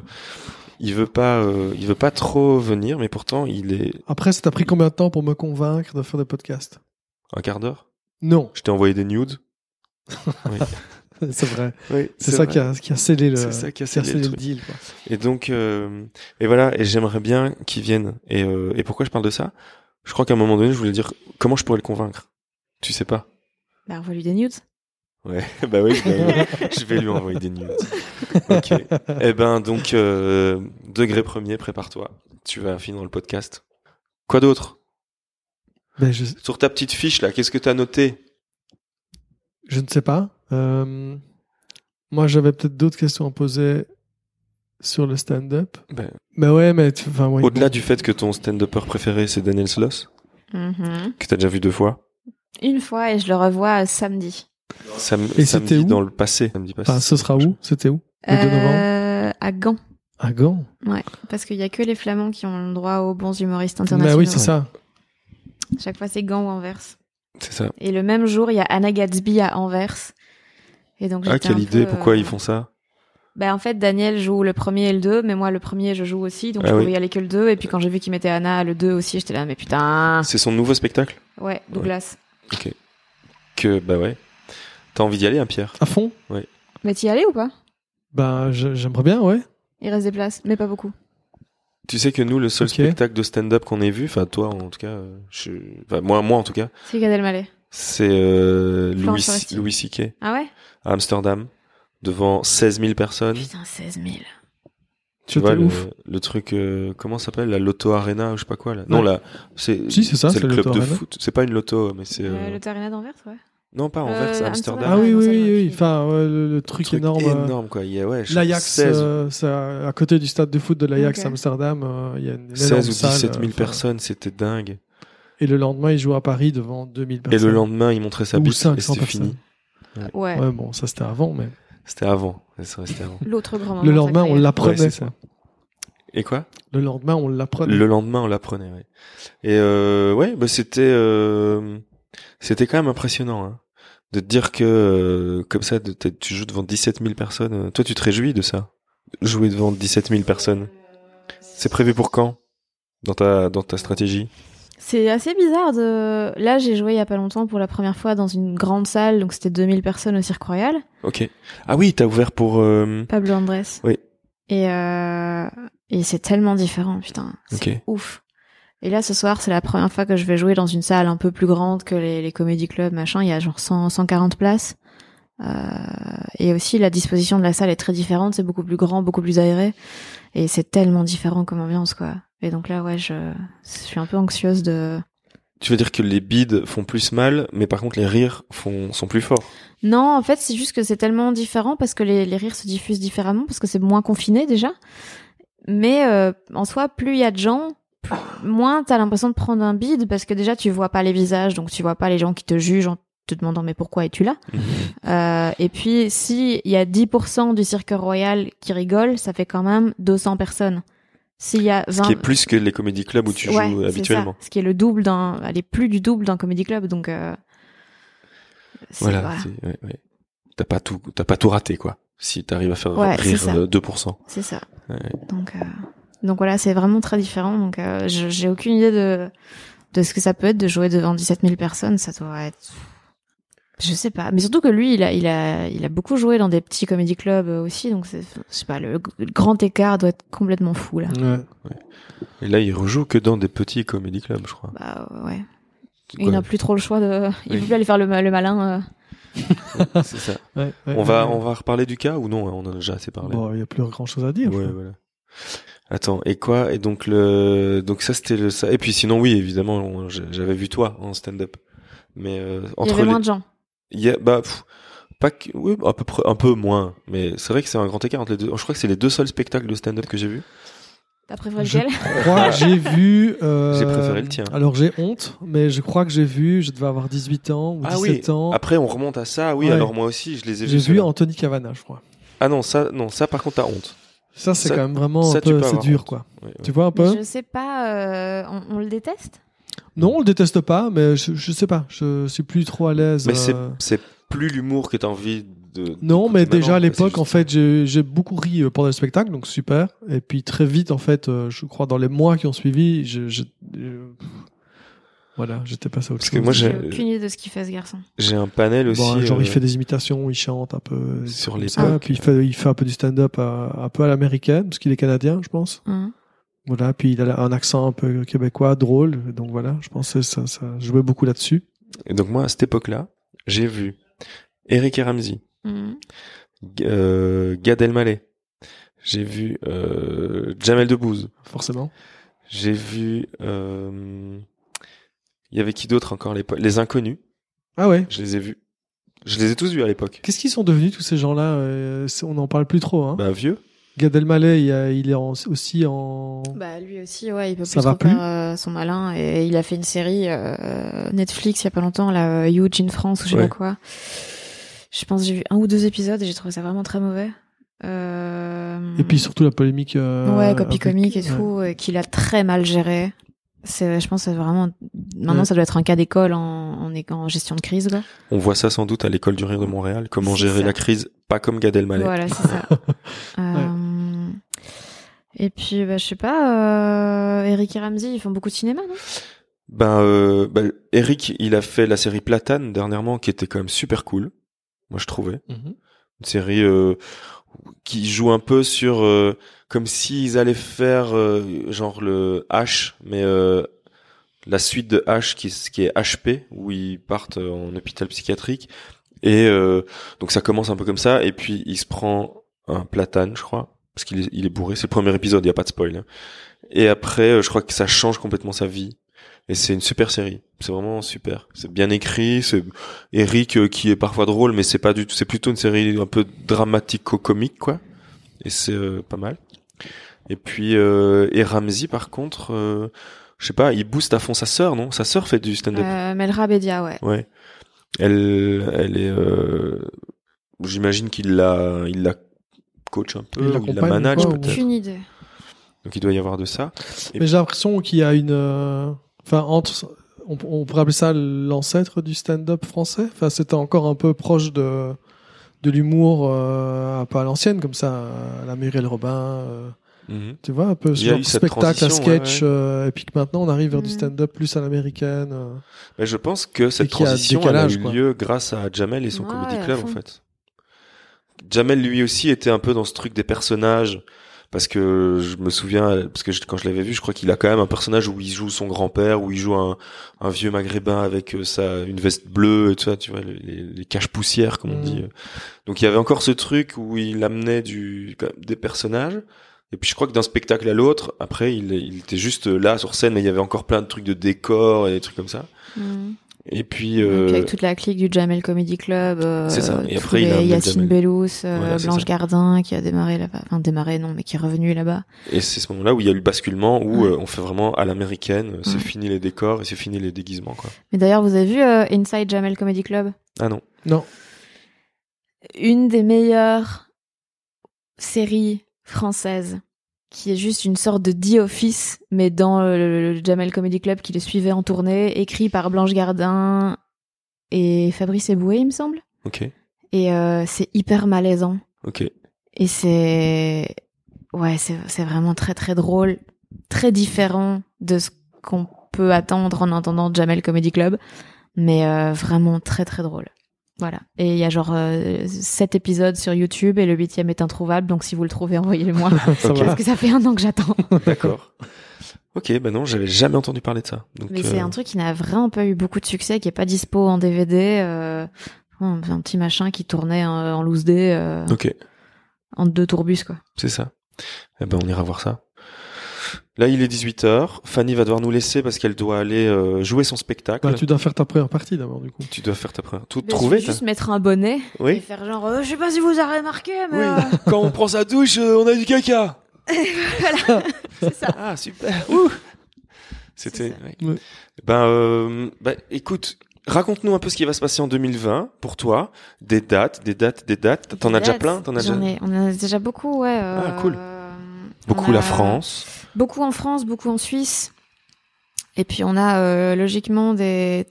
[SPEAKER 1] il veut pas, euh, il veut pas trop venir, mais pourtant, il est
[SPEAKER 3] Après, ça t'a pris combien de temps pour me convaincre de faire des podcasts
[SPEAKER 1] un quart d'heure.
[SPEAKER 3] Non,
[SPEAKER 1] Je t'ai envoyé des nudes.
[SPEAKER 3] c'est vrai.
[SPEAKER 1] Oui,
[SPEAKER 3] C'est ça qui a, qui a scellé le,
[SPEAKER 1] C'est ça qui a scellé le
[SPEAKER 3] le
[SPEAKER 1] truc.
[SPEAKER 3] deal. quoi.
[SPEAKER 1] Et donc, euh, et voilà, et j'aimerais bien qu'il vienne. Et, euh, et pourquoi je parle de ça Je crois qu'à un moment donné, je voulais dire comment je pourrais le convaincre. Tu sais pas
[SPEAKER 2] Bah, envoie lui des news.
[SPEAKER 1] Ouais, bah oui, je vais, je vais lui envoyer des news. Ok. Eh ben, donc, euh, degré premier, prépare-toi. Tu vas finir le podcast. Quoi d'autre
[SPEAKER 3] Ben, je,
[SPEAKER 1] Sur ta petite fiche, là, qu'est-ce que t'as noté
[SPEAKER 3] je ne sais pas. Euh, moi, j'avais peut-être d'autres questions à poser sur le stand-up.
[SPEAKER 1] Ben,
[SPEAKER 3] Ben ouais, mais tu- enfin, ouais,
[SPEAKER 1] Au-delà du fait que ton stand-upper préféré, c'est Daniel Sloss,
[SPEAKER 2] Mhm.
[SPEAKER 1] que t'as déjà vu deux fois,
[SPEAKER 2] Une fois et je le revois euh, samedi.
[SPEAKER 1] sam-
[SPEAKER 3] Et c'était
[SPEAKER 1] samedi
[SPEAKER 3] où
[SPEAKER 1] dans le passé. Samedi passé.
[SPEAKER 3] enfin, ce sera où C'était où Le 2 novembre.
[SPEAKER 2] Euh, à Gand.
[SPEAKER 3] À Gand.
[SPEAKER 2] Parce qu'il y a que les Flamands qui ont le droit aux bons
[SPEAKER 1] Bah
[SPEAKER 2] humoristes
[SPEAKER 3] Ben
[SPEAKER 2] internationaux.
[SPEAKER 3] oui, c'est ça.
[SPEAKER 2] Chaque fois, c'est Gand ou Anvers.
[SPEAKER 1] C'est ça.
[SPEAKER 2] Et le même jour, il y a Anna Gatsby à Anvers. Et donc,
[SPEAKER 1] Ah,
[SPEAKER 2] j'étais
[SPEAKER 1] quelle
[SPEAKER 2] un
[SPEAKER 1] idée,
[SPEAKER 2] peu,
[SPEAKER 1] pourquoi
[SPEAKER 2] euh,
[SPEAKER 1] ils font ça
[SPEAKER 2] Bah, en fait, Daniel joue le premier et le deux, mais moi, le premier, je joue aussi, donc
[SPEAKER 1] Ah
[SPEAKER 2] je
[SPEAKER 1] oui.
[SPEAKER 2] pouvais y aller que le deux. Et puis, quand j'ai vu qu'il mettait Anna le deux aussi, j'étais là, mais putain.
[SPEAKER 1] C'est son nouveau spectacle
[SPEAKER 2] Ouais, Douglas.
[SPEAKER 1] Que, bah ouais. T'as envie d'y aller, hein, Pierre
[SPEAKER 3] À fond
[SPEAKER 2] Mais t'y allais ou pas
[SPEAKER 3] Ben, je- j'aimerais bien, ouais.
[SPEAKER 2] Il reste des places, mais pas beaucoup.
[SPEAKER 1] Tu sais que nous, le seul
[SPEAKER 3] Ok.
[SPEAKER 1] spectacle de stand-up qu'on ait vu, enfin, toi, en tout cas, euh, je... enfin, moi, moi, en tout cas,
[SPEAKER 2] C'est Gad Elmaleh.
[SPEAKER 1] C'est euh, Louis,
[SPEAKER 2] Florence Foresti.
[SPEAKER 1] Louis C.K.
[SPEAKER 2] Ah ouais
[SPEAKER 1] à Amsterdam devant 16 000 personnes.
[SPEAKER 2] Putain, 16 000.
[SPEAKER 1] Tu vois
[SPEAKER 3] C'était
[SPEAKER 1] le,
[SPEAKER 3] ouf.
[SPEAKER 1] le truc euh, comment ça s'appelle la Lotto Arena ou je sais pas quoi là. Non
[SPEAKER 3] Ouais.
[SPEAKER 1] là, c'est
[SPEAKER 3] Si, c'est ça, c'est
[SPEAKER 1] le
[SPEAKER 3] la
[SPEAKER 1] club
[SPEAKER 3] Lotto
[SPEAKER 1] de
[SPEAKER 3] Arena.
[SPEAKER 1] foot. C'est pas une Lotto mais c'est euh,
[SPEAKER 2] Euh, le Tarina d'Anvers, ouais.
[SPEAKER 1] non pas
[SPEAKER 2] Euh,
[SPEAKER 1] Anvers, c'est Amsterdam.
[SPEAKER 2] Amsterdam.
[SPEAKER 3] Ah oui,
[SPEAKER 2] non,
[SPEAKER 3] oui,
[SPEAKER 2] ça,
[SPEAKER 3] oui,
[SPEAKER 2] j'aurais
[SPEAKER 3] oui.
[SPEAKER 2] kiffé.
[SPEAKER 3] enfin, ouais, le, le truc, énorme. euh,
[SPEAKER 1] énorme quoi. Il y a ouais, je-
[SPEAKER 3] L'Ajax,
[SPEAKER 1] 16,
[SPEAKER 3] euh, c'est à à côté du stade de foot de l'Ajax
[SPEAKER 2] Ok.
[SPEAKER 3] Amsterdam, euh, il y a une énorme
[SPEAKER 1] 16 ou
[SPEAKER 3] salle,
[SPEAKER 1] 17 000
[SPEAKER 3] euh, enfin,
[SPEAKER 1] personnes, c'était dingue.
[SPEAKER 3] Et le lendemain, il joue à Paris devant 2000
[SPEAKER 1] Et
[SPEAKER 3] personnes.
[SPEAKER 1] le lendemain, il montrait sa
[SPEAKER 3] Ou
[SPEAKER 1] bite et
[SPEAKER 3] 500
[SPEAKER 1] c'était fini.
[SPEAKER 3] personnes.
[SPEAKER 2] Ouais.
[SPEAKER 3] Ouais, bon, ça c'était avant, mais
[SPEAKER 1] C'était avant. Ça, C'était avant.
[SPEAKER 2] L'autre grand moment.
[SPEAKER 3] le lendemain, on
[SPEAKER 2] sacré.
[SPEAKER 1] Ouais,
[SPEAKER 3] l'apprenait.
[SPEAKER 1] c'est ça.
[SPEAKER 3] quoi.
[SPEAKER 1] Et quoi
[SPEAKER 3] le lendemain, on l'apprenait.
[SPEAKER 1] Le lendemain, on l'apprenait. Ouais. Et euh, ouais, bah c'était euh, c'était quand même impressionnant hein, de te dire que euh, comme ça, de- t'es- tu joues devant 17 000 personnes. Euh, Toi, tu te réjouis de ça Jouer devant 17 000 personnes. C'est prévu pour quand dans ta dans ta stratégie
[SPEAKER 2] C'est assez bizarre de. Là, j'ai joué il y a pas longtemps pour la première fois dans une grande salle, donc c'était 2000 personnes au Cirque Royal.
[SPEAKER 1] Ok. Ah oui, t'as ouvert pour. euh,
[SPEAKER 2] Pablo Andrés.
[SPEAKER 1] Oui.
[SPEAKER 2] Et, euh, et c'est tellement différent, putain. C'est
[SPEAKER 1] Ok.
[SPEAKER 2] ouf. Et là, ce soir, c'est la première fois que je vais jouer dans une salle un peu plus grande que les, les comédie clubs, machin. Il y a genre 100, 140 places. Euh, et aussi, la disposition de la salle est très différente. C'est beaucoup plus grand, beaucoup plus aéré. Et c'est tellement différent comme ambiance, quoi. Et donc là, ouais, je, je suis un peu anxieuse de...
[SPEAKER 1] Tu veux dire que les bides font plus mal, mais par contre les rires font sont plus forts.
[SPEAKER 2] Non, en fait, c'est juste que c'est tellement différent parce que les, les rires se diffusent différemment, parce que c'est moins confiné déjà. Mais euh, en soi, plus il y a de gens, plus- moins t'as l'impression de prendre un bide parce que déjà tu vois pas les visages, donc tu vois pas les gens qui te jugent en te demandant mais pourquoi es-tu là
[SPEAKER 1] Mhm.
[SPEAKER 2] Euh, Et puis si il y a 10% du cirque royal qui rigole, ça fait quand même 200 personnes. S'il y a 20...
[SPEAKER 1] Ce qui est plus que les comédie clubs où tu
[SPEAKER 2] Ouais,
[SPEAKER 1] joues
[SPEAKER 2] c'est
[SPEAKER 1] habituellement.
[SPEAKER 2] ça, ce qui est le double d'un... Allez, plus du double d'un comedy club, donc... euh, c'est-
[SPEAKER 1] Voilà.
[SPEAKER 2] voilà.
[SPEAKER 1] c'est- ouais, ouais. T'as pas tout, t'as pas tout raté quoi. Si t'arrives à faire
[SPEAKER 2] Ouais, c'est
[SPEAKER 1] rire
[SPEAKER 2] ça.
[SPEAKER 1] euh, 2%.
[SPEAKER 2] C'est ça.
[SPEAKER 1] Ouais.
[SPEAKER 2] Donc, euh, donc voilà, c'est vraiment très différent. Donc euh, je- j'ai aucune idée de, de ce que ça peut être de jouer devant 17 000 personnes. Ça doit être Je sais pas. Mais surtout que lui, il a, il a, il a beaucoup joué dans des petits comédie clubs euh, aussi, donc c'est, je sais pas, le, le grand écart doit être complètement fou là.
[SPEAKER 3] Ouais.
[SPEAKER 1] Et là, il rejoue que dans des petits comédie clubs, je crois.
[SPEAKER 2] Bah ouais.
[SPEAKER 1] C'est
[SPEAKER 2] Il n'a plus trop le choix de. Il
[SPEAKER 1] Oui.
[SPEAKER 2] veut plus aller faire le, ma- le malin. euh.
[SPEAKER 1] quoi C'est ça.
[SPEAKER 3] Ouais, ouais,
[SPEAKER 1] On va,
[SPEAKER 3] ouais.
[SPEAKER 1] on va reparler du cas ou non hein, On en a déjà assez parlé.
[SPEAKER 3] Bon, il n'y a plus grand chose à dire.
[SPEAKER 1] Ouais, voilà. Attends, et quoi Et donc le, donc ça c'était le ça. Et puis sinon oui, évidemment, on- j- j'avais vu toi en stand-up, mais euh,
[SPEAKER 2] Il y
[SPEAKER 1] entre
[SPEAKER 2] avait
[SPEAKER 1] les,
[SPEAKER 2] moins de gens.
[SPEAKER 1] il y a- bah pff, pas que, oui, à peu près, un peu moins, mais c'est vrai que c'est un grand écart entre les deux. Je crois que c'est les deux seuls spectacles de stand-up que j'ai vu.
[SPEAKER 2] T'as préféré
[SPEAKER 3] Je-
[SPEAKER 2] lequel
[SPEAKER 3] Je crois que j'ai vu. euh,
[SPEAKER 1] J'ai préféré le tien.
[SPEAKER 3] Alors j'ai honte, mais je crois que j'ai vu, je devais avoir 18 ans ou
[SPEAKER 1] Ah oui.
[SPEAKER 3] 17 ans.
[SPEAKER 1] Après, on remonte à ça. Oui,
[SPEAKER 3] Ouais.
[SPEAKER 1] alors moi aussi, je les ai
[SPEAKER 3] J'ai
[SPEAKER 1] vus.
[SPEAKER 3] vu
[SPEAKER 1] ceux-là.
[SPEAKER 3] Anthony Cavana, je crois.
[SPEAKER 1] Ah non, ça, non, ça par contre, t'as honte.
[SPEAKER 3] Ça, c'est
[SPEAKER 1] Ça-
[SPEAKER 3] quand même vraiment
[SPEAKER 1] ça,
[SPEAKER 3] un
[SPEAKER 1] tu
[SPEAKER 3] peu.
[SPEAKER 1] peux
[SPEAKER 3] C'est
[SPEAKER 1] avoir
[SPEAKER 3] dur,
[SPEAKER 1] honte.
[SPEAKER 3] quoi.
[SPEAKER 1] Ouais, ouais.
[SPEAKER 3] Tu vois un peu
[SPEAKER 2] Mais Je sais pas. euh, on, on le déteste
[SPEAKER 3] Non, on le déteste pas, mais je, je sais pas. Je suis plus trop à l'aise.
[SPEAKER 1] Mais c'est-
[SPEAKER 3] euh,
[SPEAKER 1] c'est plus l'humour que t'as envie de.
[SPEAKER 3] Non, mais
[SPEAKER 1] d'écouter maintenant,
[SPEAKER 3] déjà à
[SPEAKER 1] quoi,
[SPEAKER 3] l'époque,
[SPEAKER 1] c'est
[SPEAKER 3] en
[SPEAKER 1] juste-
[SPEAKER 3] fait, j'ai j'ai beaucoup ri euh, pendant le spectacle, donc super. Et puis très vite, en fait, euh, je crois dans les mois qui ont suivi, je, je- euh, voilà, j'étais passé à autre
[SPEAKER 1] Parce que
[SPEAKER 3] chose.
[SPEAKER 1] moi,
[SPEAKER 2] J'ai
[SPEAKER 1] j'ai-
[SPEAKER 2] aucune idée de ce qu'il fait ce garçon.
[SPEAKER 1] J'ai un panel aussi.
[SPEAKER 3] Bon, genre,
[SPEAKER 1] euh,
[SPEAKER 3] il fait des imitations, il chante un peu.
[SPEAKER 1] Sur
[SPEAKER 3] comme
[SPEAKER 1] les
[SPEAKER 3] ça.
[SPEAKER 1] blocs.
[SPEAKER 3] Puis il fait, il fait un peu du stand-up à- un peu à l'américaine, parce qu'il est canadien, je pense.
[SPEAKER 2] Hein.
[SPEAKER 3] Voilà, puis il a un accent un peu québécois, drôle. Donc voilà, je pense que ça, ça jouait beaucoup là-dessus.
[SPEAKER 1] Et donc moi, à cette époque-là, j'ai vu Eric et Ramsey,
[SPEAKER 2] Mhm.
[SPEAKER 1] G- euh, Gad Elmaleh, j'ai vu euh, Jamel Debbouze,
[SPEAKER 3] Forcément.
[SPEAKER 1] j'ai vu... euh, Il y avait qui d'autre encore à l'époque Les Inconnus,
[SPEAKER 3] Ah ouais.
[SPEAKER 1] je les ai vus. Je les ai tous vus à l'époque.
[SPEAKER 3] Qu'est-ce qu'ils sont devenus tous ces gens-là Euh, c'est- On n'en parle plus trop. Hein.
[SPEAKER 1] Bah vieux.
[SPEAKER 3] Gad Elmaleh, il, y a- il est en- aussi en.
[SPEAKER 2] Bah lui aussi, ouais, il peut
[SPEAKER 3] Ça
[SPEAKER 2] plus
[SPEAKER 3] va
[SPEAKER 2] trop faire euh, son malin et il a fait une série euh, Netflix il y a pas longtemps, là, euh, Huge in France ou je sais
[SPEAKER 1] Ouais.
[SPEAKER 2] pas quoi. Je pense que j'ai vu un ou deux épisodes et j'ai trouvé ça vraiment très mauvais. Euh,
[SPEAKER 3] Et puis surtout la polémique. euh,
[SPEAKER 2] ouais, copie
[SPEAKER 3] avec-
[SPEAKER 2] comique et
[SPEAKER 3] ouais.
[SPEAKER 2] tout, et qu'il a très mal géré. C'est, je pense, que c'est vraiment. Maintenant,
[SPEAKER 3] Ouais.
[SPEAKER 2] ça doit être un cas d'école en, en, é- en gestion de crise, quoi.
[SPEAKER 1] On voit ça sans doute à l'école du rire de Montréal, comment
[SPEAKER 2] C'est
[SPEAKER 1] gérer
[SPEAKER 2] ça.
[SPEAKER 1] la crise, pas comme Gad Elmaleh.
[SPEAKER 2] Voilà, c'est ça. Euh, Et puis, bah, je sais pas, euh, Eric et Ramsey, ils font beaucoup de cinéma, non
[SPEAKER 1] Ben, euh, ben, Eric, il a fait la série Platane dernièrement, qui était quand même super cool. Moi, je trouvais.
[SPEAKER 3] Mhm.
[SPEAKER 1] une série euh, qui joue un peu sur euh, comme s'ils allaient faire euh, genre le H mais euh, la suite de H qui, est- qui est HP où ils partent en hôpital psychiatrique et euh, donc ça commence un peu comme ça et puis il se prend un platane je crois parce qu'il est, il est bourré c'est le premier épisode il y a pas de spoil hein. et après euh, je crois que ça change complètement sa vie et c'est une super série c'est vraiment super c'est bien écrit c'est Eric euh, qui est parfois drôle mais c'est pas du tout c'est plutôt une série un peu dramatico comique quoi et c'est euh, pas mal et puis euh, et Ramsey par contre euh, je sais pas il booste à fond sa sœur non sa sœur fait du stand-up
[SPEAKER 2] euh, Melra Bedia, ouais.
[SPEAKER 1] ouais elle elle est euh, j'imagine qu'il la il la coach un peu
[SPEAKER 3] Il
[SPEAKER 1] ou il la
[SPEAKER 3] l'accompagne ou
[SPEAKER 1] manage
[SPEAKER 3] quoi, ou-
[SPEAKER 1] peut-être
[SPEAKER 2] Aucune idée.
[SPEAKER 1] donc il doit y avoir de ça
[SPEAKER 3] Mais j'ai l'impression qu'il y a une. euh, Enfin, entre. On, on pourrait appeler ça l'ancêtre du stand-up français. Enfin, c'était encore un peu proche de, de l'humour euh, un peu à l'ancienne, comme ça, à la Muriel Robin. euh,
[SPEAKER 1] Mmh
[SPEAKER 3] tu vois, un peu ce
[SPEAKER 1] Il y a
[SPEAKER 3] genre
[SPEAKER 1] eu
[SPEAKER 3] de
[SPEAKER 1] cette
[SPEAKER 3] spectacle à
[SPEAKER 1] transition, ouais,
[SPEAKER 3] sketch. euh, et puis que maintenant, on arrive vers du
[SPEAKER 2] Mhm.
[SPEAKER 3] stand-up plus à l'américaine. euh.
[SPEAKER 1] Mais je pense que cette
[SPEAKER 3] qu'il y a
[SPEAKER 1] transition elle a
[SPEAKER 3] décalage,
[SPEAKER 1] eu
[SPEAKER 3] quoi.
[SPEAKER 1] lieu grâce à Jamel et son
[SPEAKER 2] Ouais,
[SPEAKER 1] comedy
[SPEAKER 2] à
[SPEAKER 1] club en
[SPEAKER 2] fond.
[SPEAKER 1] fait. Jamel lui aussi était un peu dans ce truc des personnages parce que je me souviens parce que je- quand je l'avais vu, je crois qu'il a quand même un personnage où il joue son grand-père, où il joue un, un vieux maghrébin avec euh, sa une veste bleue et tout ça, tu vois les, les, les caches poussières comme on
[SPEAKER 2] Mm.
[SPEAKER 3] Mhm.
[SPEAKER 1] dit. euh. Donc il y avait encore ce truc où il amenait du quand même des personnages et puis je crois que d'un spectacle à l'autre, après il, il était juste euh, là sur scène mais il y avait encore plein de trucs de décors et des trucs comme ça.
[SPEAKER 2] Mhm.
[SPEAKER 1] Et puis,
[SPEAKER 2] Et puis
[SPEAKER 1] euh,
[SPEAKER 2] avec toute la clique du Jamel Comedy Club, euh,
[SPEAKER 1] C'est ça. Et
[SPEAKER 2] tous
[SPEAKER 1] après, il a
[SPEAKER 2] les
[SPEAKER 1] amené le
[SPEAKER 2] Yacine
[SPEAKER 1] Jamel.
[SPEAKER 2] Bellous, euh,
[SPEAKER 1] Voilà, c'est
[SPEAKER 2] Blanche
[SPEAKER 1] ça.
[SPEAKER 2] Gardin qui a démarré là-bas, enfin démarré non, mais qui est revenu là-bas.
[SPEAKER 1] et c'est ce moment-là où il y a eu le basculement où
[SPEAKER 2] Ouais.
[SPEAKER 1] euh, on fait vraiment à l'américaine, euh, c'est
[SPEAKER 2] Ouais.
[SPEAKER 1] fini les décors et c'est fini les déguisements quoi.
[SPEAKER 2] Mais d'ailleurs, vous avez vu euh, Inside Jamel Comedy Club
[SPEAKER 1] Ah non.
[SPEAKER 3] Non.
[SPEAKER 2] Une des meilleures séries françaises, qui est juste une sorte de The Office, mais dans le, le Jamel Comedy Club qui le suivait en tournée, écrit par Blanche Gardin et Fabrice Eboué, il me semble.
[SPEAKER 1] OK.
[SPEAKER 2] Et euh, c'est hyper malaisant.
[SPEAKER 1] OK.
[SPEAKER 2] Et c'est. Ouais, c'est c'est vraiment très très drôle, très différent de ce qu'on peut attendre en entendant Jamel Comedy Club, mais euh, vraiment très très drôle. Voilà. Et il y a genre euh, sept épisodes sur YouTube et le huitième est introuvable. Donc si vous le trouvez, envoyez-le-moi.
[SPEAKER 3] Ça
[SPEAKER 1] Ok.
[SPEAKER 3] va.
[SPEAKER 2] parce que ça fait un an que j'attends.
[SPEAKER 1] D'accord. ok, ben non, j'avais jamais entendu parler de ça. Donc,
[SPEAKER 2] Mais
[SPEAKER 1] euh,
[SPEAKER 2] c'est un truc qui n'a vraiment pas eu beaucoup de succès, qui est pas dispo en DVD. euh, un un petit machin qui tournait euh, en loose day euh,
[SPEAKER 1] Ok,
[SPEAKER 2] en deux tourbus quoi.
[SPEAKER 1] c'est ça. Eh ben, on ira voir ça. Là, il est 18h. Fanny va devoir nous laisser parce qu'elle doit aller euh, jouer son spectacle.
[SPEAKER 3] Bah,
[SPEAKER 1] tu...
[SPEAKER 3] tu dois faire ta première partie d'abord, du coup.
[SPEAKER 1] dois faire ta première. Tout
[SPEAKER 2] Bah, Je
[SPEAKER 1] trouver,
[SPEAKER 2] vais juste mettre un bonnet
[SPEAKER 1] t'as- Oui.
[SPEAKER 2] et faire genre euh, je sais pas si vous avez remarqué mais euh,
[SPEAKER 1] Quand on prend sa douche, euh, on a du caca.
[SPEAKER 2] c'est ça.
[SPEAKER 1] Ah super. C'était.
[SPEAKER 2] C'est
[SPEAKER 1] ouais.
[SPEAKER 3] Ouais.
[SPEAKER 1] Ben, euh, ben, écoute, raconte-nous un peu ce qui va se passer en 2020 pour toi. Des dates, des dates, des dates. T'en as déjà plein. T'en as déjà.
[SPEAKER 2] J'en ai- on en a déjà beaucoup ouais. euh,
[SPEAKER 1] Ah, cool.
[SPEAKER 2] euh,
[SPEAKER 1] Beaucoup
[SPEAKER 2] on
[SPEAKER 1] la
[SPEAKER 2] a-
[SPEAKER 1] France.
[SPEAKER 2] Beaucoup en France, beaucoup en Suisse. Et puis on a euh, logiquement des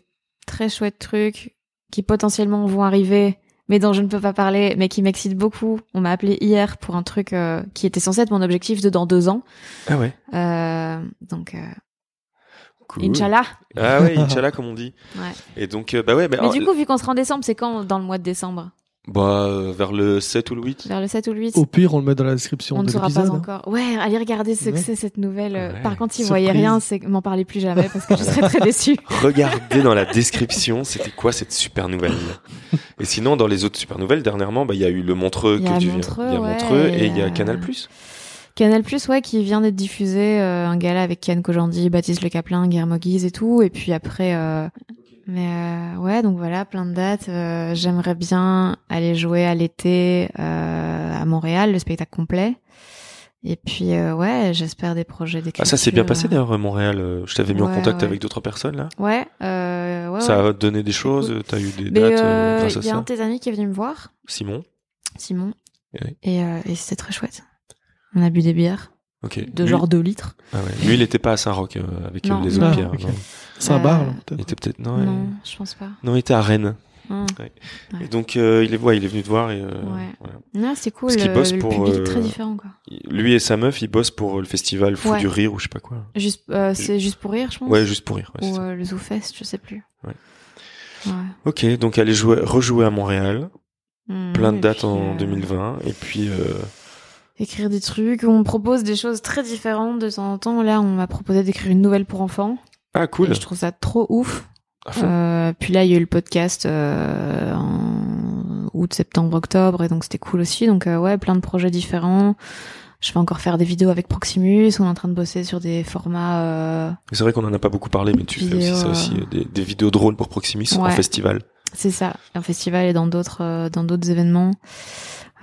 [SPEAKER 2] très chouettes trucs qui potentiellement vont arriver, mais dont je ne peux pas parler, mais qui m'excitent beaucoup. On m'a appelé hier pour un truc euh, qui était censé être mon objectif de dans deux ans.
[SPEAKER 1] Ah ouais.
[SPEAKER 2] Euh, donc, euh,
[SPEAKER 1] Cool.
[SPEAKER 2] Inch'Allah.
[SPEAKER 1] Ah ouais, Inch'Allah comme on dit.
[SPEAKER 2] Ouais.
[SPEAKER 1] Et donc, euh, bah ouais, bah,
[SPEAKER 2] Mais du
[SPEAKER 1] alors,
[SPEAKER 2] coup, vu qu'on sera en décembre, c'est quand dans le mois de décembre
[SPEAKER 1] bah, euh, vers le 7 ou le 8.
[SPEAKER 2] Vers le 7 ou le 8
[SPEAKER 3] Au pire, on le met dans la description
[SPEAKER 2] On ne
[SPEAKER 3] de
[SPEAKER 2] saura
[SPEAKER 3] l'épisode.
[SPEAKER 2] pas
[SPEAKER 3] hein.
[SPEAKER 2] encore. Ouais, allez regarder ce que
[SPEAKER 3] Ouais.
[SPEAKER 2] c'est cette nouvelle. euh,
[SPEAKER 1] Ouais.
[SPEAKER 2] Par contre, si vous
[SPEAKER 3] Surprise.
[SPEAKER 2] voyez rien, c'est m'en parlez plus jamais parce que je serais très déçue.
[SPEAKER 1] Regardez dans la description, c'était quoi cette super nouvelle. Et sinon, dans les autres super nouvelles, dernièrement, bah, il y a eu le Montreux
[SPEAKER 2] Il y
[SPEAKER 1] que
[SPEAKER 2] a
[SPEAKER 1] tu viens.
[SPEAKER 2] Montreux,
[SPEAKER 1] il y a
[SPEAKER 2] ouais,
[SPEAKER 1] Montreux et
[SPEAKER 2] et
[SPEAKER 1] il y a
[SPEAKER 2] euh,
[SPEAKER 1] Canal Plus.
[SPEAKER 2] Canal Plus, ouais, qui vient d'être diffusé, euh, un gala avec Kian Kojandi, Baptiste Le Caplin, Guillermo Guise et tout. Et puis après, euh, mais euh, ouais, donc voilà, plein de dates. Euh, J'aimerais bien aller jouer à l'été euh, à Montréal, le spectacle complet. Et puis euh, ouais, j'espère des projets d'écriture.
[SPEAKER 1] Ah, ça s'est bien passé
[SPEAKER 2] euh.
[SPEAKER 1] d'ailleurs, Montréal. Euh, Je t'avais mis en
[SPEAKER 2] Ouais,
[SPEAKER 1] contact
[SPEAKER 2] ouais.
[SPEAKER 1] avec d'autres personnes là.
[SPEAKER 2] Ouais, euh, ouais. ouais.
[SPEAKER 1] ça a donné des choses, euh, t'as eu des
[SPEAKER 2] Mais
[SPEAKER 1] dates euh,
[SPEAKER 2] euh,
[SPEAKER 1] grâce à
[SPEAKER 2] il y a un
[SPEAKER 1] ça.
[SPEAKER 2] de tes amis qui est venu me voir,
[SPEAKER 1] Simon.
[SPEAKER 2] Simon,
[SPEAKER 1] Ouais.
[SPEAKER 2] et, euh, et c'était très chouette. On a bu des bières
[SPEAKER 1] Ok.
[SPEAKER 2] de
[SPEAKER 1] lui,
[SPEAKER 2] genre 2 litres.
[SPEAKER 1] ah ouais. Lui, il était pas à Saint-Roch euh, avec euh,
[SPEAKER 2] Non.
[SPEAKER 1] les
[SPEAKER 3] Non.
[SPEAKER 1] autres pierres.
[SPEAKER 3] Ok.
[SPEAKER 1] non.
[SPEAKER 3] C'est un
[SPEAKER 2] Euh,
[SPEAKER 3] bar, là,
[SPEAKER 1] Il
[SPEAKER 3] peut-être.
[SPEAKER 1] était peut-être. Non,
[SPEAKER 2] Non, je pense pas.
[SPEAKER 1] il- non, il était à Rennes.
[SPEAKER 2] Hum. Ouais.
[SPEAKER 1] Et donc, euh, il, est, ouais, il est venu te voir. Et, euh,
[SPEAKER 2] Ouais.
[SPEAKER 1] voilà.
[SPEAKER 2] Non, c'est cool.
[SPEAKER 1] Parce qu'ils
[SPEAKER 2] le-
[SPEAKER 1] bossent
[SPEAKER 2] le
[SPEAKER 1] pour,
[SPEAKER 2] public est
[SPEAKER 1] euh,
[SPEAKER 2] très différent, quoi.
[SPEAKER 1] Lui et sa meuf, ils bossent pour euh, le festival Fou
[SPEAKER 2] Ouais.
[SPEAKER 1] du Rire ou je sais pas quoi.
[SPEAKER 2] Juste, euh, c'est juste pour rire, je pense.
[SPEAKER 1] Ouais, juste pour rire. ouais, c'est
[SPEAKER 2] Ou
[SPEAKER 1] ça.
[SPEAKER 2] euh, le Zoo Fest, je sais plus.
[SPEAKER 1] Ouais.
[SPEAKER 2] Ouais.
[SPEAKER 1] Ok, donc aller jouer, rejouer à Montréal.
[SPEAKER 2] Mm,
[SPEAKER 1] Plein de
[SPEAKER 2] et
[SPEAKER 1] dates
[SPEAKER 2] puis,
[SPEAKER 1] en
[SPEAKER 2] euh,
[SPEAKER 1] 2020. Et puis, euh,
[SPEAKER 2] Écrire des trucs. On propose des choses très différentes de temps en temps. Là, on m'a proposé d'écrire une nouvelle pour enfants.
[SPEAKER 1] ah cool.
[SPEAKER 2] Et je trouve ça trop ouf.
[SPEAKER 1] À fond.
[SPEAKER 2] Euh, puis là, il y a eu le podcast euh, en août, septembre, octobre, et donc c'était cool aussi. Donc euh, ouais, plein de projets différents. Je vais encore faire des vidéos avec Proximus. On est en train de bosser sur des formats. euh,
[SPEAKER 1] C'est vrai qu'on en a pas beaucoup parlé, mais tu fais aussi
[SPEAKER 2] Vidéo,
[SPEAKER 1] ça
[SPEAKER 2] euh,
[SPEAKER 1] aussi, euh, des, des vidéos drôles pour Proximis en
[SPEAKER 2] Ouais.
[SPEAKER 1] festival.
[SPEAKER 2] C'est ça, un festival et dans d'autres euh, dans d'autres événements.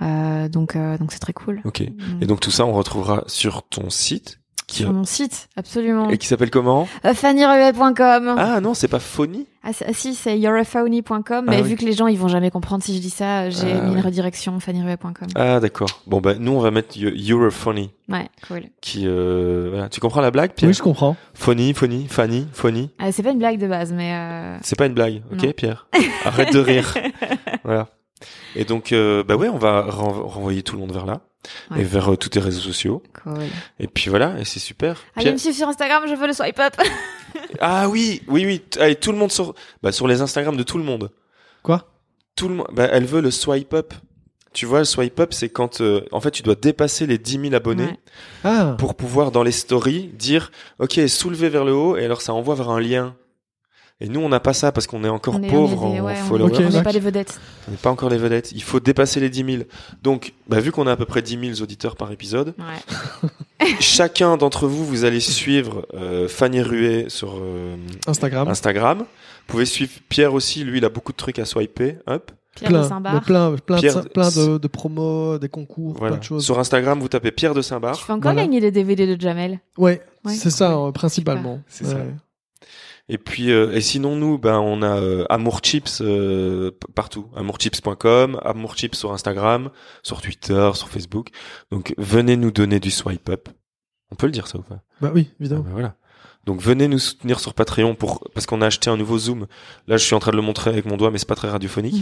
[SPEAKER 2] Euh, donc euh, donc c'est très cool. Mm.
[SPEAKER 1] Ok. Et donc tout ça, on retrouvera sur ton site qui,
[SPEAKER 2] sur mon site, absolument.
[SPEAKER 1] et qui s'appelle comment
[SPEAKER 2] Euh, FannyRuet.com. Ah,
[SPEAKER 1] Ah non, c'est pas phony.
[SPEAKER 2] c- si, c'est yourafony.com,
[SPEAKER 1] Ah
[SPEAKER 2] mais
[SPEAKER 1] oui.
[SPEAKER 2] vu que les gens ils vont jamais comprendre si je dis ça, j'ai
[SPEAKER 1] Ah
[SPEAKER 2] mis
[SPEAKER 1] ouais.
[SPEAKER 2] une redirection fannyruet.com.
[SPEAKER 1] Ah d'accord. Bon bah nous on va mettre you- You're funny.
[SPEAKER 2] Ouais, cool.
[SPEAKER 1] Qui euh, voilà. Tu comprends la blague Pierre
[SPEAKER 3] Oui, je comprends.
[SPEAKER 1] Phony, phony, Fanny, phony.
[SPEAKER 2] Ah, c'est pas une blague de base, mais euh,
[SPEAKER 1] C'est pas une blague, ok
[SPEAKER 2] Non.
[SPEAKER 1] Pierre Arrête de rire. Voilà. Et donc euh, bah ouais, on va ren- renvoyer tout le monde vers là
[SPEAKER 2] Ouais.
[SPEAKER 1] et vers euh, tous tes réseaux sociaux.
[SPEAKER 2] cool.
[SPEAKER 1] Et puis voilà, et c'est super.
[SPEAKER 2] Allez
[SPEAKER 1] Pierre-
[SPEAKER 2] me suivre sur Instagram, je veux le swipe up.
[SPEAKER 1] Ah oui, oui, oui. t- Allez, tout le monde sur, bah, sur les Instagram de tout le monde.
[SPEAKER 3] Quoi
[SPEAKER 1] Tout le monde. Bah, elle veut le swipe up. Tu vois, le swipe up, c'est quand, euh, en fait, tu dois dépasser les 10 000 abonnés
[SPEAKER 2] Ouais.
[SPEAKER 3] Ah
[SPEAKER 1] pour pouvoir, dans les stories, dire, OK, soulever vers le haut, et alors ça envoie vers un lien. Et nous, on n'a pas ça parce qu'on est encore
[SPEAKER 2] On est- on
[SPEAKER 1] pauvres
[SPEAKER 2] est des-
[SPEAKER 1] en
[SPEAKER 2] ouais, on est-
[SPEAKER 1] followers.
[SPEAKER 3] Ok,
[SPEAKER 2] on n'est pas
[SPEAKER 3] d'accord.
[SPEAKER 2] des vedettes.
[SPEAKER 1] On n'est pas encore les vedettes. Il faut dépasser les 10 000. Donc, bah, vu qu'on a à peu près 10 000 auditeurs par épisode,
[SPEAKER 2] Ouais.
[SPEAKER 1] chacun d'entre vous, vous allez suivre euh, Fanny Ruet sur euh,
[SPEAKER 3] Instagram.
[SPEAKER 1] Instagram. Vous pouvez suivre Pierre aussi, lui il a beaucoup de trucs à swiper, hop.
[SPEAKER 2] Pierre de
[SPEAKER 3] Plein, mais
[SPEAKER 2] Saint-Bar.
[SPEAKER 3] plein, plein,
[SPEAKER 1] Pierre
[SPEAKER 3] de,
[SPEAKER 1] de-
[SPEAKER 3] plein de, de promos, des concours,
[SPEAKER 1] Voilà.
[SPEAKER 3] plein de choses.
[SPEAKER 1] Sur Instagram, vous tapez Pierre de
[SPEAKER 2] Tu
[SPEAKER 1] Saint-Bar.
[SPEAKER 2] fais encore
[SPEAKER 3] Voilà.
[SPEAKER 2] gagner des DVD de Jamel.
[SPEAKER 3] Ouais,
[SPEAKER 2] Ouais,
[SPEAKER 3] c'est ça,
[SPEAKER 2] cool.
[SPEAKER 3] euh, principalement.
[SPEAKER 1] C'est ça.
[SPEAKER 3] Ouais.
[SPEAKER 1] Et puis, euh, et sinon nous, ben on a euh, Amour Chips euh, p- partout, amourchips.com, Amour Chips sur Instagram, sur Twitter, sur Facebook. Donc venez nous donner du swipe up. On peut le dire ça ou pas
[SPEAKER 3] Bah oui,
[SPEAKER 1] Ah,
[SPEAKER 3] évidemment.
[SPEAKER 1] ben, Voilà. Donc venez nous soutenir sur Patreon pour parce qu'on a acheté un nouveau Zoom. Là, je suis en train de le montrer avec mon doigt, mais c'est pas très radiophonique.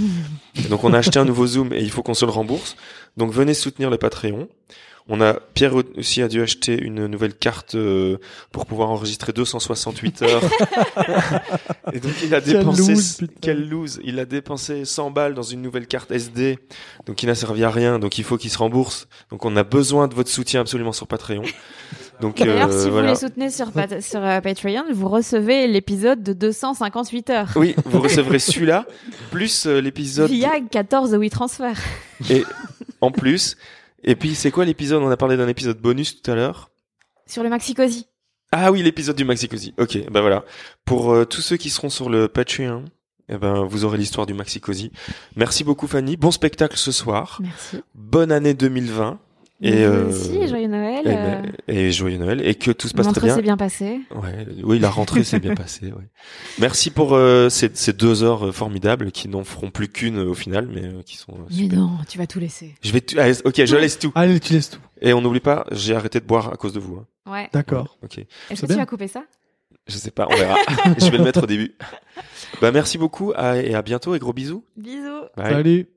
[SPEAKER 1] Donc on a acheté un nouveau Zoom et il faut qu'on se le rembourse. Donc venez soutenir le Patreon. On a Pierre aussi a dû acheter une nouvelle carte euh, pour pouvoir enregistrer 268 heures. et donc il a
[SPEAKER 3] Quelle
[SPEAKER 1] dépensé
[SPEAKER 3] loose, putain.
[SPEAKER 1] quelle loose, il a dépensé 100 balles dans une nouvelle carte SD. Donc il n'a servi à rien, donc il faut qu'il se rembourse. Donc on a besoin de votre soutien absolument sur Patreon. Donc
[SPEAKER 2] D'ailleurs,
[SPEAKER 1] euh,
[SPEAKER 2] si
[SPEAKER 1] voilà.
[SPEAKER 2] vous les soutenez sur, Pat- sur euh, Patreon, vous recevez l'épisode de 258 heures
[SPEAKER 1] Oui, vous recevrez celui-là plus euh, l'épisode
[SPEAKER 2] via 14 WeTransfer.
[SPEAKER 1] et en plus. Et puis c'est quoi l'épisode On a parlé d'un épisode bonus tout à l'heure.
[SPEAKER 2] Sur le Maxicosi.
[SPEAKER 1] Ah oui, l'épisode du Maxi Cosi. Ok, ben voilà. Pour euh, tous ceux qui seront sur le Patreon, eh ben vous aurez l'histoire du Maxi Cosi. Merci beaucoup Fanny. Bon spectacle ce soir.
[SPEAKER 2] Merci.
[SPEAKER 1] Bonne année 2020 et euh,
[SPEAKER 2] Merci, joyeux Noël.
[SPEAKER 1] eh
[SPEAKER 2] euh,
[SPEAKER 1] ben, et joyeux Noël et que tout se passe très
[SPEAKER 2] Montre
[SPEAKER 1] bien.
[SPEAKER 2] s'est bien passé.
[SPEAKER 1] Ouais, oui, la rentrée s'est bien passée. ouais. Merci pour euh, ces, ces deux heures euh, formidables qui n'en feront plus qu'une euh, au final, mais euh, qui sont euh,
[SPEAKER 2] Mais
[SPEAKER 1] super.
[SPEAKER 2] non, tu vas tout laisser.
[SPEAKER 1] Je vais, tu- allez, ok, je laisse tout.
[SPEAKER 3] Allez, tu laisses tout.
[SPEAKER 1] Et on n'oublie pas, j'ai arrêté de boire à cause de vous. hein.
[SPEAKER 2] Ouais.
[SPEAKER 3] D'accord.
[SPEAKER 1] Ok.
[SPEAKER 2] Est-ce
[SPEAKER 3] C'est
[SPEAKER 2] que tu
[SPEAKER 3] bien.
[SPEAKER 2] vas couper ça
[SPEAKER 1] Je sais pas, on verra. je vais le mettre au début. Bah merci beaucoup à- et à bientôt et gros bisous.
[SPEAKER 2] Bisous.
[SPEAKER 1] Bye.
[SPEAKER 3] Salut.